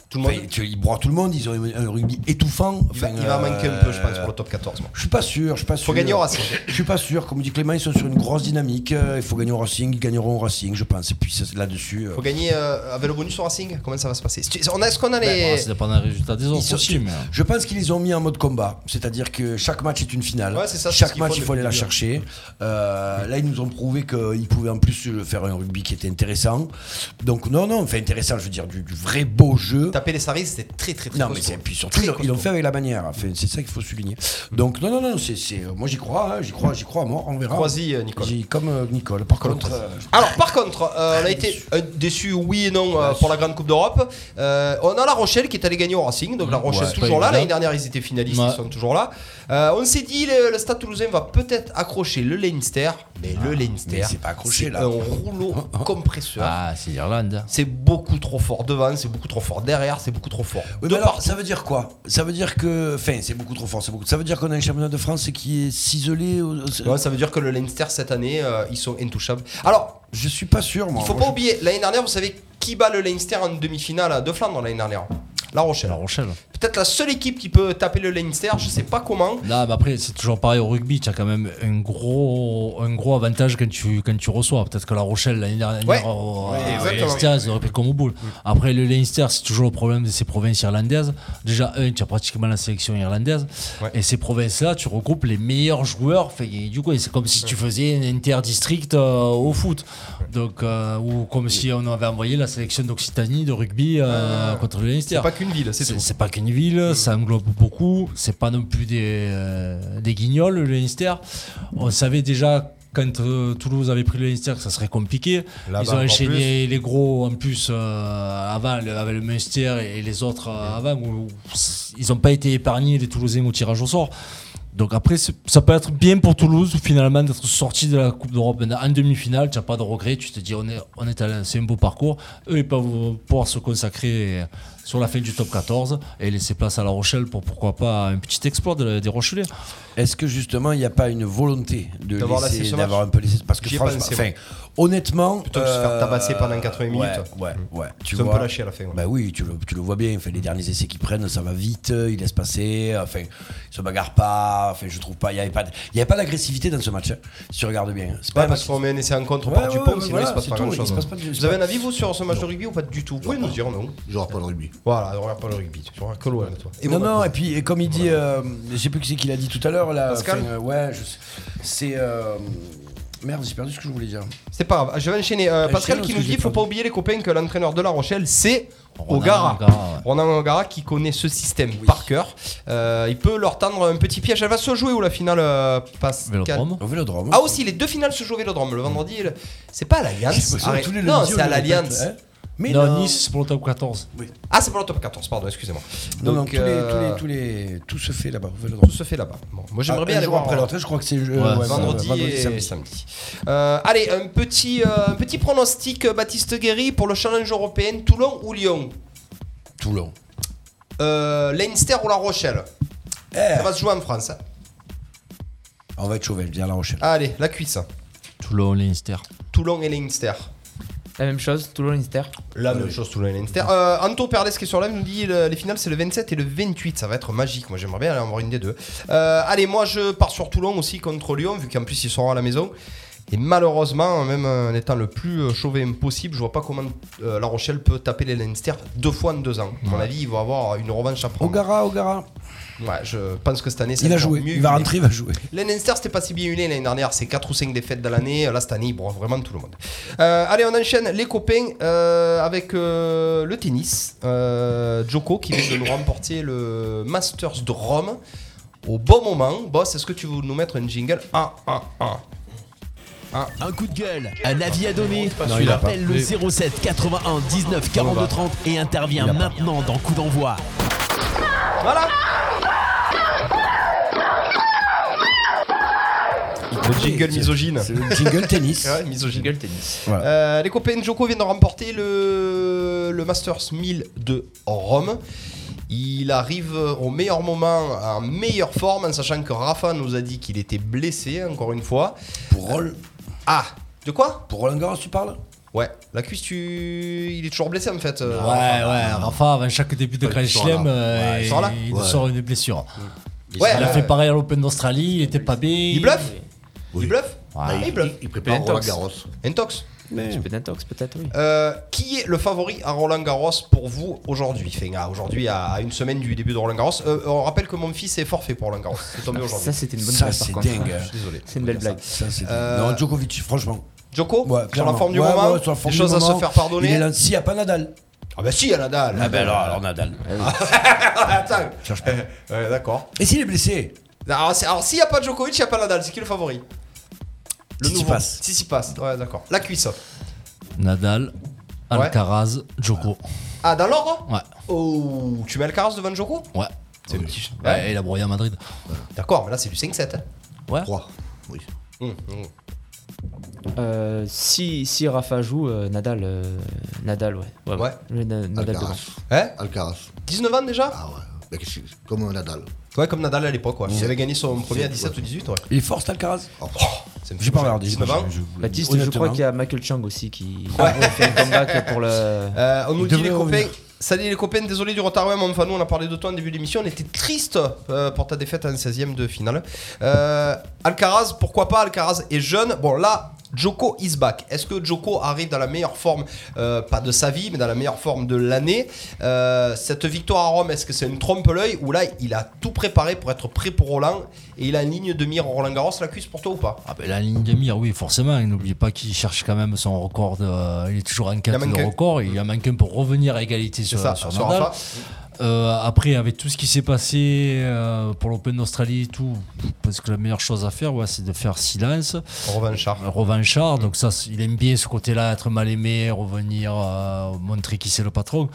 Speaker 7: Tout le
Speaker 9: Bah,
Speaker 7: monde.
Speaker 6: Enfin, tu- ils broient tout le monde. Ils ont un rugby étouffant.
Speaker 7: il va,
Speaker 6: Enfin,
Speaker 7: il va
Speaker 6: euh,
Speaker 7: manquer un peu, je pense, pour le top 14. moi.
Speaker 6: Je suis pas sûr, je suis pas sûr.
Speaker 7: Faut gagner au Racing.
Speaker 6: Je suis pas sûr. Comme dit Clément, ils sont sur une grosse dynamique. Euh, Il faut gagner au Racing, ils gagneront au Racing, je pense. Et puis ça, là-dessus. euh,
Speaker 7: Faut gagner euh, avec le bonus au Racing. Comment ça va se passer Si tu- on a- Est-ce qu'on a
Speaker 9: Ben,
Speaker 7: les.
Speaker 9: voilà, ça dépend des résultats des autres
Speaker 6: sont-
Speaker 9: aussi, mais- euh,
Speaker 6: Je pense qu'ils les ont mis en mode combat, c'est-à-dire que chaque match est une finale.
Speaker 7: Ouais, c'est ça, c'est ce
Speaker 6: chaque
Speaker 7: qu'il
Speaker 6: match,
Speaker 7: faut
Speaker 6: il faut aller la
Speaker 7: depuis le
Speaker 6: chercher. Euh, là, ils nous ont prouvé qu'ils pouvaient en plus euh, faire un rugby qui était intéressant. Donc non, non, enfin intéressant, je veux dire du, du vrai beau jeu.
Speaker 7: Taper les Saris, c'est très très très
Speaker 6: Non, mais
Speaker 7: costaud.
Speaker 6: c'est- puis surtout,
Speaker 7: Très
Speaker 6: ils l'ont- ils l'ont
Speaker 7: costaud.
Speaker 6: fait avec la manière. Enfin, c'est ça qu'il faut souligner. Donc non, non, non, c'est, c'est- moi j'y crois, hein, j'y crois, j'y crois à mort, on verra.
Speaker 7: Croisi, euh, Nicole.
Speaker 6: J'y- comme euh, Nicole. Par contre, euh,
Speaker 7: Alors par contre, euh, on a été euh, déçu oui et non euh, pour la Grande Coupe d'Europe. Euh, on a La Rochelle qui est allée gagner au Racing, donc La Rochelle
Speaker 9: ouais,
Speaker 7: toujours
Speaker 9: pas
Speaker 7: là.
Speaker 9: évident.
Speaker 7: L'année dernière ils étaient finalistes,
Speaker 9: Ouais.
Speaker 7: ils sont toujours là. Euh, on s'est dit le, le Stade Toulousain va peut-être accrocher le Leinster, mais le Leinster,
Speaker 6: mais c'est pas accroché,
Speaker 7: c'est euh,
Speaker 6: là.
Speaker 7: un rouleau compresseur.
Speaker 9: Ah, c'est l'Irlande.
Speaker 7: C'est beaucoup trop fort devant, c'est beaucoup trop fort derrière, c'est beaucoup trop fort.
Speaker 6: Oui, mais alors, ça veut dire quoi Ça veut dire que. Enfin, c'est beaucoup trop fort. c'est Beaucoup... Ça veut dire qu'on a un championnat de France qui est ciselé. au- au-
Speaker 7: Ouais, ça veut dire que le Leinster cette année euh, ils sont intouchables. Alors
Speaker 6: Je suis pas sûr, moi.
Speaker 7: il faut
Speaker 6: Moi,
Speaker 7: pas oublier l'année dernière vous savez qui bat le Leinster en demi-finale à de Flandre l'année dernière. La Rochelle.
Speaker 9: La Rochelle.
Speaker 7: peut-être la seule équipe qui peut taper le Leinster, je sais pas comment.
Speaker 9: Là, mais après, c'est toujours pareil au rugby. Tu as quand même un gros, un gros avantage quand tu, quand tu reçois. Peut-être que la Rochelle, l'année dernière, oh,
Speaker 7: Ouais.
Speaker 9: au-
Speaker 7: Ouais,
Speaker 9: au
Speaker 7: exactement.
Speaker 9: Leinster, ils auraient pris comme au boule. Après, le Leinster, c'est toujours le problème de ces provinces irlandaises. Déjà, un, tu as pratiquement la sélection irlandaise.
Speaker 7: Ouais.
Speaker 9: Et ces provinces-là, tu regroupes les meilleurs joueurs. Fait, et du coup, c'est comme si tu faisais un interdistrict euh, au foot. Donc, euh, ou comme si on avait envoyé la sélection d'Occitanie de rugby euh, contre le Leinster.
Speaker 7: Ah. C'est pas qu'une ville, c'est
Speaker 9: C'est
Speaker 7: tout. Mmh.
Speaker 9: c'est pas qu'une ville, ça englobe beaucoup. C'est pas non plus des, euh, des guignols, le Leinster. On savait déjà quand euh, Toulouse avait pris le Leinster que ça serait compliqué.
Speaker 7: Là-bas,
Speaker 9: Ils ont
Speaker 7: encore
Speaker 9: enchaîné les gros en plus euh, avant, le- avec le Munster et les autres euh, avant. où- où ils n'ont pas été épargnés, les Toulousains, au tirage au sort. Donc après, c'est- ça peut être bien pour Toulouse, finalement, d'être sorti de la Coupe d'Europe Maintenant, en demi-finale. Tu n'as pas de regret. Tu te dis, on est, on est allé- c'est un beau parcours. Eux, ils peuvent pouvoir se consacrer sur la fin du top 14 et laisser place à La Rochelle pour pourquoi pas un petit exploit de- des Rochelais.
Speaker 6: je- Est-ce que justement, il n'y a pas une volonté de
Speaker 7: D'avoir
Speaker 6: laisser-
Speaker 7: laissé ce
Speaker 6: d'avoir
Speaker 7: match
Speaker 6: un peu laissé Parce que
Speaker 7: J'y ai
Speaker 6: franchement,
Speaker 7: pensé,
Speaker 6: enfin,
Speaker 7: moi.
Speaker 6: honnêtement. euh,
Speaker 7: Plutôt que de se faire tabasser pendant 80 minutes.
Speaker 6: Ouais, ouais. ouais tu
Speaker 7: Ils sont un
Speaker 6: vois.
Speaker 7: peu lâchés à la fin, ouais.
Speaker 6: Bah oui, tu le, tu le vois bien. Enfin, les derniers essais qu'ils prennent, ça va vite. euh, Ils laissent passer. euh, Enfin, ils se bagarrent pas. Enfin, je trouve pas. Il n'y avait pas de- il y avait pas d'agressivité dans ce match. hein, si tu regardes bien. C'est
Speaker 7: Pas
Speaker 6: un
Speaker 7: parce
Speaker 6: match-
Speaker 7: qu'on met un essai en contre
Speaker 6: Ouais,
Speaker 7: par
Speaker 6: ouais,
Speaker 7: Dupont,
Speaker 6: ouais,
Speaker 7: sinon
Speaker 6: voilà,
Speaker 7: il se passe
Speaker 6: c'est
Speaker 7: pas
Speaker 6: tout,
Speaker 7: grand
Speaker 6: il se
Speaker 7: chose.
Speaker 6: passe pas de-
Speaker 7: Vous avez un avis vous sur ce match de rugby ou pas du tout Vous pouvez nous dire non
Speaker 3: Je regarde pas le rugby.
Speaker 7: Voilà, on regarde pas le rugby. Tu regardes que l'OL toi.
Speaker 6: Et non, non, et puis et comme il dit, euh, je sais plus qui c'est qu'il a dit tout à l'heure, là.
Speaker 7: Pascal
Speaker 6: enfin, euh, ouais, je sais. C'est. euh, merde, j'ai perdu ce que je voulais dire.
Speaker 7: C'est pas grave, je vais enchaîner. Euh,
Speaker 6: Euh,
Speaker 7: Pascal
Speaker 6: je sais
Speaker 7: qui
Speaker 6: pas
Speaker 7: nous
Speaker 6: ce que
Speaker 7: dit
Speaker 6: j'ai
Speaker 7: faut
Speaker 6: pas
Speaker 7: pas oublier les copains que l'entraîneur de La Rochelle, c'est
Speaker 9: Ronan
Speaker 7: Ogara.
Speaker 9: Ogara, ouais.
Speaker 7: Ronan Ogara qui connaît ce système par cœur. Euh, il peut leur tendre un petit piège. Elle va se jouer où la finale euh, Pascal
Speaker 9: Vélodrome.
Speaker 6: Au vélodrome.
Speaker 7: Ah aussi, les deux finales se jouent au Vélodrome. Le vendredi, et le- c'est pas à l'Alliance.
Speaker 6: Arrête.
Speaker 7: Arrête. Non, c'est à l'Alliance.
Speaker 6: Mais
Speaker 9: non,
Speaker 6: non,
Speaker 9: Nice, c'est pour le top 14.
Speaker 7: Ah, c'est pour le top 14, pardon, excusez-moi.
Speaker 6: Non,
Speaker 7: Donc,
Speaker 6: non, tous les-
Speaker 7: euh,
Speaker 6: tous les, tous les, tout se fait là-bas. au
Speaker 7: tout
Speaker 6: Vélodrome.
Speaker 7: se fait là-bas. Bon, moi,
Speaker 6: Ah,
Speaker 7: j'aimerais
Speaker 6: un
Speaker 7: bien aller
Speaker 6: jour
Speaker 7: voir
Speaker 6: après
Speaker 7: euh,
Speaker 6: l'entrée, je crois que c'est euh, ouais,
Speaker 9: vendredi
Speaker 7: vendredi, et samedi.
Speaker 6: samedi.
Speaker 7: Euh, allez, un petit, euh, un petit pronostic, euh, Baptiste Guéry, pour le challenge européen Toulon ou Lyon
Speaker 6: Toulon.
Speaker 7: Euh, Leinster ou La Rochelle
Speaker 6: Eh.
Speaker 7: Ça va se jouer en France. hein.
Speaker 6: On va être chauvé, je viens à La Rochelle.
Speaker 7: Allez, la cuisse.
Speaker 9: Toulon, Leinster.
Speaker 7: Toulon et Leinster.
Speaker 8: La même chose, Toulon-Inter.
Speaker 7: La
Speaker 6: Ah
Speaker 7: même chose sous le Leinster. Euh, Anto Perles qui est sur live nous dit le- les finales c'est le 27 et le 28, ça va être magique. Moi j'aimerais bien aller en voir une des deux. Euh, allez, moi je pars sur Toulon aussi contre Lyon, vu qu'en plus ils seront à la maison. Et malheureusement, même euh, en étant le plus euh, chauvet possible, je vois pas comment euh, La Rochelle peut taper les Leinster deux fois en deux ans. À mon avis, ils vont avoir une revanche à prendre.
Speaker 6: Ogara, Ogara.
Speaker 7: Ouais, je pense que cette année, ça
Speaker 6: Il va
Speaker 7: encore
Speaker 6: jouer.
Speaker 7: mieux
Speaker 6: Il va
Speaker 7: vu les
Speaker 6: rentrer, il va jouer.
Speaker 7: les Leinster, c'était pas si bien une l'année dernière. C'est 4 ou 5 défaites dans l'année. Là, cette année, ils broient vraiment tout le monde. Euh, allez, on enchaîne les copains euh, avec euh, le tennis. Euh, Joko qui vient de nous remporter le Masters de Rome. Au bon moment, boss, est-ce que tu veux nous mettre une jingle Ah, 1 1 1
Speaker 11: Un coup de gueule, un avis à donner.
Speaker 12: Non,
Speaker 11: Tu
Speaker 12: il a pas.
Speaker 11: appelles le 07 81 19 42 30 et intervient maintenant dans Coup d'envoi.
Speaker 7: Voilà Le jingle misogyne.
Speaker 6: C'est le jingle tennis.
Speaker 7: Ouais, misogyne.
Speaker 8: Gueule tennis.
Speaker 7: Euh, les copains de Joko viennent de remporter le, le Masters 1000 de Rome. Il arrive au meilleur moment, en meilleure forme, en sachant que Rafa nous a dit qu'il était blessé, encore une fois.
Speaker 6: Pour, Roll,
Speaker 7: Ah De quoi
Speaker 6: pour Roland Garros, tu parles
Speaker 7: Ouais, la cuisse, tu... il est toujours blessé en fait. euh,
Speaker 9: Ouais,
Speaker 7: Rafa.
Speaker 9: ouais, Rafa, avant chaque début de
Speaker 3: Ouais,
Speaker 9: Grand
Speaker 3: il sort
Speaker 9: Chelem,
Speaker 3: là.
Speaker 9: euh,
Speaker 7: Ouais, il
Speaker 9: il,
Speaker 7: sort là.
Speaker 9: il
Speaker 3: Ouais.
Speaker 9: sort une blessure.
Speaker 7: Ouais,
Speaker 9: il a
Speaker 7: ouais.
Speaker 9: fait pareil à l'Open d'Australie, il était pas bien.
Speaker 7: Il bluffe
Speaker 3: Oui.
Speaker 7: Il bluffe Ah,
Speaker 3: Bah,
Speaker 7: Il
Speaker 3: il,
Speaker 7: bluffe.
Speaker 3: il prépare Roland
Speaker 8: Lentox.
Speaker 3: Garros.
Speaker 7: Intox.
Speaker 8: Un petit peu d'intox, peut-être, oui.
Speaker 7: Euh, qui est le favori à Roland Garros pour vous aujourd'hui Enfin, à aujourd'hui, à, à une semaine du début de Roland Garros. Euh, on rappelle que mon fils est forfait pour Roland Garros. C'est tombé Euh, aujourd'hui.
Speaker 8: Ça, c'était une bonne
Speaker 6: Ah, Ça, c'est
Speaker 8: blague, par contre.
Speaker 6: dingue. hein.
Speaker 7: Désolé.
Speaker 8: C'est une belle blague.
Speaker 6: Ça, c'est
Speaker 7: Euh,
Speaker 6: dingue. Non, Djokovic, franchement.
Speaker 7: Joko,
Speaker 6: Ouais,
Speaker 7: Oh, sur la
Speaker 6: clairement.
Speaker 7: forme du
Speaker 6: Ouais,
Speaker 7: moment,
Speaker 6: ouais, sur la forme
Speaker 7: des
Speaker 6: du
Speaker 7: choses à
Speaker 6: moment.
Speaker 7: se faire pardonner.
Speaker 6: Il est là- S'il n'y a pas Nadal.
Speaker 7: Ah bah si, il y a Nadal.
Speaker 6: Ah ben alors, alors Nadal.
Speaker 7: Attends. Euh,
Speaker 6: Cherche pas.
Speaker 7: Ouais, d'accord.
Speaker 6: Et s'il est blessé
Speaker 7: Alors, c'est- alors, s'il n'y a pas Djokovic, il n'y a pas Nadal. C'est qui le favori Le nouveau.
Speaker 6: Tsitsipas.
Speaker 7: Tsitsipas. Ouais, d'accord. La cuisse.
Speaker 9: Nadal,
Speaker 7: Ouais.
Speaker 9: Alcaraz, Djoko.
Speaker 7: Ah, dans l'ordre
Speaker 9: Ouais,
Speaker 7: Oh, tu mets Alcaraz devant Djoko
Speaker 9: ouais.
Speaker 7: C'est le petit.
Speaker 9: Ouais, il a broyé à Madrid.
Speaker 7: D'accord, mais là, c'est du 5-7. hein.
Speaker 3: 3. Oui.
Speaker 7: Hum, hum.
Speaker 8: Euh, si, si Rafa joue, euh, Nadal, euh, Nadal, ouais.
Speaker 7: Ouais.
Speaker 8: Le Na- Nadal devant.
Speaker 3: Alcaraz.
Speaker 7: Hein
Speaker 3: Alcaraz.
Speaker 7: 19 ans déjà
Speaker 3: Ah ouais. Bah, qu'est-ce que- Comme Nadal.
Speaker 7: Ouais, comme Nadal à l'époque. Ouais. Il avait gagné son premier à 17 ou 18. Ouais.
Speaker 6: Il est fort, Alcaraz
Speaker 7: Oh, c'est
Speaker 6: J'ai pas regardé.
Speaker 7: 19 ans.
Speaker 6: je- je-
Speaker 8: Baptiste, je
Speaker 6: honnêtement.
Speaker 8: crois qu'il y a Michael Chang aussi qui qui fait un comeback pour le.
Speaker 7: Euh, on nous
Speaker 6: Il
Speaker 7: dit les
Speaker 6: devrait
Speaker 7: copains.
Speaker 6: revenir.
Speaker 7: Salut les copains, désolé du retard. Ouais, mon fan, nous, on a parlé de toi en début d'émission. On était triste euh, pour ta défaite en 16ème de finale. Euh, Alcaraz, pourquoi pas Alcaraz est jeune. Bon, là, Joko is back. Est-ce que Joko arrive dans la meilleure forme, euh, pas de sa vie, mais dans la meilleure forme de l'année Euh, Cette victoire à Rome, est-ce que c'est une trompe-l'œil ou là, il a tout préparé pour être prêt pour Roland et il a une ligne de mire en Roland Garros la cuisse pour toi ou pas
Speaker 9: Ah ben la ligne de mire, oui, forcément. Et N'oubliez pas qu'il cherche quand même son record. de- euh, il est toujours en quête
Speaker 7: manque
Speaker 9: de
Speaker 7: un.
Speaker 9: record. Il en manque un pour revenir à égalité
Speaker 7: C'est
Speaker 9: sur,
Speaker 7: ça,
Speaker 9: sur
Speaker 7: sur
Speaker 9: Nadal.
Speaker 7: Rafa.
Speaker 9: Euh, après, avec tout ce qui s'est passé euh, pour l'Open d'Australie et tout, je pense que la meilleure chose à faire, ouais, c'est de faire silence.
Speaker 7: Revanchard.
Speaker 9: Un Revanchard, donc ça, c'est- il aime bien ce côté-là, être mal aimé, revenir, euh, montrer qui c'est le patron.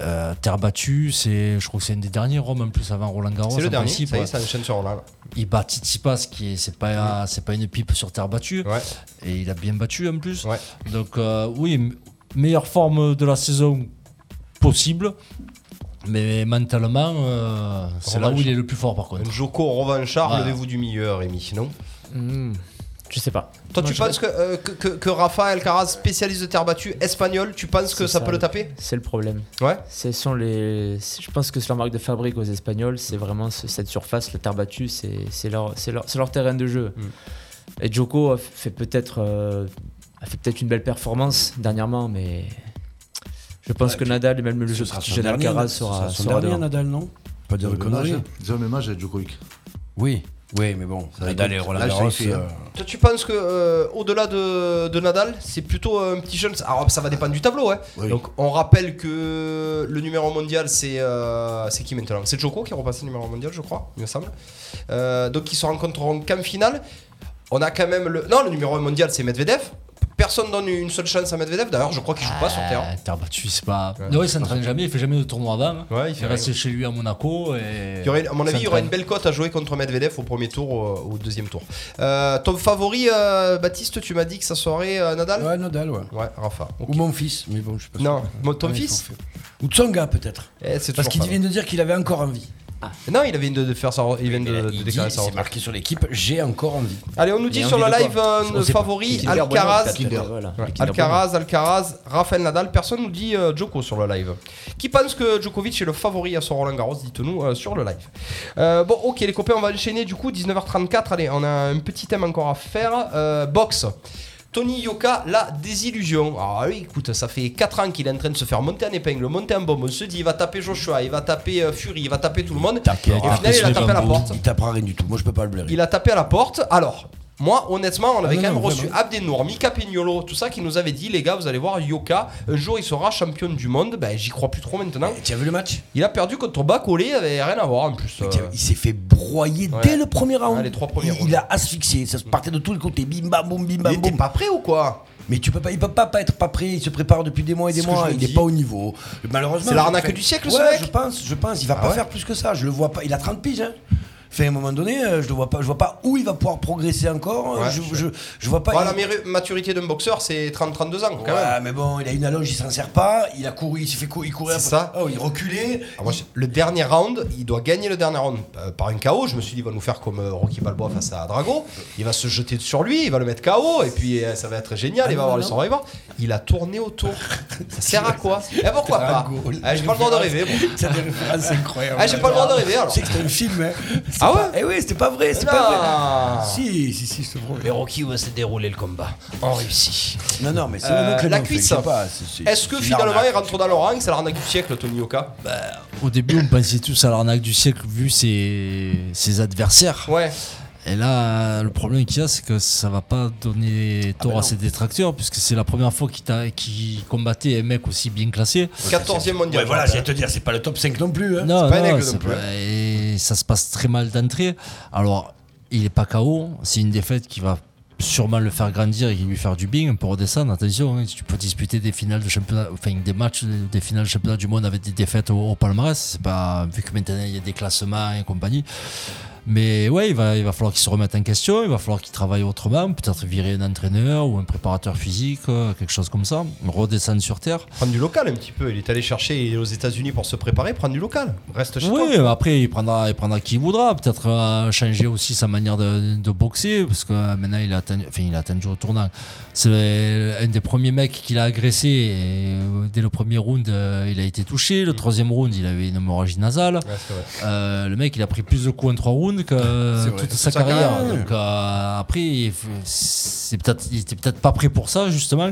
Speaker 9: Euh, terre battue, c'est, je crois que c'est un des derniers Rome en plus avant Roland Garros.
Speaker 7: C'est le
Speaker 9: en
Speaker 7: dernier,
Speaker 9: principe,
Speaker 7: ça y est,
Speaker 9: ouais.
Speaker 7: ça enchaîne sur Roland.
Speaker 9: Il bat Tsitsipas, qui est, c'est pas, c'est pas une pipe sur terre battue.
Speaker 7: Ouais.
Speaker 9: Et il a bien battu en plus.
Speaker 7: Ouais.
Speaker 9: Donc euh, oui, m- meilleure forme de la saison possible. Mais mentalement, euh, c'est là où il est le plus fort par contre.
Speaker 7: Un Joko revanchard,
Speaker 9: Ouais.
Speaker 7: levez-vous du milieu, Rémi, non
Speaker 8: Hmm, je sais pas.
Speaker 7: Toi,
Speaker 8: Moi,
Speaker 7: tu
Speaker 8: je-
Speaker 7: penses que, euh, que, que, que Rafa Alcaraz, spécialiste de terre battue espagnol, tu penses que
Speaker 8: C'est
Speaker 7: ça,
Speaker 8: ça,
Speaker 7: peut le
Speaker 8: oui.
Speaker 7: taper
Speaker 8: C'est le problème.
Speaker 7: Ouais.
Speaker 8: Ce sont les. c'est- Je pense que c'est leur marque de fabrique aux Espagnols. C'est vraiment ce- cette surface, la terre battue, c'est c'est leur, c'est leur, c'est leur terrain de jeu.
Speaker 7: Mm.
Speaker 8: Et Joko a fait peut-être euh, a fait peut-être une belle performance dernièrement, mais je pense que Nadal et même le jeu
Speaker 6: sera son
Speaker 8: jeune
Speaker 6: dernier,
Speaker 8: Alcaraz
Speaker 6: ce
Speaker 8: sera,
Speaker 6: son
Speaker 8: sera
Speaker 6: dernier,
Speaker 8: devant.
Speaker 6: Nadal, non Pas dire
Speaker 3: Ils
Speaker 6: de
Speaker 3: ont le même âge,
Speaker 6: conneries.
Speaker 3: hein. Ils ont le même âge avec Djokovic.
Speaker 6: Oui, oui, mais bon,
Speaker 3: Ça
Speaker 6: Nadal
Speaker 3: écoute,
Speaker 6: et Roland
Speaker 3: là, ça
Speaker 6: Garros.
Speaker 3: y fait,
Speaker 6: euh,
Speaker 3: hein.
Speaker 7: Toi, tu penses que euh, au-delà de, de Nadal, c'est plutôt un petit jeune. Alors, ça va dépendre du tableau, ouais.
Speaker 3: Oui.
Speaker 7: Donc, on rappelle que le numéro mondial, c'est euh, c'est qui maintenant C'est Joko qui est repassé numéro mondial, je crois, il me semble. Euh, donc, ils se rencontreront qu'en finale. On a quand même le. Non, le numéro mondial, c'est Medvedev. Personne donne une seule chance à Medvedev. D'ailleurs, je crois qu'il joue pas sur terre.
Speaker 9: Ah, terre battue, c'est pas. Non, il s'entraîne jamais, il fait jamais de tournoi avant.
Speaker 7: Ouais, il fait
Speaker 9: il reste chez lui à Monaco. Et
Speaker 7: Il y aurait, à mon avis, il y aura
Speaker 9: s'entraîne.
Speaker 7: une belle cote à jouer contre Medvedev au premier tour euh, ou au deuxième tour. Euh, ton favori, euh, Baptiste, tu m'as dit que ça serait euh, Nadal
Speaker 6: Ouais, Nadal, ouais. Ah,
Speaker 7: Ouais, Rafa.
Speaker 6: Ou mon fils, mais bon, je sais pas.
Speaker 7: Non,
Speaker 6: sûr.
Speaker 7: mon- ton
Speaker 6: Ouais,
Speaker 7: fils
Speaker 6: Ou Tsonga, peut-être.
Speaker 7: Eh, c'est
Speaker 6: Parce
Speaker 7: toujours
Speaker 6: qu'il
Speaker 7: pas
Speaker 6: vient de dire qu'il avait encore envie.
Speaker 7: Non, il vient de, de faire sa, il vient de, de
Speaker 6: Il dit,
Speaker 7: déclarer sa
Speaker 6: c'est
Speaker 7: retraite.
Speaker 6: marqué sur l'équipe, j'ai encore envie.
Speaker 7: Allez, on nous dit sur le live euh, favori Alcaraz.
Speaker 8: Voilà.
Speaker 7: Ouais, Alcaraz, Alcaraz, Rafael Nadal. Personne nous dit euh, Djoko sur le live. Qui pense que Djokovic est le favori à son Roland Garros Dites-nous euh, sur le live. Euh, bon, ok, les copains, on va enchaîner du coup. 19h34. Allez, on a un petit thème encore à faire. Euh, boxe. Tony Yoka, la désillusion. Alors lui, écoute, ça fait 4 ans qu'il est en train de se faire monter en épingle, monter en bombe. On se dit, il va taper Joshua, il va taper euh, Fury, il va taper tout le monde. Et au final, il a tapé à la porte.
Speaker 6: Il tapera rien du tout. Moi, je peux pas le blairer.
Speaker 7: Il a tapé à la porte. Alors, moi, honnêtement, on avait
Speaker 6: Ah non,
Speaker 7: quand même
Speaker 6: non,
Speaker 7: reçu
Speaker 6: vraiment.
Speaker 7: Abdenour, Mika Pignolo, tout ça, qui nous avait dit, les gars, vous allez voir, Yoka, un jour, il sera champion du monde. Ben, j'y crois plus trop maintenant.
Speaker 6: Tu as vu le match
Speaker 7: Il a perdu contre Bacolé, avait rien à voir en plus.
Speaker 6: Tiens,
Speaker 7: euh.
Speaker 6: Il s'est fait broyer
Speaker 7: Ouais.
Speaker 6: dès le premier round.
Speaker 7: Ouais, les trois premiers
Speaker 6: il,
Speaker 7: rounds.
Speaker 6: il a asphyxié. Ça se partait de tous les côtés. Bim bam boum, bim
Speaker 7: Il
Speaker 6: bam
Speaker 7: était
Speaker 6: boum.
Speaker 7: pas prêt ou quoi
Speaker 6: Mais tu peux pas, il peut pas, pas être pas prêt. Il se prépare depuis des mois et des
Speaker 7: C'est ce que
Speaker 6: mois.
Speaker 7: je me
Speaker 6: Il n'est
Speaker 7: dis.
Speaker 6: pas au niveau. Malheureusement.
Speaker 7: C'est l'arnaque
Speaker 6: enfin,
Speaker 7: du siècle,
Speaker 6: ouais,
Speaker 7: ce mec. Ah
Speaker 6: Je pense, je pense. Il va pas
Speaker 7: ouais
Speaker 6: faire plus que ça. Je le vois pas. Il a 30 piges. Hein. Fait à un moment donné, euh, je le vois pas. Je vois pas où il va pouvoir progresser encore.
Speaker 7: Ouais,
Speaker 6: je,
Speaker 7: je-
Speaker 6: je, je vois pas.
Speaker 7: Bon, La
Speaker 6: il-
Speaker 7: mairie- maturité d'un boxeur, c'est 30-32 ans quand
Speaker 6: Ouais,
Speaker 7: même.
Speaker 6: mais bon, il a une allonge, il s'en sert pas. Il a couru, il s'est fait courir, il courait.
Speaker 7: C'est
Speaker 6: après-
Speaker 7: ça.
Speaker 6: Oh, il reculait.
Speaker 7: Ah, moi, je- le dernier round, il doit gagner le dernier round euh, par un KO. Je me suis dit, il va nous faire comme euh, Rocky Balboa face à Drago. Il va se jeter sur lui, il va le mettre KO, et puis euh, ça va être génial. il va avoir le survivor. Il a tourné autour. ça sert à quoi Et pourquoi pas
Speaker 6: Drago,
Speaker 7: Ah, J'ai pas le droit de rêver. bon.
Speaker 6: C'est des références incroyables.
Speaker 7: Ah, j'ai pas le droit de rêver, alors.
Speaker 6: C'est que c'était un film, hein. C'était
Speaker 7: Ah
Speaker 6: pas-
Speaker 7: ouais
Speaker 6: Eh oui, c'était pas vrai, c'est
Speaker 7: Non.
Speaker 6: pas
Speaker 7: Ah.
Speaker 6: vrai. Si, si, si, je te promets.
Speaker 7: Mais Rocky va se dérouler le combat en Russie.
Speaker 6: Non, non, mais c'est
Speaker 7: Euh,
Speaker 6: un autre
Speaker 7: la
Speaker 6: nom,
Speaker 7: cuisse.
Speaker 6: je sais pas, c'est- c'est-
Speaker 7: Est-ce que
Speaker 6: c'est Bah, une
Speaker 7: finalement il
Speaker 6: arnaque.
Speaker 7: rentre dans l'orange C'est l'arnaque du siècle, Tony Oka.
Speaker 9: Au début, on pensait tous à l'arnaque du siècle vu ses, ses adversaires.
Speaker 7: Ouais.
Speaker 9: Et là, le problème qu'il y a, c'est que ça va pas donner
Speaker 7: Ah,
Speaker 9: tort à ses détracteurs, puisque c'est la première fois qu'il t'a- qu'il combattait un mec aussi bien classé.
Speaker 7: 14e mondial.
Speaker 6: Ouais, voilà,
Speaker 7: je
Speaker 6: j'allais te dire, c'est pas le top 5 non plus. hein.
Speaker 9: Non,
Speaker 7: pas hein. un
Speaker 9: non,
Speaker 7: aigle
Speaker 9: c'est
Speaker 7: non plus,
Speaker 9: pas- et ça se passe très mal d'entrée. Alors, il est pas KO, c'est une défaite qui va sûrement le faire grandir et lui faire du bien pour redescendre. Attention, hein, tu peux disputer des finales de championnat, enfin des matchs, des finales de championnat du monde avec des défaites au, au palmarès. C'est pas vu que maintenant il y a des classements et compagnie. Mais ouais, il va, il va falloir qu'il se remette en question, il va falloir qu'il travaille autrement, peut-être virer un entraîneur ou un préparateur physique, euh, quelque chose comme ça, redescendre sur terre.
Speaker 7: Prendre du local un petit peu. Il est allé chercher il est aux États-Unis pour se préparer. Prendre du local. Reste chez toi.
Speaker 9: Oui, mais après, il prendra, il prendra qui il voudra. Peut-être euh, changer aussi sa manière de, de boxer, parce que euh, maintenant, il a atteint, enfin, il a atteint le tournant. C'est un des premiers mecs qu'il a agressé. Et euh, dès le premier round, euh, il a été touché. Le troisième round, il avait une hémorragie nasale.
Speaker 7: Ouais, c'est vrai.
Speaker 9: Euh, le mec, il a pris plus de coups en trois rounds que euh,
Speaker 6: C'est vrai.
Speaker 9: toute sa
Speaker 7: Toute sa carrière,
Speaker 9: carrière. Donc, euh, après, il f- c'est peut-être, il était peut-être pas prêt pour ça, justement.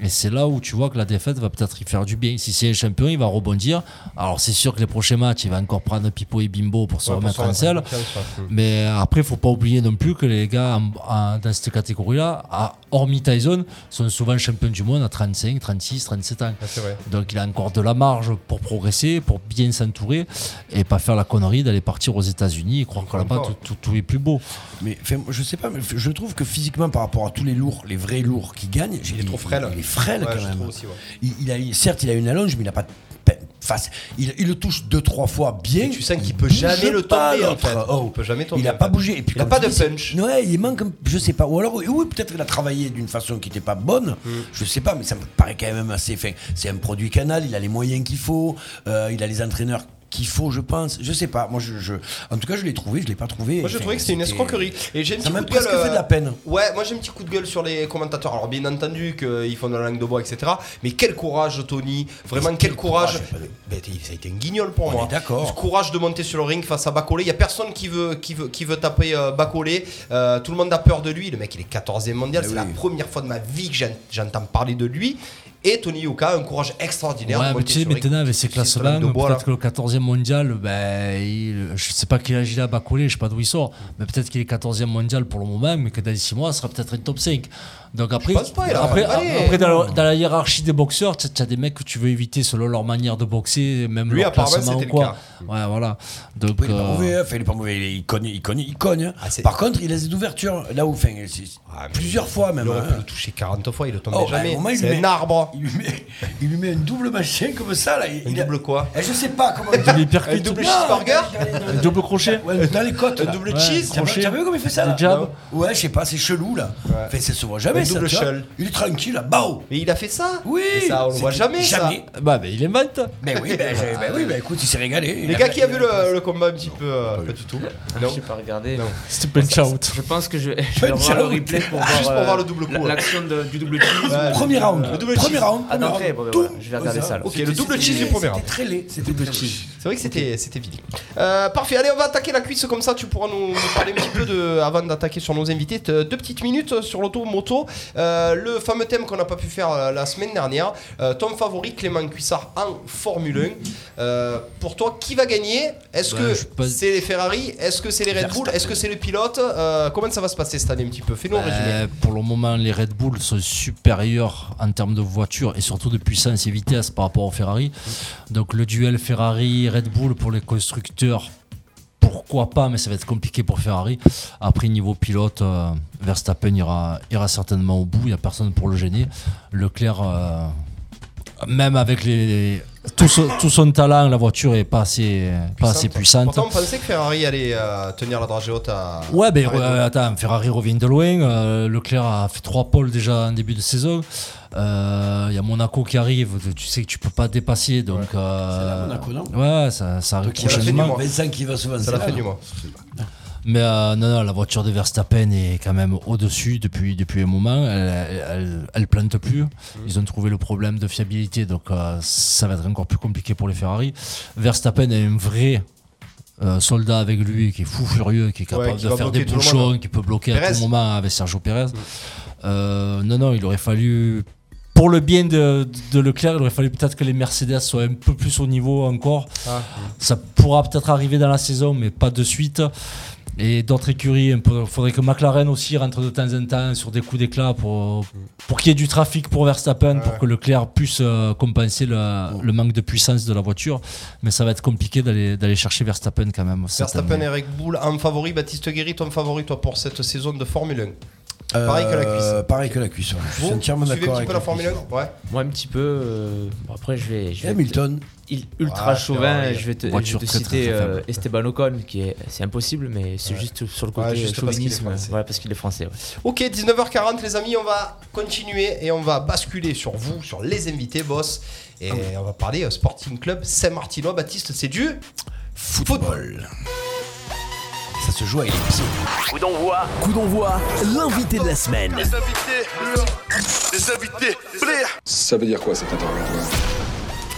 Speaker 9: Et c'est là où tu vois que la défaite va peut-être y faire du bien. Si c'est un champion, il va rebondir. Alors, c'est sûr que les prochains matchs, il va encore prendre Pipo et Bimbo pour se
Speaker 7: Ouais, pour
Speaker 9: remettre
Speaker 7: se
Speaker 9: en selle.
Speaker 7: remettre en selle, ouais.
Speaker 9: Mais après, faut pas oublier non plus que les gars en- en- dans cette catégorie-là, à- hormis Tyson, sont souvent champions du monde à 35, 36, 37 ans.
Speaker 7: Ouais, Ah, c'est vrai.
Speaker 9: Donc il a encore de la marge pour progresser, pour bien s'entourer et pas faire la connerie d'aller partir aux États-Unis et croire que là-bas
Speaker 7: Encore.
Speaker 9: tout, tout- tout est plus beau.
Speaker 6: Mais enfin, je sais pas, mais je trouve que physiquement, par rapport à tous les lourds, les vrais lourds qui gagnent, il
Speaker 7: trop frêle.
Speaker 6: Il est frêle
Speaker 7: Ouais, je
Speaker 6: quand même.
Speaker 7: trouve aussi, ouais.
Speaker 6: il, il a, il- certes, il a une allonge, mais il n'a pas de pe- face. Il, il le touche deux, trois fois bien.
Speaker 7: Et tu sens qu'il peut
Speaker 6: bouge
Speaker 7: jamais le
Speaker 6: pas,
Speaker 7: tomber, en
Speaker 6: l'autre. Oh.
Speaker 7: fait. Il peut jamais tomber,
Speaker 6: Il n'a
Speaker 7: en
Speaker 6: pas
Speaker 7: fait.
Speaker 6: bougé. Et puis,
Speaker 7: Il a
Speaker 6: comme
Speaker 7: pas
Speaker 6: tu
Speaker 7: de
Speaker 6: dis, c'est-
Speaker 7: punch.
Speaker 6: Ouais, il manque, un- je sais pas. Ou alors, oui, peut-être il a travaillé d'une façon qui n'était pas bonne.
Speaker 7: Mm.
Speaker 6: Je sais pas, mais ça me paraît quand même assez. Enfin, c'est un produit canal, il a les moyens qu'il faut, euh, il a les entraîneurs qu'il faut, je pense. Je sais pas. Moi, je, je- en tout cas, je l'ai trouvé, je l'ai pas trouvé.
Speaker 7: Moi, je
Speaker 6: Enfin,
Speaker 7: trouvais que c'était une escroquerie. Et j'ai un
Speaker 6: Ça
Speaker 7: petit
Speaker 6: m'a
Speaker 7: coup de gueule, euh,
Speaker 6: presque fait de la peine.
Speaker 7: Ouais, moi j'ai un petit coup de gueule sur les commentateurs. Alors, bien entendu qu'ils font de la langue de bois, etc. Mais quel courage, Tony. Vraiment,
Speaker 6: Mais
Speaker 7: quel
Speaker 6: quel
Speaker 7: courage.
Speaker 6: courage, pas de-
Speaker 7: Ben, t'es- ça a été un guignol pour
Speaker 6: On
Speaker 7: moi.
Speaker 6: est d'accord.
Speaker 7: Ce courage de monter sur le ring face à Bacolé. Il y a personne qui veut, qui veut, qui veut taper euh, Bacolé. Euh, tout le monde a peur de lui. Le mec, il est 14e mondial.
Speaker 6: Eh
Speaker 7: C'est
Speaker 6: oui.
Speaker 7: la première fois de ma vie que j'en- j'entends parler de lui. Et Tony Yuka, un courage extraordinaire. de
Speaker 9: Ouais, mais
Speaker 7: monter
Speaker 9: tu sais,
Speaker 7: sur le ring.
Speaker 9: maintenant avec ces
Speaker 7: Tu sais, cette langue
Speaker 9: classements,
Speaker 7: de bois, là.
Speaker 9: peut-être que le 14e mondial, ben, il- je sais pas qu'il agit là à Bacolé, je sais pas d'où il sort, mais peut-être qu'il est 14e mondial pour le moment, mais que dans 6 mois, ce sera peut-être un top 5. Donc après,
Speaker 7: pense pas, il a-
Speaker 9: après,
Speaker 7: Allez.
Speaker 9: après, dans, la, dans la hiérarchie des boxeurs, tu as des mecs que tu veux éviter selon leur manière de boxer, même
Speaker 7: Lui,
Speaker 9: leur
Speaker 7: apparemment,
Speaker 9: classement ou
Speaker 7: c'était le
Speaker 9: quoi. Ouais, voilà. Donc,
Speaker 6: Après, il est pas
Speaker 9: euh,
Speaker 6: mauvais, hein. Enfin, il est pas mauvais, il est- il cogne, il cogne, il cogne. hein.
Speaker 7: Ah, c'est-
Speaker 6: Par contre, il laisse des ouvertures là où, enfin, c'est-
Speaker 7: Ah, mais
Speaker 6: plusieurs fois même.
Speaker 7: Il aurait
Speaker 6: hein.
Speaker 7: pu le toucher 40 fois, il le tombait
Speaker 6: Oh, à un
Speaker 7: jamais.
Speaker 6: moment, il lui
Speaker 7: C'est un
Speaker 6: met-
Speaker 7: arbre.
Speaker 6: Il lui, met, il lui met un double machin comme ça là. Il,
Speaker 7: Un
Speaker 6: il a-
Speaker 7: double quoi
Speaker 6: Eh, Je sais pas comment. Un double
Speaker 7: Un double cheeseburger
Speaker 9: un double crochet
Speaker 6: dans les côtes.
Speaker 7: Un
Speaker 6: là.
Speaker 7: double
Speaker 9: Ouais.
Speaker 7: cheese
Speaker 6: T'as vu-
Speaker 9: crochet.
Speaker 6: T'as vu comment il fait ça
Speaker 9: Le
Speaker 6: là
Speaker 9: jab.
Speaker 6: Ouais, je sais pas, c'est chelou là. Enfin, ça se voit jamais.
Speaker 7: Mais une double
Speaker 6: ça, tu vois.
Speaker 7: shell.
Speaker 6: Il est tranquille, là, bao
Speaker 7: Mais il a fait ça
Speaker 6: Oui
Speaker 7: Mais ça, on le voit
Speaker 6: C'est-
Speaker 7: jamais,
Speaker 6: Jamais
Speaker 7: ça.
Speaker 5: Bah, mais il invente.
Speaker 6: Mais oui, ben, j'ai- ben oui, ben, écoute, il s'est régalé. Ah, bah, Il
Speaker 7: Les gars, qui a vu le, le combat un petit peu euh, Pas du tout. Non.
Speaker 8: Je sais pas regarder.
Speaker 7: Non.
Speaker 5: C'était punch out.
Speaker 8: Je pense que je, je vais revoir le
Speaker 6: out.
Speaker 8: replay pour
Speaker 7: Ah,
Speaker 8: voir,
Speaker 7: juste pour
Speaker 8: euh,
Speaker 7: voir le double coup,
Speaker 8: la-
Speaker 7: ouais.
Speaker 8: L'action de- du double tease.
Speaker 7: Ouais.
Speaker 6: Premier round.
Speaker 7: Le
Speaker 6: Le
Speaker 7: double
Speaker 6: double
Speaker 7: cheese.
Speaker 6: Premier round.
Speaker 8: Ah,
Speaker 6: premier
Speaker 8: d'entrée,
Speaker 6: round.
Speaker 8: bon, ben
Speaker 6: Tout.
Speaker 8: voilà, je vais regarder ça, alors.
Speaker 7: Ok, le double cheese du premier round.
Speaker 6: C'était très laid. C'était très laid.
Speaker 7: C'est vrai que c'était c'était vide. Euh, parfait, allez, on va attaquer la cuisse comme ça. Tu pourras nous, nous parler un petit peu de, avant d'attaquer sur nos invités. te- Deux petites minutes sur l'auto-moto. Euh, le fameux thème qu'on n'a pas pu faire euh, la semaine dernière. Euh, ton favori, Clément Cuissard en Formule 1. Euh, pour toi, qui va gagner Est-ce
Speaker 9: Ouais, Bah, je
Speaker 7: que
Speaker 9: pense-
Speaker 7: c'est les Ferrari Est-ce que c'est les Red Bull Est-ce que c'est les pilotes Euh, Comment ça va se passer cette année un petit peu Fais-nous un résumé.
Speaker 9: Euh, pour le moment, les Red Bull sont supérieurs en termes de voiture et surtout de puissance et vitesse par rapport aux Ferrari. Donc le duel Ferrari-Red Bull pour les constructeurs, pourquoi pas, mais ça va être compliqué pour Ferrari. Après, niveau pilote, euh, Verstappen ira, ira certainement au bout, il n'y a personne pour le gêner. Leclerc, euh, même avec les, tout, son, tout son talent, la voiture n'est pas assez, pas assez puissante.
Speaker 7: Pourtant, on pensait que Ferrari allait euh, tenir la dragée haute à.
Speaker 9: Ouais, ben
Speaker 7: à Red Bull.
Speaker 9: euh, attends, Ferrari revient de loin. euh, Leclerc a fait trois pôles déjà en début de saison. Euh, Il y a Monaco qui arrive. Tu sais que tu peux pas dépasser, donc. euh,
Speaker 6: Monaco, non
Speaker 9: Ouais, ça, ça arrive
Speaker 6: Donc, il va faire du
Speaker 9: prochainement.
Speaker 7: mois.
Speaker 6: Vincent qui va se vendre.
Speaker 7: C'est la fin du mois.
Speaker 9: Mais euh, non, non, la voiture de Verstappen est quand même au-dessus depuis, depuis un moment. Elle, elle, elle plante
Speaker 7: Mhm.
Speaker 9: plus. Ils ont trouvé le problème de fiabilité, donc euh, ça va être encore plus compliqué pour les Ferrari. Verstappen est un vrai. euh, soldat avec lui qui est fou furieux, qui est capable
Speaker 7: Ouais, qui
Speaker 9: de
Speaker 7: va
Speaker 9: faire des
Speaker 7: bloquer tout le monde. hein. Mhm.
Speaker 9: bouchons, qui peut bloquer à
Speaker 7: Perez.
Speaker 9: tout moment avec Sergio Pérez. Euh, non, non, il aurait fallu, pour le bien de, de Leclerc, il aurait fallu peut-être que les Mercedes soient un peu plus au niveau encore.
Speaker 7: Ah.
Speaker 9: Ça pourra peut-être arriver dans la saison, mais pas de suite. Et d'autres écuries, il faudrait que McLaren aussi rentre de temps en temps sur des coups d'éclat pour, pour qu'il y ait du trafic pour Verstappen, pour que Leclerc puisse euh, compenser le, le manque de puissance de la voiture. Mais ça va être compliqué d'aller d'aller chercher Verstappen quand même. cette
Speaker 7: Verstappen
Speaker 9: année.
Speaker 7: et Red Bull en favori. Baptiste Guéry, ton favori, toi, pour cette saison de Formule 1. Pareil que la cuisse.
Speaker 6: Euh, Pareil que la cuisse. ouais. Je suis
Speaker 7: Vous,
Speaker 6: entièrement
Speaker 7: suivez un
Speaker 6: d'accord
Speaker 7: petit
Speaker 6: avec
Speaker 7: peu la Formule 1
Speaker 6: cuisse.
Speaker 7: Ouais.
Speaker 8: Moi, un petit peu. euh, bon, après, je vais. Je vais
Speaker 6: Hamilton.
Speaker 8: il- ultra
Speaker 7: Ouais,
Speaker 8: chauvin,
Speaker 7: Ferrari.
Speaker 8: je vais te,
Speaker 9: Voiture
Speaker 8: je vais te
Speaker 9: très, très,
Speaker 8: citer
Speaker 9: très faible.
Speaker 8: euh, Esteban Ocon, qui est. C'est impossible, mais c'est juste sur le côté
Speaker 7: Ouais, juste parce qu'il est
Speaker 8: chauvinisme.
Speaker 7: français.
Speaker 8: voilà, parce qu'il est français. ouais.
Speaker 7: Ok, 19h40, les amis, on va continuer et on va basculer sur vous, sur les invités, boss. Et
Speaker 6: Ah
Speaker 7: on va parler euh, Sporting Club Saint-Martinois. Baptiste, c'est du football.
Speaker 6: Ça se joue à l'ellipse.
Speaker 2: Coup d'envoi, l'invité de la semaine.
Speaker 7: Ah,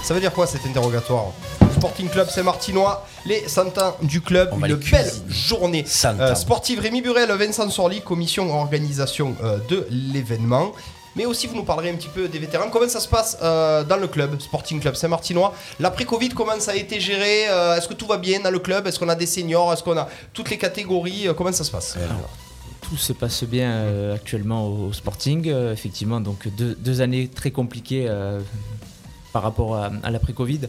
Speaker 7: Ça veut dire quoi cet interrogatoire Sporting Club Saint-Martinois, les Santins du club,
Speaker 6: On va
Speaker 7: une
Speaker 6: les
Speaker 7: belle
Speaker 6: cuisiner.
Speaker 7: journée
Speaker 6: Santin.
Speaker 7: Euh, sportive. Rémi Burel, Vincent Sorli, commission organisation euh, de l'événement. Mais aussi, vous nous parlerez un petit peu des vétérans. Comment ça se passe euh, dans le club, Sporting Club Saint-Martinois L'après-Covid, comment ça a été géré Euh, Est-ce que tout va bien dans le club Est-ce qu'on a des seniors Est-ce qu'on a toutes les catégories Euh, Comment ça se passe
Speaker 8: Tout se passe bien euh, actuellement au, au Sporting. euh, effectivement, donc deux, deux années très compliquées euh, par rapport à, à l'après-Covid.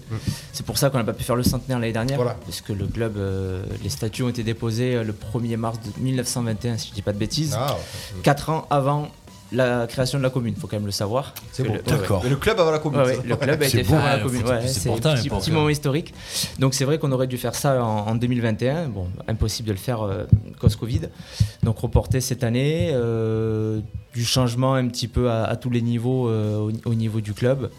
Speaker 8: C'est pour ça qu'on n'a pas pu faire le centenaire l'année dernière.
Speaker 7: Voilà.
Speaker 8: Parce que le club, euh, les statuts ont été déposés euh, le 1er mars de 1921, si je dis pas de bêtises.
Speaker 7: Ah,
Speaker 8: Quatre ans avant la création de la commune, faut quand même le savoir.
Speaker 7: C'est
Speaker 8: Que
Speaker 7: bon,
Speaker 8: le- ouais,
Speaker 6: D'accord.
Speaker 7: Le club avant la
Speaker 8: ouais.
Speaker 7: commune.
Speaker 8: Ouais, ouais, le club a
Speaker 6: C'est
Speaker 8: été
Speaker 6: beau,
Speaker 8: fait à
Speaker 9: ouais,
Speaker 8: la commune.
Speaker 9: faut-
Speaker 8: Ouais,
Speaker 9: c'est
Speaker 8: c'est un
Speaker 9: important,
Speaker 8: petit,
Speaker 9: pour
Speaker 8: petit
Speaker 9: que-
Speaker 8: moment historique. Donc c'est vrai qu'on aurait dû faire ça en, en 2021. Bon, impossible de le faire euh, cause Covid. Donc reporté cette année. euh, du changement un petit peu à, à tous les niveaux euh, au, au niveau du club.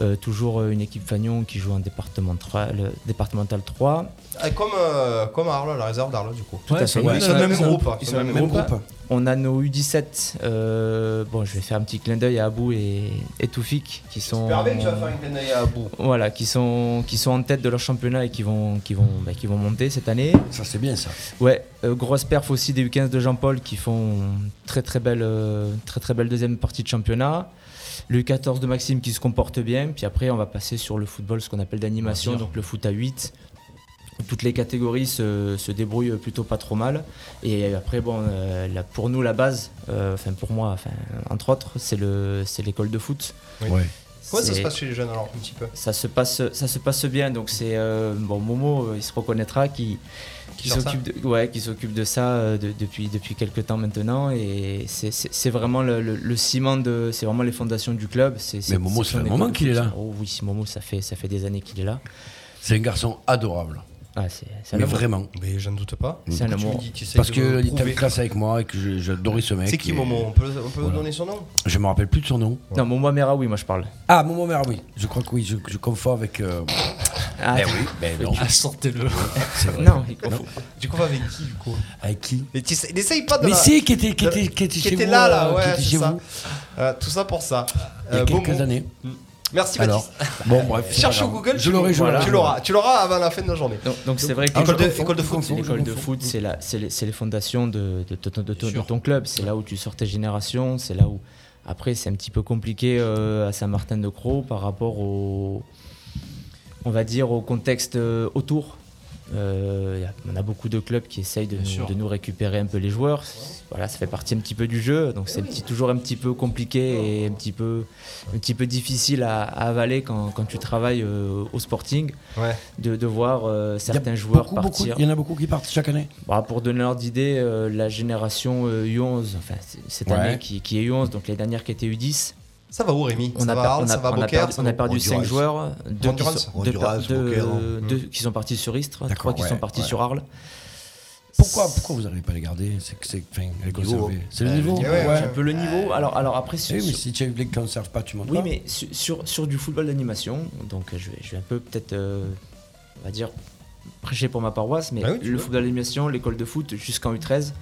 Speaker 8: Euh, toujours euh, une équipe Fagnon qui joue en département 3, le départemental 3.
Speaker 7: Ah, Comme, euh, comme à Arles, la réserve d'Arles, du coup.
Speaker 8: Tout à fait.
Speaker 7: Ils sont dans le même groupe. Ils sont dans le même groupe.
Speaker 8: On a nos U17. euh, bon, je vais faire un petit clin d'œil à Abou et, et Toufik qui sont.
Speaker 7: Super bien, tu vas faire une clin d'œil à bout.
Speaker 8: Voilà, qui sont, qui sont en tête de leur championnat et qui vont, qui vont, bah, qui vont monter cette année.
Speaker 6: Ça, c'est bien ça.
Speaker 8: Ouais, euh, grosse perf aussi des U15 de Jean-Paul qui font très très belle, euh, très très belle deuxième partie de championnat. Le U14 de Maxime qui se comporte bien. Puis après, on va passer sur le football, ce qu'on appelle d'animation, donc le foot à 8. Toutes les catégories se, se débrouillent plutôt pas trop mal. Et après, bon, euh, la- pour nous, la base, euh, enfin pour moi, enfin, entre autres, c'est le- c'est l'école de foot.
Speaker 6: Ouais.
Speaker 7: Comment ça se
Speaker 8: C'est-
Speaker 7: passe chez les jeunes alors, un petit peu
Speaker 8: ça se passe ça se passe bien donc c'est euh, bon Momo euh, il se reconnaîtra qui qui
Speaker 7: Sur ça.
Speaker 8: s'occupe de, ouais, qui s'occupe de ça euh, de- depuis depuis quelques temps maintenant et c'est- c'est c'est vraiment le, le- le ciment de c'est vraiment les fondations du club c'est c'est-
Speaker 6: Mais Momo,
Speaker 8: c'est
Speaker 6: ça fait
Speaker 8: une
Speaker 6: un moment
Speaker 8: école de
Speaker 6: qu'il est
Speaker 8: foot.
Speaker 6: là.
Speaker 8: oh oui Momo ça fait ça fait des années qu'il est là
Speaker 6: C'est un garçon adorable.
Speaker 8: Ah, c'est c'est un
Speaker 6: Mais
Speaker 8: amour.
Speaker 6: vraiment.
Speaker 7: Mais je ne doute pas.
Speaker 8: C'est un
Speaker 7: Tu me
Speaker 8: amour.
Speaker 7: dis, tu sais
Speaker 6: Parce
Speaker 7: de me
Speaker 6: que il était
Speaker 7: prouver.
Speaker 6: en classe avec moi et que j'ai- j'adorais ce mec.
Speaker 7: C'est qui
Speaker 6: et
Speaker 7: Momo On peut, on peut donner son nom
Speaker 6: Je me rappelle plus de son nom.
Speaker 8: Non, mon Moira, oui, moi je parle.
Speaker 6: Ah, Momo Mera, oui. Je crois que oui, je, je confonds avec. euh,
Speaker 8: Ah,
Speaker 6: ben oui, ben non.
Speaker 5: Ah, sortez-le.
Speaker 6: c'est vrai.
Speaker 8: Non, il confond.
Speaker 7: Du coup, avec qui du coup
Speaker 6: Avec qui
Speaker 7: Mais tu sais- N'essaye pas de.
Speaker 6: Mais
Speaker 7: la-
Speaker 6: si, qui était, qui
Speaker 7: de-
Speaker 6: était, qui était
Speaker 7: qui
Speaker 6: chez
Speaker 7: était
Speaker 6: vous,
Speaker 7: là, là,
Speaker 6: euh, qui
Speaker 7: ouais,
Speaker 6: était
Speaker 7: c'est
Speaker 6: chez
Speaker 7: ça.
Speaker 6: vous
Speaker 7: Euh, tout ça pour ça.
Speaker 6: il y a
Speaker 7: Euh,
Speaker 6: quelques
Speaker 7: Momo.
Speaker 6: années.
Speaker 7: Merci
Speaker 6: Alors,
Speaker 7: Baptiste.
Speaker 6: bon, bref.
Speaker 7: Cherche
Speaker 6: c'est
Speaker 7: sur
Speaker 6: pas grave.
Speaker 7: Google.
Speaker 6: Je
Speaker 7: tu
Speaker 6: l'aurai, je
Speaker 7: l'auras.
Speaker 6: l'aurai.
Speaker 7: Tu l'auras tu l'auras avant la fin de la journée.
Speaker 8: Donc, donc, c'est vrai que
Speaker 7: École de,
Speaker 6: confonds,
Speaker 7: école de foot.
Speaker 6: confonds,
Speaker 8: L'école
Speaker 6: je
Speaker 8: de
Speaker 6: confonds.
Speaker 8: foot, c'est la- c'est les, c'est les fondations de, de- de- de- de- de
Speaker 9: sûr.
Speaker 8: ton club. C'est là où tu sors tes générations. C'est là où. Après, c'est un petit peu compliqué euh, à Saint-Martin-de-Croix par rapport au. On va dire au contexte euh, autour. Euh, y a- on a beaucoup de clubs qui essayent de, nous,
Speaker 9: sûr.
Speaker 8: de nous récupérer un peu les joueurs. Voilà, ça fait partie un petit peu du jeu. Donc c'est un petit- toujours un petit peu compliqué et un petit peu, un petit peu difficile à, à avaler quand, quand tu travailles euh, au sporting.
Speaker 7: Ouais.
Speaker 8: De, de voir
Speaker 6: Il
Speaker 8: euh,
Speaker 6: y a
Speaker 8: certains joueurs
Speaker 6: beaucoup, beaucoup-
Speaker 8: partir.
Speaker 6: Il y en a beaucoup qui partent chaque année.
Speaker 8: Bah, pour donner l'ordre d'idée, euh, la génération euh, U11, enfin c- cette
Speaker 6: Ouais.
Speaker 8: année qui, qui est U11, donc les dernières qui étaient U10,
Speaker 7: Ça va où Rémi
Speaker 8: on
Speaker 7: Ça
Speaker 8: a,
Speaker 7: va
Speaker 8: per-
Speaker 7: Arles,
Speaker 8: on a-
Speaker 7: ça va
Speaker 8: on a
Speaker 7: Beaucaire
Speaker 8: perdu,
Speaker 7: ça
Speaker 8: on
Speaker 7: va-
Speaker 8: a perdu
Speaker 3: Honduras.
Speaker 8: 5 joueurs, euh, deux qui,
Speaker 7: Honduras,
Speaker 8: sont, deux
Speaker 3: Honduras,
Speaker 8: par- deux,
Speaker 3: Beaucaire,
Speaker 8: euh, deux qui sont partis sur Istres,
Speaker 6: D'accord,
Speaker 8: trois qui
Speaker 6: ouais,
Speaker 8: sont partis
Speaker 6: ouais.
Speaker 8: sur Arles.
Speaker 6: Pourquoi, pourquoi vous n'arrivez pas à les garder C'est que c'est enfin, les conserver. C'est le niveau.
Speaker 7: niveau, ouais.
Speaker 8: Un peu le niveau. Alors, alors après, sur-
Speaker 6: Eh oui,
Speaker 8: sur-
Speaker 6: si tu les conserves pas, tu montes
Speaker 8: Oui,
Speaker 6: pas.
Speaker 8: mais su- sur, sur du football d'animation, donc euh, je vais, je vais un peu peut-être, euh, on va dire, prêcher pour ma paroisse, mais
Speaker 7: Ah oui, tu
Speaker 8: le
Speaker 7: veux.
Speaker 8: football d'animation, l'école de foot jusqu'en U13,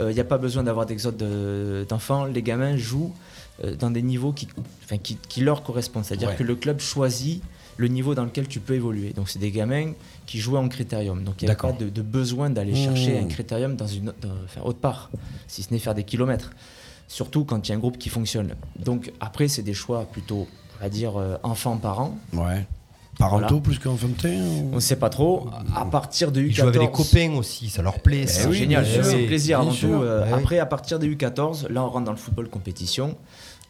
Speaker 8: il n'y a pas besoin d'avoir d'exode de- d'enfants. Les gamins jouent euh, dans des niveaux qui, enfin, qui, qui leur correspondent, c'est-à-dire
Speaker 6: Ouais.
Speaker 8: que le club choisit le niveau dans lequel tu peux évoluer. Donc c'est des gamins qui jouaient en critérium, donc il n'y a pas
Speaker 6: D'accord.
Speaker 8: de, de besoin d'aller chercher
Speaker 6: Mmh.
Speaker 8: un critérium dans une dans- enfin, autre part, si ce n'est faire des kilomètres surtout quand il y a un groupe qui fonctionne. Donc après, c'est des choix plutôt, on va dire, euh, enfants-parents.
Speaker 6: Ouais. Parentaux
Speaker 8: Voilà.
Speaker 6: plus qu'enfantin ou...
Speaker 8: On ne sait pas trop. À partir de U14.
Speaker 7: Ils jouent avec les copains aussi, ça leur plaît.
Speaker 8: C'est
Speaker 7: ça.
Speaker 8: génial,
Speaker 7: Eh
Speaker 8: c'est
Speaker 7: oui.
Speaker 8: un plaisir
Speaker 6: bien
Speaker 8: avant
Speaker 6: sûr.
Speaker 8: tout. Euh,
Speaker 7: Ouais, oui.
Speaker 8: Après, à partir des U14, là, on rentre dans le football compétition.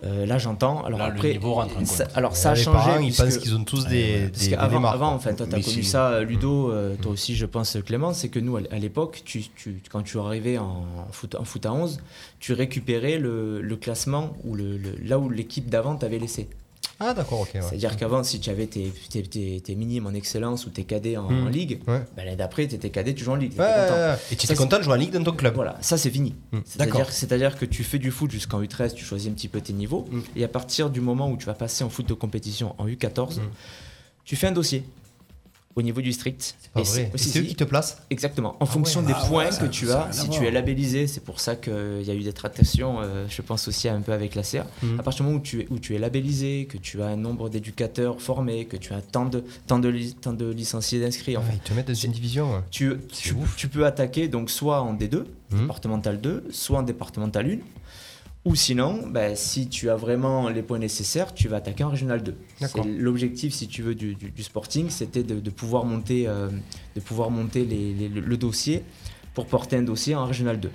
Speaker 8: Euh, là, j'entends. Alors
Speaker 9: Là, le
Speaker 8: après,
Speaker 9: niveau rentre en
Speaker 8: ça-
Speaker 9: compte.
Speaker 8: alors ça a
Speaker 7: les
Speaker 8: changé.
Speaker 7: parents, ils
Speaker 8: puisque-
Speaker 7: pensent qu'ils ont tous des,
Speaker 8: Parce
Speaker 7: des, des
Speaker 8: qu'avant,
Speaker 7: marques.
Speaker 8: avant, enfin, toi, t'as connu ça, euh, Ludo, euh, toi aussi, je pense, Clément, c'est que nous, à, à l'époque, tu, tu- quand tu arrivais en foot, en foot à 11, tu récupérais le, le classement ou le, le- là où l'équipe d'avant t'avait laissé.
Speaker 7: Ah d'accord, ok. ouais.
Speaker 8: C'est-à-dire qu'avant, si tu avais tes, tes, tes- tes minimes en excellence ou tes cadets en, en ligue,
Speaker 7: Mmh. Ouais.
Speaker 8: ben, l'année d'après, tu étais cadet, tu joues en ligue. t'étais
Speaker 7: Ouais, ouais,
Speaker 8: content.
Speaker 7: ouais. Et tu
Speaker 8: Ça,
Speaker 7: étais
Speaker 8: c'est-
Speaker 7: content de jouer en Ligue dans ton club.
Speaker 8: Voilà, ça c'est fini.
Speaker 6: Hmm. D'accord.
Speaker 8: C'est-à-dire- C'est-à-dire que tu fais du foot jusqu'en U13, tu choisis un petit peu tes niveaux,
Speaker 6: Hmm.
Speaker 8: et à partir du moment où tu vas passer en foot de compétition en U14,
Speaker 6: Hmm.
Speaker 8: tu fais un dossier au niveau du district.
Speaker 7: Pas
Speaker 8: Et
Speaker 7: vrai. Et
Speaker 8: si,
Speaker 7: C'est eux
Speaker 8: si,
Speaker 7: qui te placent
Speaker 8: Exactement, en fonction des
Speaker 6: Ah
Speaker 8: points
Speaker 6: ouais, ça-
Speaker 8: que tu
Speaker 6: ça a
Speaker 8: as,
Speaker 6: rien
Speaker 8: si
Speaker 6: à
Speaker 8: tu
Speaker 6: voir.
Speaker 8: es labellisé, c'est pour ça qu'il y a eu des tractations, euh, je pense aussi un peu avec la CA.
Speaker 6: Hmm.
Speaker 8: À partir du moment où tu, es, où tu es labellisé, que tu as un nombre d'éducateurs formés, que tu as tant de, tant de, li- tant de licenciés d'inscrits,
Speaker 7: Ah,
Speaker 8: enfin,
Speaker 7: Ils te mettent dans une division. ouais.
Speaker 8: tu, tu, tu peux attaquer donc soit en D2,
Speaker 7: Mhm.
Speaker 8: départemental 2, soit en départemental 1. Ou sinon, ben, si tu as vraiment les points nécessaires, tu vas attaquer en régional 2.
Speaker 7: D'accord.
Speaker 8: C'est L'objectif, si tu veux, du, du- du sporting, c'était de, de pouvoir monter, euh, de pouvoir monter les- les- le, le dossier pour porter un dossier en régional 2.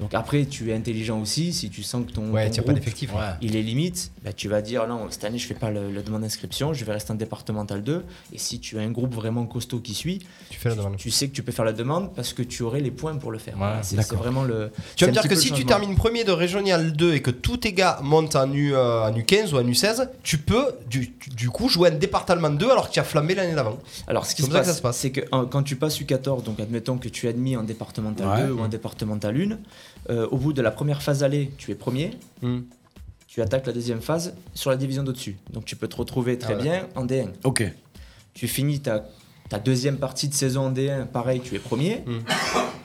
Speaker 8: Donc après, tu es intelligent aussi, si tu sens que ton,
Speaker 7: Ouais,
Speaker 8: ton
Speaker 7: tu n'as pas
Speaker 8: groupe,
Speaker 7: d'effectif. ouais.
Speaker 4: hein.
Speaker 8: il est limite, bah, tu vas dire non, cette année je fais pas le- la demande d'inscription, je vais rester en départemental 2. Et si tu as un groupe vraiment costaud qui suit,
Speaker 7: Tu fais la demande.
Speaker 8: tu sais que tu peux faire la demande parce que tu aurais les points pour le faire.
Speaker 9: Ouais,
Speaker 8: Voilà, c'est c'est vraiment le.
Speaker 7: Tu vas
Speaker 8: c'est
Speaker 7: me
Speaker 8: un
Speaker 7: dire
Speaker 8: petit
Speaker 7: que
Speaker 8: peu
Speaker 7: si
Speaker 8: le
Speaker 7: tu
Speaker 8: changement.
Speaker 7: termines premier de Régional 2 et que tous tes gars montent en, U, euh, en U15 ou en U16, tu peux du, du coup jouer un département 2 alors que tu as flammé l'année d'avant.
Speaker 8: Alors, ce qui
Speaker 7: C'est
Speaker 8: se
Speaker 7: comme ça que ça
Speaker 8: passe,
Speaker 7: se passe.
Speaker 8: c'est que hein, quand tu passes U14, donc admettons que tu es admis en départemental
Speaker 6: Ouais.
Speaker 8: 2 ou en départemental 1, euh, au bout de la première phase allée, tu es premier.
Speaker 7: Hmm.
Speaker 8: Tu attaques la deuxième phase sur la division d'au-dessus. Donc, tu peux te retrouver très
Speaker 7: Ah ouais.
Speaker 8: bien en D1.
Speaker 6: Ok.
Speaker 8: Tu finis ta, ta deuxième partie de saison en D1, pareil, tu es premier.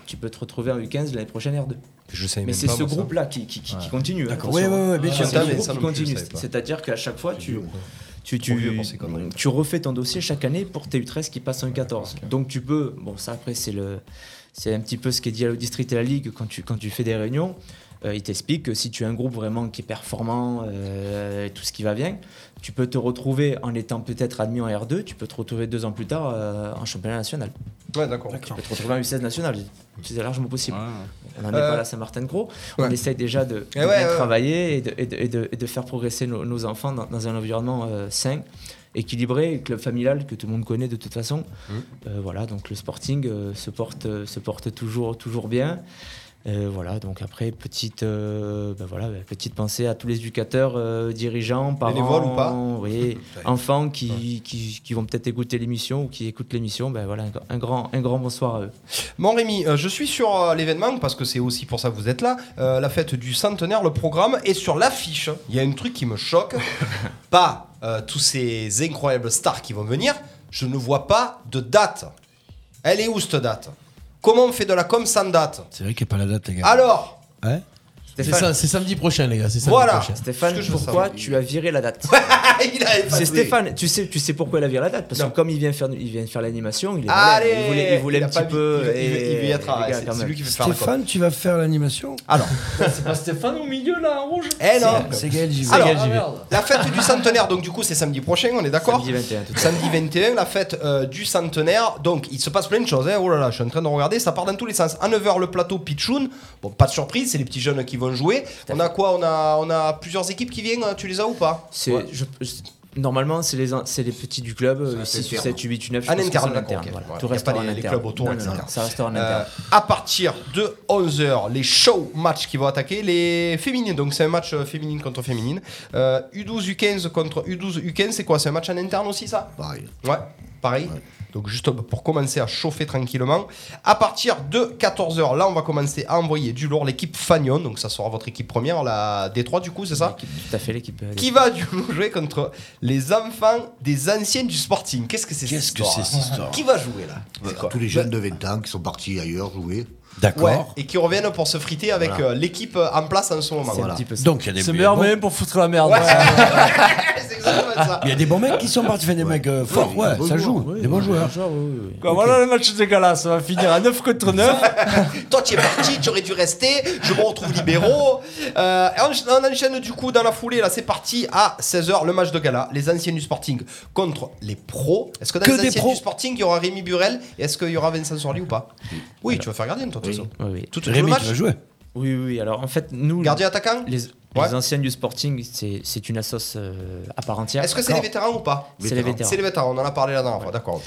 Speaker 8: Tu peux te retrouver en U15 l'année prochaine R2.
Speaker 7: Je sais
Speaker 8: Mais c'est ce groupe-là qui, qui, qui- qui continue. hein,
Speaker 6: D'accord. Oui,
Speaker 8: attention.
Speaker 6: oui, oui, bien
Speaker 8: C'est
Speaker 6: sûr.
Speaker 7: Ah,
Speaker 8: un
Speaker 7: mais
Speaker 8: groupe
Speaker 7: ça
Speaker 8: qui
Speaker 7: non plus, je
Speaker 8: continue.
Speaker 7: savais pas.
Speaker 8: C'est-à-dire qu'à chaque fois, tu, tu,
Speaker 7: Trop vieux
Speaker 8: tu,
Speaker 7: pour ces conneries.
Speaker 8: tu refais ton dossier chaque année pour tes U13 qui passent en U14. Donc tu peux, bon ça après c'est le, c'est un petit peu ce qui est dit à la district et à la ligue quand tu, quand tu fais des réunions. Euh, il t'explique que si tu as un groupe vraiment qui est performant, euh, et tout ce qui va bien, tu peux te retrouver en étant peut-être admis en R2, tu peux te retrouver deux ans plus tard euh, en championnat national.
Speaker 7: Ouais, d'accord.
Speaker 8: Tu peux te retrouver en U16 national. C'est largement possible. On n'en est
Speaker 7: Euh,
Speaker 8: pas là, Saint-Martin-Gros. On
Speaker 7: ouais.
Speaker 8: essaye déjà de, de
Speaker 7: Eh ouais,
Speaker 8: bien
Speaker 7: ouais.
Speaker 8: travailler et de, et de- et de- et de faire progresser nos, nos enfants dans, dans un environnement euh, sain, équilibré, et club familial que tout le monde connaît de toute façon. Euh, voilà, donc le sporting euh, se, porte, euh, se porte toujours, toujours bien. Euh, voilà, donc après, petite, euh, ben voilà, ben, petite pensée à tous les éducateurs, euh, dirigeants, parents,
Speaker 7: Bénévoles ou pas
Speaker 8: oui, enfants qui, qui, qui vont peut-être écouter l'émission ou qui écoutent l'émission. Ben voilà, un, gr- un grand, un grand bonsoir à eux.
Speaker 7: Bon Rémi, euh, je suis sur euh, l'événement parce que c'est aussi pour ça que vous êtes là. euh, la fête du centenaire, le programme et sur l'affiche. Il y a un truc qui me choque. pas euh, tous ces incroyables stars qui vont venir. Je ne vois pas de date. Elle est où cette date Comment on fait de la com sans date
Speaker 6: C'est vrai qu'il n'y a pas la date, les gars.
Speaker 7: Alors,
Speaker 6: Ouais
Speaker 4: C'est ça,
Speaker 8: Stéphane,
Speaker 4: c'est samedi prochain, les gars. C'est samedi
Speaker 7: voilà.
Speaker 4: prochain.
Speaker 8: Stéphane,
Speaker 7: ce que je veux
Speaker 8: pourquoi
Speaker 7: savoir.
Speaker 8: tu as viré la date
Speaker 7: ah, Il a effacé.
Speaker 8: C'est Stéphane, tu sais, tu sais pourquoi il a viré la date Parce
Speaker 7: Non.
Speaker 8: que comme il vient faire, il vient faire l'animation, il, est malade,
Speaker 7: Allez,
Speaker 8: il voulait, il voulait
Speaker 7: a
Speaker 8: un
Speaker 7: pas
Speaker 8: petit
Speaker 7: vu-
Speaker 8: peu.
Speaker 7: il veut- Il veut, il veut y
Speaker 8: et-
Speaker 7: être.
Speaker 8: les gars,
Speaker 7: c'est-
Speaker 8: quand
Speaker 7: c'est
Speaker 8: même.
Speaker 7: lui qui veut faire la com.
Speaker 6: Stéphane, tu vas faire l'animation
Speaker 5: C'est pas Ah, Stéphane au milieu là, en rouge
Speaker 7: Eh non.
Speaker 6: C'est Gaël J.
Speaker 7: Alors,
Speaker 5: Ah, merde.
Speaker 7: la fête du centenaire, donc du coup c'est samedi prochain, on est d'accord
Speaker 8: Samedi 21, tout à fait.
Speaker 7: Samedi 21, la fête euh, du centenaire. Donc, il se passe plein de choses. hein. Oh là là, je suis en train de regarder. Ça part dans tous les sens. À 9h, le plateau Pitchoun. Bon, pas de surprise, c'est les petits jeunes qui vont jouer. On a quoi on a, on a plusieurs équipes qui viennent. hein. Tu les as ou pas
Speaker 8: C'est- je- je- normalement, c'est les, c'est les petits du club, euh,
Speaker 7: c'est
Speaker 8: 6,
Speaker 7: interne.
Speaker 8: 7, 8, 9.
Speaker 7: En interne, d'accord, ok. Voilà.
Speaker 8: Tout
Speaker 7: Y a
Speaker 8: reste
Speaker 7: pas
Speaker 8: en
Speaker 7: les- les
Speaker 8: interne.
Speaker 7: clubs autour,
Speaker 8: Non, non,
Speaker 7: etc.
Speaker 8: non, ça reste en
Speaker 7: Euh,
Speaker 8: interne.
Speaker 7: à partir de 11h, les show matchs qui vont attaquer les féminines. Donc, c'est un match euh, féminine contre féminine. Euh, U12, U15 contre U12, U15. C'est quoi C'est un match en interne aussi, ça
Speaker 3: Pareil.
Speaker 7: Ouais, pareil. Donc juste pour commencer à chauffer tranquillement. À partir de 14h, là on va commencer à envoyer du lourd l'équipe Fagnon. Donc ça sera votre équipe première, la D3 du coup, c'est ça
Speaker 8: L'équipe- Tout à fait, l'équipe. euh,
Speaker 7: Qui va du coup jouer contre les enfants des anciennes du Sporting Qu'est-ce que c'est cette
Speaker 6: Qu'est-ce que
Speaker 7: histoire
Speaker 6: c'est cette histoire
Speaker 7: Qui va jouer là C'est quoi
Speaker 3: Tous les jeunes de 20 ans qui sont partis ailleurs jouer.
Speaker 7: Ouais,
Speaker 6: D'accord.
Speaker 7: et qui reviennent pour se friter avec euh, l'équipe en place en ce moment.
Speaker 8: C'est un
Speaker 7: Voilà.
Speaker 8: petit peu ça.
Speaker 6: Donc, il y a des
Speaker 5: C'est le meilleur
Speaker 6: bons-
Speaker 5: moyen pour foutre la merde.
Speaker 7: Ouais.
Speaker 5: ouais.
Speaker 7: C'est exactement ça.
Speaker 6: Il y a des bons mecs qui sont partis, faire des mecs euh, forts, ouais,
Speaker 3: bons
Speaker 6: ça joue,
Speaker 8: Oui,
Speaker 6: des bons
Speaker 8: oui,
Speaker 6: joueurs.
Speaker 8: des joueurs, oui, oui.
Speaker 5: Quoi, Voilà le match dégueulasse, ça va finir à 9 contre 9.
Speaker 7: Toi, tu es parti, tu aurais dû rester. Je me retrouve libéraux. Euh, et on, on enchaîne du coup dans la foulée. Là, c'est parti à 16h, le match de gala. Les anciens du Sporting contre les pros. Est-ce que dans
Speaker 6: Que
Speaker 7: les
Speaker 6: des
Speaker 7: anciens
Speaker 6: pros.
Speaker 7: du Sporting, il y aura Rémi Burel Et est-ce qu'il y aura Vincent Sorli ou pas Oui, tu vas faire gardien, toi, de toute façon.
Speaker 8: Oui, oui.
Speaker 7: Tout, tout le
Speaker 6: Rémi,
Speaker 7: match
Speaker 6: tu vas jouer
Speaker 8: Oui, oui, oui. Alors en fait, nous,
Speaker 7: Gardien attaquant
Speaker 8: les,
Speaker 7: Ouais.
Speaker 8: les anciennes du Sporting, c'est c'est une assoce euh, à part entière.
Speaker 7: Est-ce que c'est les vétérans ou pas
Speaker 8: C'est les vétérans.
Speaker 7: C'est les vétérans, on en a parlé la dernière fois, d'accord.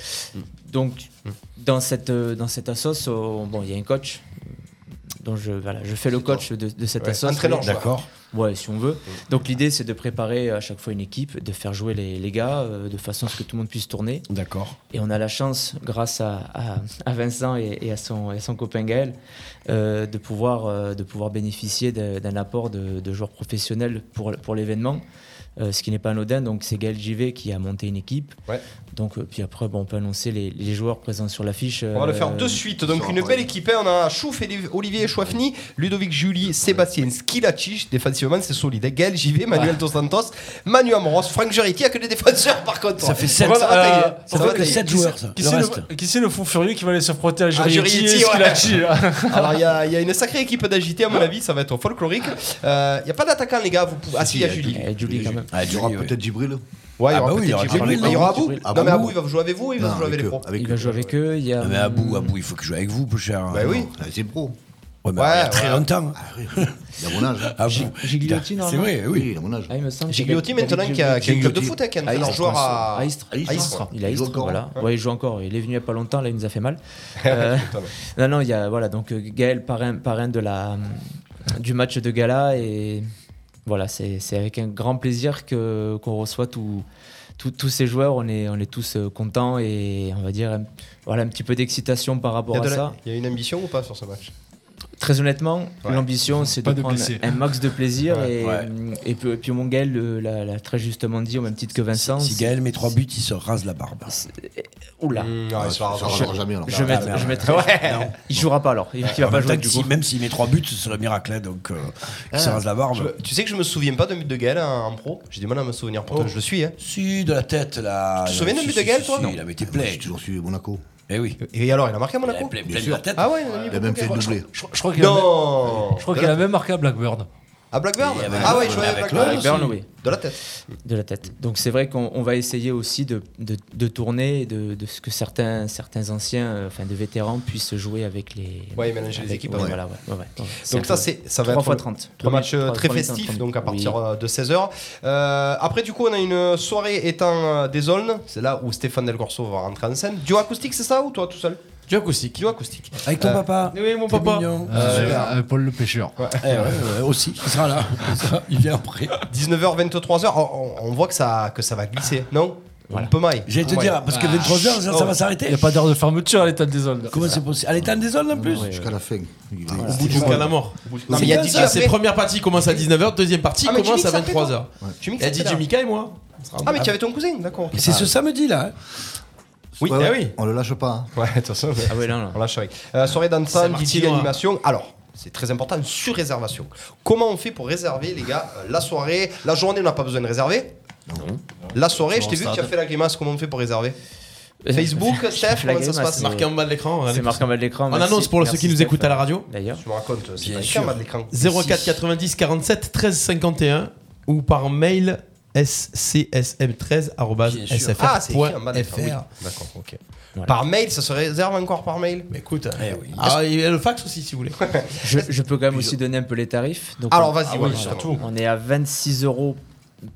Speaker 8: Donc,
Speaker 7: Mm.
Speaker 8: dans cette, euh, dans cette assoce, on- bon, il y a un coach. euh, dont je, voilà, je fais le coach de, de cette
Speaker 7: Ouais,
Speaker 8: assoce.
Speaker 7: entraîneur,
Speaker 8: Oui.
Speaker 6: D'accord.
Speaker 8: Ouais, si on veut. Donc l'idée, c'est de préparer à chaque fois une équipe, de faire jouer les, les gars euh, de façon à ce que tout le monde puisse tourner.
Speaker 6: D'accord.
Speaker 8: Et on a la chance, grâce à, à- à Vincent et, et à son, et son copain Gaël, euh, de, pouvoir, euh, de pouvoir bénéficier de- d'un apport de, de joueurs professionnels pour, pour l'événement. euh, ce qui n'est pas anodin, donc c'est Gaël JV qui a monté une équipe.
Speaker 7: Ouais.
Speaker 8: Donc, euh, puis après, bon, on peut annoncer les, les joueurs présents sur l'affiche.
Speaker 7: On va le
Speaker 8: euh,
Speaker 7: faire de suite. Donc
Speaker 3: sur
Speaker 7: une
Speaker 3: un
Speaker 7: belle
Speaker 3: pari.
Speaker 7: équipe. hein. On a Chouf, Eli- Olivier Chouafni, Ludovic Julie, Sébastien Skilacich. Défensivement, c'est solide. hein. Gaël JV, Manuel Dos Santos, Manu Amoros, Frank Juriti. Il y a que des défenseurs par contre.
Speaker 6: Ça fait sept.
Speaker 7: Ça va
Speaker 5: Euh,
Speaker 7: tailler.
Speaker 6: Ça
Speaker 7: va
Speaker 6: fait que
Speaker 7: tailler.
Speaker 6: 7 joueurs, ça.
Speaker 5: Qui
Speaker 6: le
Speaker 5: c'est
Speaker 6: reste.
Speaker 5: le, qui c'est le fou furieux qui va aller se frotter à
Speaker 7: Jurietti,
Speaker 5: Jurietti et
Speaker 7: ouais.
Speaker 5: Scilacci, là
Speaker 7: Ah, Alors il y, a Euh, il y a une sacrée équipe d'agité à mon avis. Ça va être folklorique. Euh, Il n'y a pas d'attaquant les gars. Vous pouvez... Ah si, il y a Julie.
Speaker 8: et Julie, quand même.
Speaker 6: Ah,
Speaker 3: Il y aura
Speaker 6: Julie, ouais.
Speaker 3: peut-être Djibril.
Speaker 7: Ouais, il y
Speaker 6: Ah
Speaker 7: aura
Speaker 6: bah oui,
Speaker 7: peut-être
Speaker 6: il y aura
Speaker 7: Djibril,
Speaker 6: Djibril,
Speaker 7: mais Il y aura Abou.
Speaker 3: Djibril.
Speaker 7: Non mais Abou,
Speaker 3: Abou,
Speaker 7: il va jouer avec vous. Il va
Speaker 3: Non,
Speaker 7: jouer avec les
Speaker 3: eux,
Speaker 7: pros.
Speaker 3: avec
Speaker 8: Il va
Speaker 3: eux.
Speaker 8: jouer avec eux. Il y a,
Speaker 6: Ah, mais Abou, Abou, il faut que je joue avec vous, peu cher. hein.
Speaker 7: Bah oui.
Speaker 3: Ah, C'est pro.
Speaker 6: Ouais, bah,
Speaker 7: Ouais,
Speaker 6: il y a très
Speaker 7: ouais.
Speaker 6: longtemps.
Speaker 3: Il a mon âge. hein.
Speaker 6: Abou.
Speaker 8: Gigliotti,
Speaker 6: C'est
Speaker 8: normalement.
Speaker 6: vrai,
Speaker 3: Oui,
Speaker 6: oui.
Speaker 3: il a mon âge.
Speaker 8: Ah, il me semble.
Speaker 7: Gigliotti
Speaker 8: David-
Speaker 7: maintenant qui a,
Speaker 8: David
Speaker 7: qui a un club de
Speaker 3: Gigliotti.
Speaker 7: foot, hein, qui a un
Speaker 8: Ah,
Speaker 7: entraîneur
Speaker 8: Istres,
Speaker 7: joueur à.
Speaker 8: à Istres.
Speaker 3: à Istres.
Speaker 7: à Istres.
Speaker 8: Il a
Speaker 3: Il joue
Speaker 8: Istres,
Speaker 3: encore,
Speaker 8: voilà. Ouais, il joue encore. Il est venu il n'y a pas longtemps, là, il nous a fait mal. Euh, non, non, il y a, voilà, donc euh, Gaël, parrain, parrain de la, du match de gala. Et voilà, c'est c'est avec un grand plaisir que- qu'on reçoit tout- tout- tous ces joueurs. On est, on est tous euh, contents et on va dire un- voilà, un petit peu d'excitation par
Speaker 7: Il y,
Speaker 8: rapport
Speaker 7: a
Speaker 8: à
Speaker 7: de la-
Speaker 8: ça.
Speaker 7: il y a une ambition ou pas sur ce match
Speaker 8: Très honnêtement,
Speaker 7: Ouais.
Speaker 8: l'ambition, c'est de,
Speaker 5: Pas de
Speaker 8: prendre
Speaker 5: blessés.
Speaker 8: un max de plaisir.
Speaker 7: Ouais,
Speaker 8: et,
Speaker 6: ouais.
Speaker 8: et, puis, et puis mon Gaël euh, l'a l'a très justement dit, au même titre que Vincent.
Speaker 6: Si Gaël met 3 buts, il se rase la barbe.
Speaker 8: Oula.
Speaker 7: Ah,
Speaker 3: Ah,
Speaker 7: il se fera
Speaker 3: ça
Speaker 7: arranger.
Speaker 3: rentrera jamais alors.
Speaker 8: Je, mettrai-
Speaker 6: merde.
Speaker 8: je mettrai-
Speaker 6: Non.
Speaker 8: Il jouera pas alors. Il, il va
Speaker 6: En
Speaker 8: pas
Speaker 6: même
Speaker 8: jouer
Speaker 6: temps,
Speaker 8: du
Speaker 6: si-
Speaker 8: coup.
Speaker 6: Même s'il met 3 buts, ce serait miracle, hein, donc euh, il se rase la
Speaker 7: Je
Speaker 6: barbe.
Speaker 7: me- tu sais que je me souviens pas d'un but de Gaël hein, en, en pro. J'ai du mal à me souvenir.
Speaker 3: Oh.
Speaker 7: Pourtant, je le suis. Hein.
Speaker 6: Si, de la tête, là.
Speaker 7: Tu te
Speaker 6: là,
Speaker 7: souviens du
Speaker 6: si,
Speaker 7: but de
Speaker 6: si,
Speaker 7: Gaël,
Speaker 6: si,
Speaker 7: toi
Speaker 6: si, Il avait été
Speaker 3: Ah, Moi, J'ai
Speaker 6: plein.
Speaker 3: toujours suivi Monaco.
Speaker 6: Eh oui.
Speaker 7: Et alors, il a marqué à
Speaker 6: Il avait
Speaker 7: Monaco
Speaker 6: plein
Speaker 3: Bien
Speaker 6: plein de
Speaker 3: sûr.
Speaker 6: la tête.
Speaker 7: Ah ouais, il a mis
Speaker 3: Il a
Speaker 7: beaucoup
Speaker 3: même
Speaker 7: de
Speaker 3: fait le
Speaker 7: points.
Speaker 3: doublé.
Speaker 5: Je, je crois qu'il a, même-
Speaker 7: Non
Speaker 5: je crois qu'il a même marqué à Blackbird.
Speaker 7: À Blackburn
Speaker 6: Et avec-
Speaker 7: Ah ouais, je jouais
Speaker 6: avec
Speaker 7: avec
Speaker 6: le-
Speaker 7: Blackburn.
Speaker 8: Blackburn,
Speaker 7: aussi.
Speaker 8: oui.
Speaker 7: De la tête.
Speaker 8: De la tête. Donc c'est vrai qu'on on va essayer aussi de, de, de tourner, et de, de ce que certains, certains anciens, euh, enfin de vétérans, puissent jouer avec les.
Speaker 7: Ouais, mélanger les
Speaker 8: avec-
Speaker 7: équipes.
Speaker 8: ouais,
Speaker 7: ouais.
Speaker 8: voilà, ouais, ouais, ouais. Donc,
Speaker 7: Donc ça,
Speaker 8: un-
Speaker 7: c'est, ça va
Speaker 8: Trois
Speaker 7: être
Speaker 8: fois
Speaker 7: le-
Speaker 8: 30.
Speaker 7: le
Speaker 8: Premier-
Speaker 7: match euh,
Speaker 8: trois-
Speaker 7: très
Speaker 8: premier temps de
Speaker 7: festif,
Speaker 8: premier.
Speaker 7: donc à partir
Speaker 8: Oui.
Speaker 7: euh, de 16h. après, du coup, on a une soirée étant euh, des zones. C'est là où Stéphane Del Corso va rentrer en scène. Duo acoustique, c'est ça ou toi tout seul
Speaker 4: Duo acoustique.
Speaker 7: Duo acoustique.
Speaker 6: Avec ton
Speaker 7: Euh,
Speaker 6: papa.
Speaker 4: Oui, mon
Speaker 6: T'es
Speaker 4: papa.
Speaker 6: mignon.
Speaker 9: Euh,
Speaker 6: Super.
Speaker 9: euh, Paul le pêcheur.
Speaker 6: Eh ouais, ouais, aussi, il sera là. Il vient après.
Speaker 7: 19h, 23h, on, on voit que ça, que ça va glisser, non Un peu mal.
Speaker 6: J'allais te
Speaker 7: Ouais.
Speaker 6: dire, parce que 23h, ça, ça va s'arrêter.
Speaker 5: Il n'y a pas d'heure de fermeture à l'état des soldes.
Speaker 6: Comment c'est possible À l'état des
Speaker 3: Ah,
Speaker 6: zones en plus
Speaker 3: Jusqu'à la fin. Il est-
Speaker 4: Jusqu'à la mort.
Speaker 7: Non, mais il y a
Speaker 6: C'est
Speaker 7: DJ
Speaker 4: Ah, c'est
Speaker 7: après.
Speaker 4: première partie commence à 19h, deuxième partie
Speaker 7: Ah, mais tu
Speaker 4: commence
Speaker 7: mixes
Speaker 4: à
Speaker 7: après, toi
Speaker 4: 23h.
Speaker 7: Tu
Speaker 4: Il y a
Speaker 7: mixes
Speaker 4: DJ
Speaker 7: après, là.
Speaker 4: Mika et moi.
Speaker 7: Ah, mais tu avais ton cousin, d'accord. ok.
Speaker 6: C'est ce samedi là. hein.
Speaker 7: Oui,
Speaker 3: Ouais,
Speaker 7: eh
Speaker 3: ouais,
Speaker 7: oui.
Speaker 3: On le lâche pas. hein.
Speaker 7: Ouais, de toute façon, ouais.
Speaker 8: Ah ouais, là, là.
Speaker 7: on lâche avec. Euh, soirée
Speaker 4: C'est
Speaker 7: dansante,
Speaker 4: parti
Speaker 7: DJ
Speaker 4: loin.
Speaker 7: animation. Alors, c'est très important, une sur-réservation. Comment on fait pour réserver, les gars, euh, la soirée La journée, on n'a pas besoin de réserver Non. La soirée, je t'ai vu, tu as fait la grimace. Comment on fait pour réserver Facebook, Steph,
Speaker 8: fait la
Speaker 7: comment ça se
Speaker 8: grimace,
Speaker 7: passe
Speaker 4: C'est
Speaker 8: C'est-
Speaker 4: marqué en bas de l'écran.
Speaker 7: euh,
Speaker 4: regardez.
Speaker 8: C'est marqué en bas de l'écran.
Speaker 4: On
Speaker 8: merci.
Speaker 4: annonce pour ceux
Speaker 8: Merci,
Speaker 4: qui nous
Speaker 8: Steph.
Speaker 4: écoutent à la radio
Speaker 8: D'ailleurs.
Speaker 7: Tu me racontes, c'est
Speaker 6: Bien
Speaker 7: pas écrit
Speaker 6: sûr.
Speaker 7: en bas de l'écran.
Speaker 4: 04 90 47 13 51 ou par mail
Speaker 7: Ah,
Speaker 6: Bien sûr.
Speaker 7: c'est écrit en bas de
Speaker 4: scsm13.sfr.fr.
Speaker 7: l'écran, oui. D'accord, ok. Par mail, ça se réserve encore par mail
Speaker 4: Mais écoute,
Speaker 6: oui.
Speaker 4: ah, il y a le fax aussi si vous voulez.
Speaker 8: Je, je peux quand même aussi donner un peu les tarifs. Donc,
Speaker 7: Alors,
Speaker 8: on-
Speaker 7: vas-y,
Speaker 8: ah
Speaker 7: ouais,
Speaker 8: oui,
Speaker 7: surtout.
Speaker 8: On est à 26 euros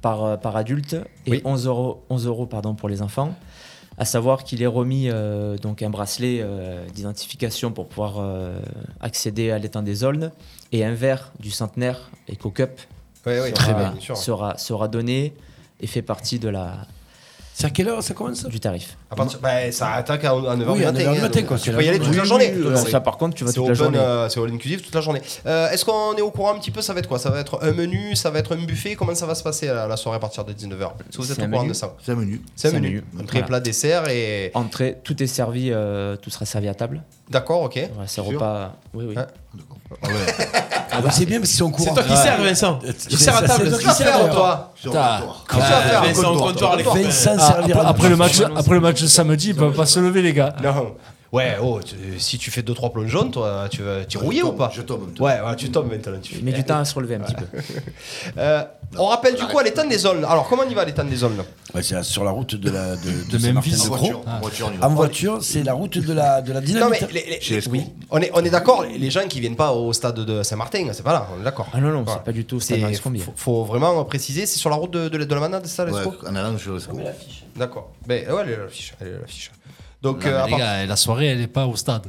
Speaker 8: par, euh, par adulte et
Speaker 7: Oui.
Speaker 8: 11 euros, 11 euros pardon, pour les enfants. À savoir qu'il est remis euh, donc un bracelet euh, d'identification pour pouvoir euh, accéder à l'étang des Aulnes et un verre du centenaire EcoCup
Speaker 7: Oui, oui,
Speaker 8: sera,
Speaker 7: Ah, bien sûr.
Speaker 8: sera, sera donné et fait partie de la,
Speaker 6: C'est à quelle heure ça commence
Speaker 8: du tarif.
Speaker 7: À partir- bah, ça attaque à 9h
Speaker 6: Oui, à 9
Speaker 7: du euh,
Speaker 6: du matin, quoi,
Speaker 7: Tu
Speaker 6: c'est
Speaker 7: peux
Speaker 6: la
Speaker 7: y aller
Speaker 6: journée.
Speaker 7: toute la journée.
Speaker 8: Euh, ça par contre tu vas
Speaker 7: C'est
Speaker 8: toute la
Speaker 7: open,
Speaker 8: journée.
Speaker 7: euh, c'est all inclusive toute la journée. Euh, Est-ce qu'on est au courant un petit peu Ça va être quoi Ça va être un menu Ça va être un buffet Comment ça va se passer euh, la, la soirée à partir de 19h Est-ce que vous êtes
Speaker 8: C'est
Speaker 7: au
Speaker 8: un
Speaker 7: courant
Speaker 8: menu
Speaker 7: de ça
Speaker 3: C'est un menu.
Speaker 7: C'est un
Speaker 8: C'est un
Speaker 7: menu.
Speaker 8: menu.
Speaker 7: Entrée,
Speaker 8: Voilà.
Speaker 7: plat, dessert et.
Speaker 8: Entrée, tout est servi, euh, tout sera servi à table.
Speaker 7: D'accord, ok.
Speaker 8: Voilà, c'est
Speaker 7: Sûr.
Speaker 8: repas. Oui, oui.
Speaker 7: Hein
Speaker 6: Ah bah, C'est bien parce qu'ils sont au
Speaker 4: C'est
Speaker 6: courant.
Speaker 4: toi qui sers Vincent. Tu sers à
Speaker 6: C'est-
Speaker 4: table.
Speaker 6: c'est
Speaker 7: Qu'est-ce que tu vas faire, toi
Speaker 3: Sur
Speaker 5: Putain.
Speaker 3: le comptoir.
Speaker 7: Qu'est-ce que tu vas faire
Speaker 4: Vincent au comptoir les copains.
Speaker 5: Ah,
Speaker 6: Vincent
Speaker 5: après,
Speaker 6: servira de-
Speaker 5: après le match, après le match de samedi, ils peuvent pas se lever, les gars.
Speaker 7: Non. Ouais, oh, tu- si tu fais 2-3 plongeons, toi, tu vas t'y rouiller
Speaker 3: Je
Speaker 7: ou
Speaker 3: tombe,
Speaker 7: pas
Speaker 3: Je tombe.
Speaker 7: Ouais, ouais, tu tombes maintenant. Tu fais-
Speaker 8: Mais du temps à se relever un petit peu.
Speaker 7: Euh, on rappelle du coup à l'étang des zones. Alors, comment on y va à l'étang des zones
Speaker 6: Ouais, c'est sur la route de la de, de
Speaker 9: Memphis.
Speaker 6: Saint-Martin-de-Croix.
Speaker 3: En voiture, en voiture, on y va.
Speaker 6: En voiture, c'est la route de la de la
Speaker 7: Non, mais
Speaker 6: dynamite.
Speaker 7: les- les-
Speaker 3: Chez Esco.
Speaker 7: oui. on est, on est d'accord, les les gens qui viennent pas au stade de Saint-Martin, c'est pas là, on est d'accord.
Speaker 8: Ah non, non,
Speaker 7: Voilà.
Speaker 8: c'est pas du tout ça
Speaker 7: C'est-
Speaker 8: m'a combien.
Speaker 7: faut, faut vraiment préciser, c'est sur la route de, de, la- de la manade, c'est ça,
Speaker 3: Ouais,
Speaker 7: l'Esco
Speaker 3: en allant sur le scoop.
Speaker 7: D'accord. Ben, ouais, elle est là, l'affiche. Elle est là, l'affiche. Donc,
Speaker 9: Non,
Speaker 7: euh,
Speaker 9: mais
Speaker 7: à
Speaker 9: les
Speaker 7: part-
Speaker 9: gars, la soirée, elle est pas au stade.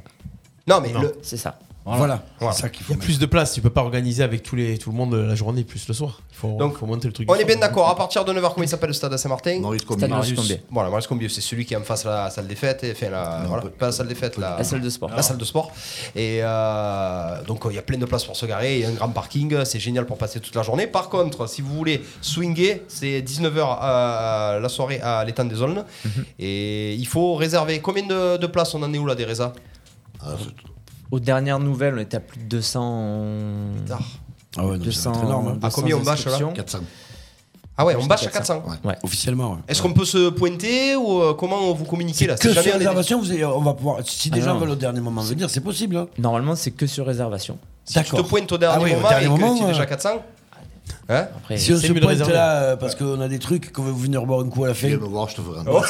Speaker 7: non, mais le-
Speaker 8: C'est ça.
Speaker 6: Voilà,
Speaker 7: Voilà.
Speaker 6: c'est ça qu'il
Speaker 4: Il
Speaker 6: faut.
Speaker 4: y a plus de place, tu peux pas organiser avec tous les, tout le monde la journée plus le soir. Il faut,
Speaker 7: Donc,
Speaker 4: faut monter le truc.
Speaker 7: on
Speaker 4: du
Speaker 7: est bien
Speaker 4: soir.
Speaker 7: d'accord, à partir de 9h, comment il s'appelle le stade à Saint-Martin
Speaker 3: Maurice
Speaker 8: Stade
Speaker 3: Combi.
Speaker 8: Maurice Combier.
Speaker 7: Voilà, Maurice Combieux, c'est celui qui est en face la salle des fêtes, et, enfin, la, voilà, pas la salle des fêtes, la,
Speaker 8: La salle de sport.
Speaker 7: La salle de sport. Et euh, donc, euh, il y a plein de places pour se garer, il y a un grand parking, euh, c'est génial pour passer toute la journée. Par contre, si vous voulez swinguer, c'est 19h euh, la soirée à l'étang des Aulnes.
Speaker 6: Mhm.
Speaker 7: Et il faut réserver. Combien de, de places on en est où là, des résas
Speaker 3: Ah, c'est-
Speaker 8: Aux dernières nouvelles, on était à plus de 200.
Speaker 7: Tard.
Speaker 6: Ah ouais, non, c'est
Speaker 8: 200
Speaker 6: énorme. hein.
Speaker 7: À combien on bâche, là
Speaker 3: 400.
Speaker 7: Ah ouais, on bâche à 400.
Speaker 3: Ouais.
Speaker 6: Officiellement. ouais.
Speaker 7: Est-ce qu'on peut se pointer ou euh, comment vous communiquez là
Speaker 6: Que
Speaker 7: C'est
Speaker 6: sur
Speaker 7: jamais un-
Speaker 6: réservation, vous avez- on va pouvoir. Si des
Speaker 8: Ah
Speaker 6: gens
Speaker 8: non.
Speaker 6: veulent au dernier moment venir, c'est possible. hein.
Speaker 8: Normalement, c'est que sur réservation.
Speaker 7: Tu te
Speaker 6: D'accord.
Speaker 7: pointes au dernier
Speaker 6: Ah oui, au
Speaker 7: moment
Speaker 6: dernier
Speaker 7: et que
Speaker 6: moment,
Speaker 7: t'es déjà
Speaker 6: euh.
Speaker 7: 400 Hein
Speaker 8: Après,
Speaker 6: Si on
Speaker 4: C'est
Speaker 6: se
Speaker 4: mieux de
Speaker 6: pointe
Speaker 4: réserver.
Speaker 6: là euh, parce qu'on a des trucs qu'on veut venir boire un coup à la fin.
Speaker 3: Viens me voir, je te ferai un
Speaker 7: Oh.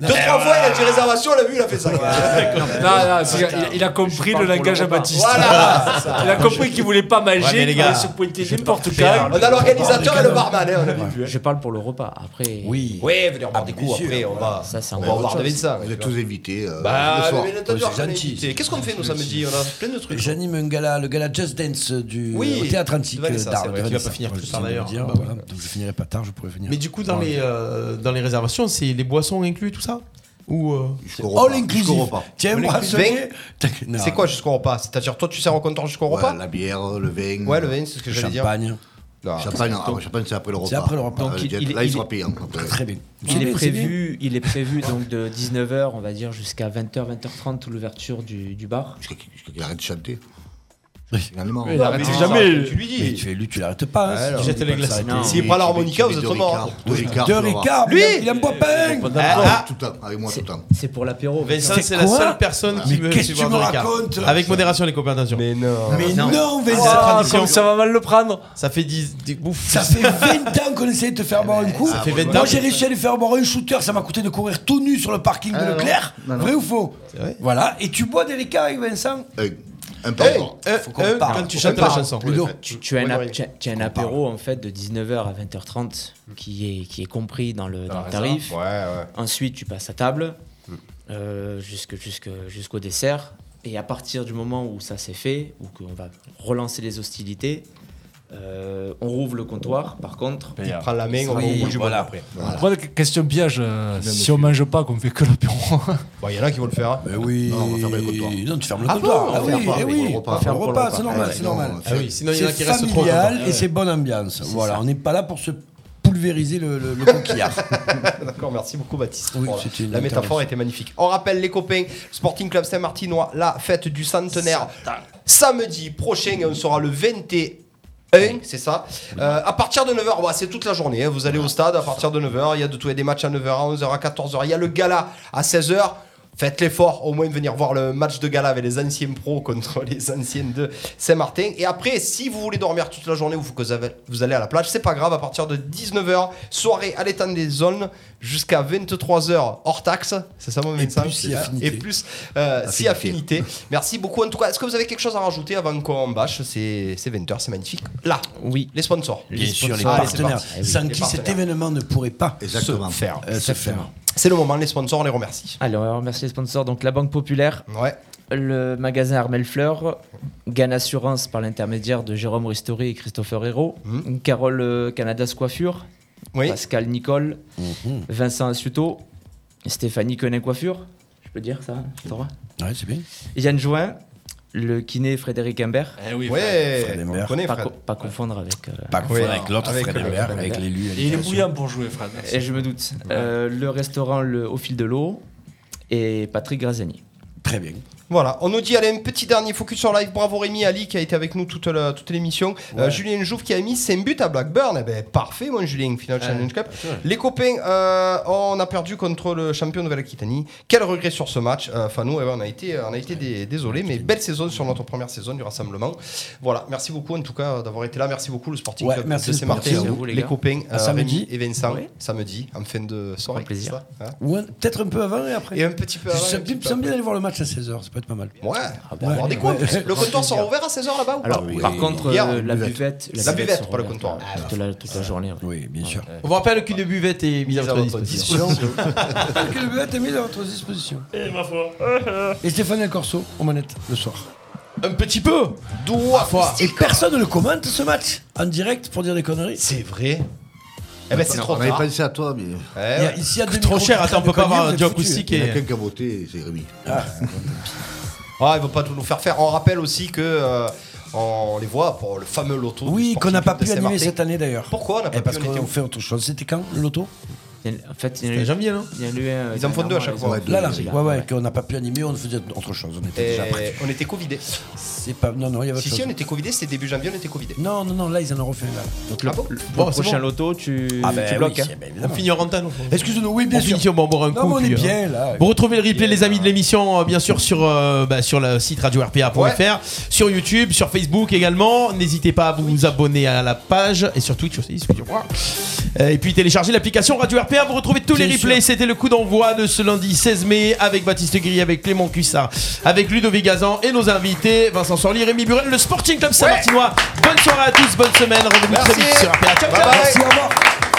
Speaker 7: Deux, trois fois, il a dit réservation, on l'a vu, il a fait ça.
Speaker 5: Non, non, c'est- il, il a compris le langage à Baptiste.
Speaker 7: Voilà, c'est ça.
Speaker 5: Il a compris qu'il voulait pas manger,
Speaker 4: Ouais, mais les
Speaker 5: qu'il
Speaker 4: gars,
Speaker 5: allait se pointer n'importe quand.
Speaker 7: On a l'organisateur et le barman, hein, on a vu.
Speaker 8: je parle pour le repas. Après,
Speaker 6: Oui.
Speaker 7: Oui, venir boire des coups
Speaker 6: bien
Speaker 7: après,
Speaker 6: sûr,
Speaker 7: on va.
Speaker 8: ça, c'est
Speaker 7: On
Speaker 8: un
Speaker 7: va au
Speaker 8: bon
Speaker 7: bar de Vincent.
Speaker 3: Vous êtes tous invités. euh,
Speaker 7: Bah,
Speaker 3: le soir.
Speaker 7: mais l'intérieur,
Speaker 6: Ouais, c'est
Speaker 7: on est
Speaker 6: gentil.
Speaker 7: invité. Qu'est-ce qu'on fait nous samedi On a plein de trucs.
Speaker 6: J'anime un gala, le gala Just Dance du
Speaker 7: Oui,
Speaker 6: au théâtre antique
Speaker 7: de Vanessa, c'est
Speaker 6: d'Arles.
Speaker 7: vrai,
Speaker 6: de
Speaker 7: qui
Speaker 4: va
Speaker 6: Vanessa.
Speaker 4: pas finir
Speaker 6: Voilà,
Speaker 4: plus
Speaker 6: je
Speaker 4: tard,
Speaker 6: tiens à le
Speaker 4: d'ailleurs.
Speaker 6: dire,
Speaker 4: Bah,
Speaker 6: voilà. Donc je finirai pas tard, je pourrais venir.
Speaker 4: Mais hein. du coup, dans, les, euh, dans les réservations, c'est les boissons inclus, tout ça Ou. euh,
Speaker 3: Jusqu'au repas.
Speaker 6: All
Speaker 3: Jusqu'au
Speaker 6: inclusive.
Speaker 3: repas.
Speaker 6: Tiens,
Speaker 7: All
Speaker 6: moi,
Speaker 7: inclusive.
Speaker 6: ce- Tac, non.
Speaker 7: C'est quoi jusqu'au repas C'est-à-dire, toi, tu sers au comptoir jusqu'au
Speaker 3: Ouais,
Speaker 7: repas
Speaker 3: La bière, le vin.
Speaker 7: Ouais, le vin, c'est ce que
Speaker 6: Le
Speaker 7: j'allais dire.
Speaker 6: champagne.
Speaker 7: Non.
Speaker 3: Champagne, ah, ouais, champagne, c'est après le repas.
Speaker 6: C'est après le repas.
Speaker 3: Ah,
Speaker 8: Donc, il-
Speaker 3: jet-
Speaker 8: il-
Speaker 3: là, il
Speaker 8: il-
Speaker 3: sera payant. après.
Speaker 6: Très bien.
Speaker 8: il est prévu, il est prévu donc de 19h, on va dire, jusqu'à 20h, 20h30, tout l'ouverture du, du bar.
Speaker 3: Jusqu'à jusqu'à qu'il arrête de chanter. Finalement.
Speaker 5: Il arrête
Speaker 7: Ah,
Speaker 5: jamais.
Speaker 7: Tu lui
Speaker 6: Mais
Speaker 7: dis.
Speaker 6: tu, lui, tu l'arrêtes pas. hein,
Speaker 7: Ouais,
Speaker 6: si
Speaker 7: alors,
Speaker 6: tu
Speaker 4: jette
Speaker 6: dis
Speaker 4: les
Speaker 6: pas de
Speaker 4: glaces.
Speaker 6: s'arrêter.
Speaker 8: Non.
Speaker 7: S'il prend l'harmonica, vous êtes Ah, au mort.
Speaker 3: Deux Ricard.
Speaker 6: Deux Ricard,
Speaker 7: Lui
Speaker 6: il en boit pas un.
Speaker 3: Ah, tout le temps, avec moi tout
Speaker 8: C'est
Speaker 3: le temps.
Speaker 8: c'est pour l'apéro.
Speaker 4: Vincent,
Speaker 6: C'est
Speaker 4: c'est la
Speaker 6: quoi
Speaker 4: seule personne qui
Speaker 6: Mais
Speaker 4: me
Speaker 6: qu'est-ce
Speaker 4: fait
Speaker 6: que tu
Speaker 4: boire
Speaker 6: me
Speaker 4: dans les cartes.
Speaker 6: racontes
Speaker 4: Avec modération, les copains, bien sûr.
Speaker 7: Mais non.
Speaker 6: Mais non,
Speaker 4: c'est la
Speaker 6: Vincent.
Speaker 5: Ah,
Speaker 4: tradition.
Speaker 5: comme ça va mal le prendre.
Speaker 4: Ça fait 10. des- ouf.
Speaker 6: Ça fait 20 ans qu'on essayait de te faire boire un coup.
Speaker 4: fait 20 ans.
Speaker 6: Moi, j'ai réussi à lui faire boire un shooter. Ça m'a coûté de courir tout nu sur le parking de Leclerc. Vrai ou faux
Speaker 4: vrai.
Speaker 6: Voilà. Et tu bois des Ricard avec Vincent
Speaker 3: Euh, Un peu encore.
Speaker 4: Euh,
Speaker 6: faut qu'on
Speaker 4: euh,
Speaker 6: parle,
Speaker 4: quand tu
Speaker 6: faut
Speaker 4: chantes
Speaker 6: qu'on
Speaker 4: la
Speaker 6: parle.
Speaker 4: chanson.
Speaker 6: Ludo.
Speaker 8: Tu, tu as un,
Speaker 7: Ouais,
Speaker 8: ap-
Speaker 7: ouais.
Speaker 8: tu as- tu as un apéro en fait de 19h à 20h30 qui est, qui est compris dans le, dans le tarif.
Speaker 7: Ouais, ouais.
Speaker 8: Ensuite, tu passes à table. euh, jusque, jusque, jusqu'au dessert. Et à partir du moment où ça s'est fait, ou qu'on va relancer les hostilités, euh, on rouvre le comptoir. Par contre,
Speaker 7: Il prend la main, on va au bout du monde après.
Speaker 5: Après, question piège, euh, si on mange pas, qu'on fait que le bureau.
Speaker 7: Bon, il y en a qui vont le faire. hein.
Speaker 6: Mais Eh oui.
Speaker 3: Non, on va fermer le comptoir.
Speaker 6: Non, tu fermes le
Speaker 7: Ah
Speaker 6: comptoir.
Speaker 7: bon, on
Speaker 6: ah
Speaker 7: ferme
Speaker 6: oui,
Speaker 7: pas,
Speaker 6: eh
Speaker 7: oui,
Speaker 6: oui.
Speaker 7: on repas,
Speaker 6: On ferme
Speaker 7: on
Speaker 6: le
Speaker 7: repas,
Speaker 6: repas, c'est
Speaker 7: ouais,
Speaker 6: normal,
Speaker 7: ouais,
Speaker 6: c'est
Speaker 7: non,
Speaker 6: normal.
Speaker 7: Ah oui, sinon, il y en a qui
Speaker 6: C'est
Speaker 7: restent trop
Speaker 6: familial
Speaker 7: longtemps.
Speaker 6: et c'est bonne ambiance. Voilà, on n'est pas là pour se pulvériser le, le- le coquillard.
Speaker 7: D'accord, merci beaucoup Baptiste.
Speaker 6: Oui,
Speaker 7: Voilà.
Speaker 6: c'était une
Speaker 7: La métaphore
Speaker 6: intervention.
Speaker 7: était magnifique. On rappelle les copains, Sporting Club Saint-Martinois, la fête du centenaire samedi prochain et on sera le 21. c'est ça. Euh, à partir de 9h, bah, c'est toute la journée. hein. Vous allez au stade à partir de 9h. Il y a de tout. Il y a des matchs à 9h, à 11h, à 14h. Il y a le gala à 16h. Faites l'effort au moins de venir voir le match de gala avec les anciens pros contre les anciennes de Saint-Martin. Et après, si vous voulez dormir toute la journée ou que vous avez- vous allez à la plage, c'est pas grave. À partir de 19h, soirée à l'étang des zones jusqu'à 23h hors taxe. C'est ça mon médecin
Speaker 6: plus si affinité.
Speaker 7: Et plus euh,
Speaker 6: Ah,
Speaker 7: si affinité. Merci beaucoup. En tout cas, est-ce que vous avez quelque chose à rajouter avant qu'on bâche C'est 20h, c'est magnifique. Là,
Speaker 8: oui.
Speaker 7: les sponsors.
Speaker 6: Bien sûr, les Ah,
Speaker 7: Allez, c'est
Speaker 6: partenaires.
Speaker 7: parti.
Speaker 6: Eh Sans
Speaker 7: Les
Speaker 6: qui cet
Speaker 7: partenaires.
Speaker 6: événement ne pourrait pas
Speaker 3: Exactement.
Speaker 6: se faire. euh, se faire.
Speaker 7: C'est le moment, les sponsors, on les remercie.
Speaker 8: Allez, on va remercier les sponsors. Donc, la Banque Populaire,
Speaker 7: Ouais.
Speaker 8: le magasin Armel Fleur, Gan Assurance par l'intermédiaire de Jérôme Ristori et Christopher Hérault, Carole euh, Canadas Coiffure,
Speaker 7: Oui.
Speaker 8: Pascal Nicole, Vincent Assuto, Stéphanie Quenin Coiffure, je peux dire ça, j'ai le droit.
Speaker 6: Ouais, c'est bien.
Speaker 8: Yann Join, le kiné Frédéric Imbert,
Speaker 7: Ouais,
Speaker 6: Fred
Speaker 7: on
Speaker 6: Hembert.
Speaker 7: connaît
Speaker 8: pas,
Speaker 7: Fred.
Speaker 8: co- pas confondre avec. euh,
Speaker 6: Pas confondre
Speaker 7: Ouais,
Speaker 6: avec l'autre
Speaker 7: avec
Speaker 6: Fred
Speaker 7: le-
Speaker 6: Hembert, avec l'élu.
Speaker 5: Et il est bouillant pour jouer, Fred. merci.
Speaker 8: et je me doute. Euh, le restaurant le, Au fil de l'eau et Patrick Graziani.
Speaker 6: Très bien.
Speaker 7: Voilà, on nous dit, allez, un petit dernier focus sur live. Bravo Rémi Ali qui a été avec nous toute la- toute l'émission. Euh, Julien Jouve qui a mis 5 buts à Blackburn. Eh ben, parfait, mon Julien, Final Challenge Cup. Les copains, euh, on a perdu contre le champion Nouvelle-Aquitanie. Quel regret sur ce match. Euh, Enfin, nous, eh ben, on a été, on a été des- désolés, mais belle saison sur notre première saison du rassemblement. Voilà, merci beaucoup en tout cas d'avoir été là. Merci beaucoup, le Sporting
Speaker 6: Ouais,
Speaker 7: Club
Speaker 6: merci,
Speaker 7: de
Speaker 6: le
Speaker 7: Saint-Martin.
Speaker 6: Sporting.
Speaker 8: Merci à vous, les
Speaker 7: les
Speaker 8: gars.
Speaker 7: copains,
Speaker 6: À
Speaker 7: euh,
Speaker 6: samedi.
Speaker 7: Rémi et Vincent,
Speaker 8: Ouais.
Speaker 7: samedi, en fin de soirée.
Speaker 8: Grand plaisir.
Speaker 7: c'est ça, hein
Speaker 6: Ou un- Peut-être un peu avant et après.
Speaker 7: Et un petit peu.
Speaker 6: Je
Speaker 7: avant, un
Speaker 6: sens
Speaker 7: petit
Speaker 6: bien-
Speaker 7: peu
Speaker 6: je sens bien d'aller voir le match à 16h, ça peut être pas mal.
Speaker 7: Ouais, on va
Speaker 6: Ah bah, Ouais.
Speaker 7: avoir des coups. Le comptoir sera ouvert à 16h là-bas ou
Speaker 8: Alors,
Speaker 7: pas
Speaker 8: par contre,
Speaker 7: Hier,
Speaker 8: euh, la
Speaker 3: buvette.
Speaker 8: buvette.
Speaker 7: La Ah buvette,
Speaker 8: sera
Speaker 7: pas le
Speaker 8: ouverte,
Speaker 7: comptoir.
Speaker 8: euh, Toute la, toute la journée. ouais.
Speaker 6: Oui, bien sûr.
Speaker 4: On vous rappelle qu'une buvette est mise à votre disposition.
Speaker 6: Que le bête est mis à votre disposition. Et Eh, ma foi. Et Stéphane El Corso, aux manettes, le soir.
Speaker 4: Un petit peu
Speaker 7: Doua fois.
Speaker 6: Et personne ne le commente ce match en direct pour dire des conneries.
Speaker 7: C'est vrai. Eh ben c'est
Speaker 3: Non,
Speaker 7: trop
Speaker 3: On avait
Speaker 7: tard.
Speaker 3: pensé à toi, mais
Speaker 7: Eh
Speaker 6: Il y a-
Speaker 7: ouais.
Speaker 6: ici, il y a deux
Speaker 4: Trop
Speaker 6: micros
Speaker 4: cher,
Speaker 6: qui
Speaker 4: attends, on peut
Speaker 6: traînent
Speaker 4: pas avoir un
Speaker 6: conneries, vous
Speaker 4: duo
Speaker 6: êtes foutus.
Speaker 4: acoustique
Speaker 3: il y en a
Speaker 4: et.
Speaker 3: qu'un qui a voté, c'est Rémi.
Speaker 7: Ah, ils vont pas tout nous faire faire. On rappelle aussi que euh, on les voit pour le fameux loto. du
Speaker 6: Oui,
Speaker 7: Sporting
Speaker 6: qu'on n'a pas
Speaker 7: Club
Speaker 6: pu
Speaker 7: de
Speaker 6: animer
Speaker 7: Saint-Martin.
Speaker 6: cette année d'ailleurs.
Speaker 7: Pourquoi on n'a
Speaker 6: Eh,
Speaker 7: pas
Speaker 6: Parce
Speaker 7: pu on était
Speaker 6: qu'on
Speaker 7: au-
Speaker 6: fait autre chose. C'était quand, l'auto
Speaker 8: Il y en- En fait, il y en a
Speaker 4: C'était
Speaker 8: eu-
Speaker 4: janvier, non
Speaker 8: il y en a eu un, euh,
Speaker 7: Ils en font deux à
Speaker 8: dernièrement,
Speaker 7: chaque
Speaker 8: ils
Speaker 7: fois.
Speaker 8: en ont
Speaker 7: Ouais,
Speaker 8: fait
Speaker 6: Là, là.
Speaker 8: deux,
Speaker 6: Ouais,
Speaker 8: celui-là.
Speaker 6: ouais, qu'on n'a pas pu animer, on faisait autre chose. On était
Speaker 7: Eh,
Speaker 6: déjà prêts.
Speaker 7: on était covidés.
Speaker 6: C'est pas... Non, non, il y avait autre
Speaker 7: Si, si,
Speaker 6: chose.
Speaker 7: on était covidés, c'était début janvier, on était covidés.
Speaker 6: Non, non, non, là, ils en ont refait là.
Speaker 8: Donc, le,
Speaker 7: Ah bon
Speaker 8: le-
Speaker 4: Bon,
Speaker 8: le
Speaker 4: c'est
Speaker 8: prochain
Speaker 4: bon.
Speaker 8: loto, tu, tu
Speaker 6: oui,
Speaker 8: bloques. hein.
Speaker 6: c'est- ben,
Speaker 4: On
Speaker 6: évidemment.
Speaker 4: finit en rentable.
Speaker 6: Excusez-nous, oui, bien
Speaker 4: on
Speaker 6: sûr.
Speaker 4: finit, on va en boire un
Speaker 6: Non,
Speaker 4: coup.
Speaker 6: mais on
Speaker 4: puis,
Speaker 6: est
Speaker 4: euh,
Speaker 6: bien là.
Speaker 4: Vous retrouvez le replay, les amis de l'émission, euh, bien sûr, sur, euh, bah, sur le site radio-rpa.fr,
Speaker 7: Ouais.
Speaker 4: sur YouTube, sur Facebook également. N'hésitez pas à vous abonner à la page et sur Twitch aussi, excusez-moi. Euh, Et puis télécharger l'application Radio RPA. Vous retrouvez tous les
Speaker 6: Bien
Speaker 4: replays. C'était le coup d'envoi de ce lundi 16 mai avec Baptiste Gris, avec Clément Cuissard, avec Ludovic Gazan et nos invités Vincent Sorli, Rémi Burel, le Sporting Club Saint-Martinois. Bonne soirée à tous, bonne semaine. Rendez-vous très
Speaker 7: Merci.
Speaker 4: vite sur RPA. Ciao, ciao.
Speaker 7: Bye bye.
Speaker 6: Merci, au revoir.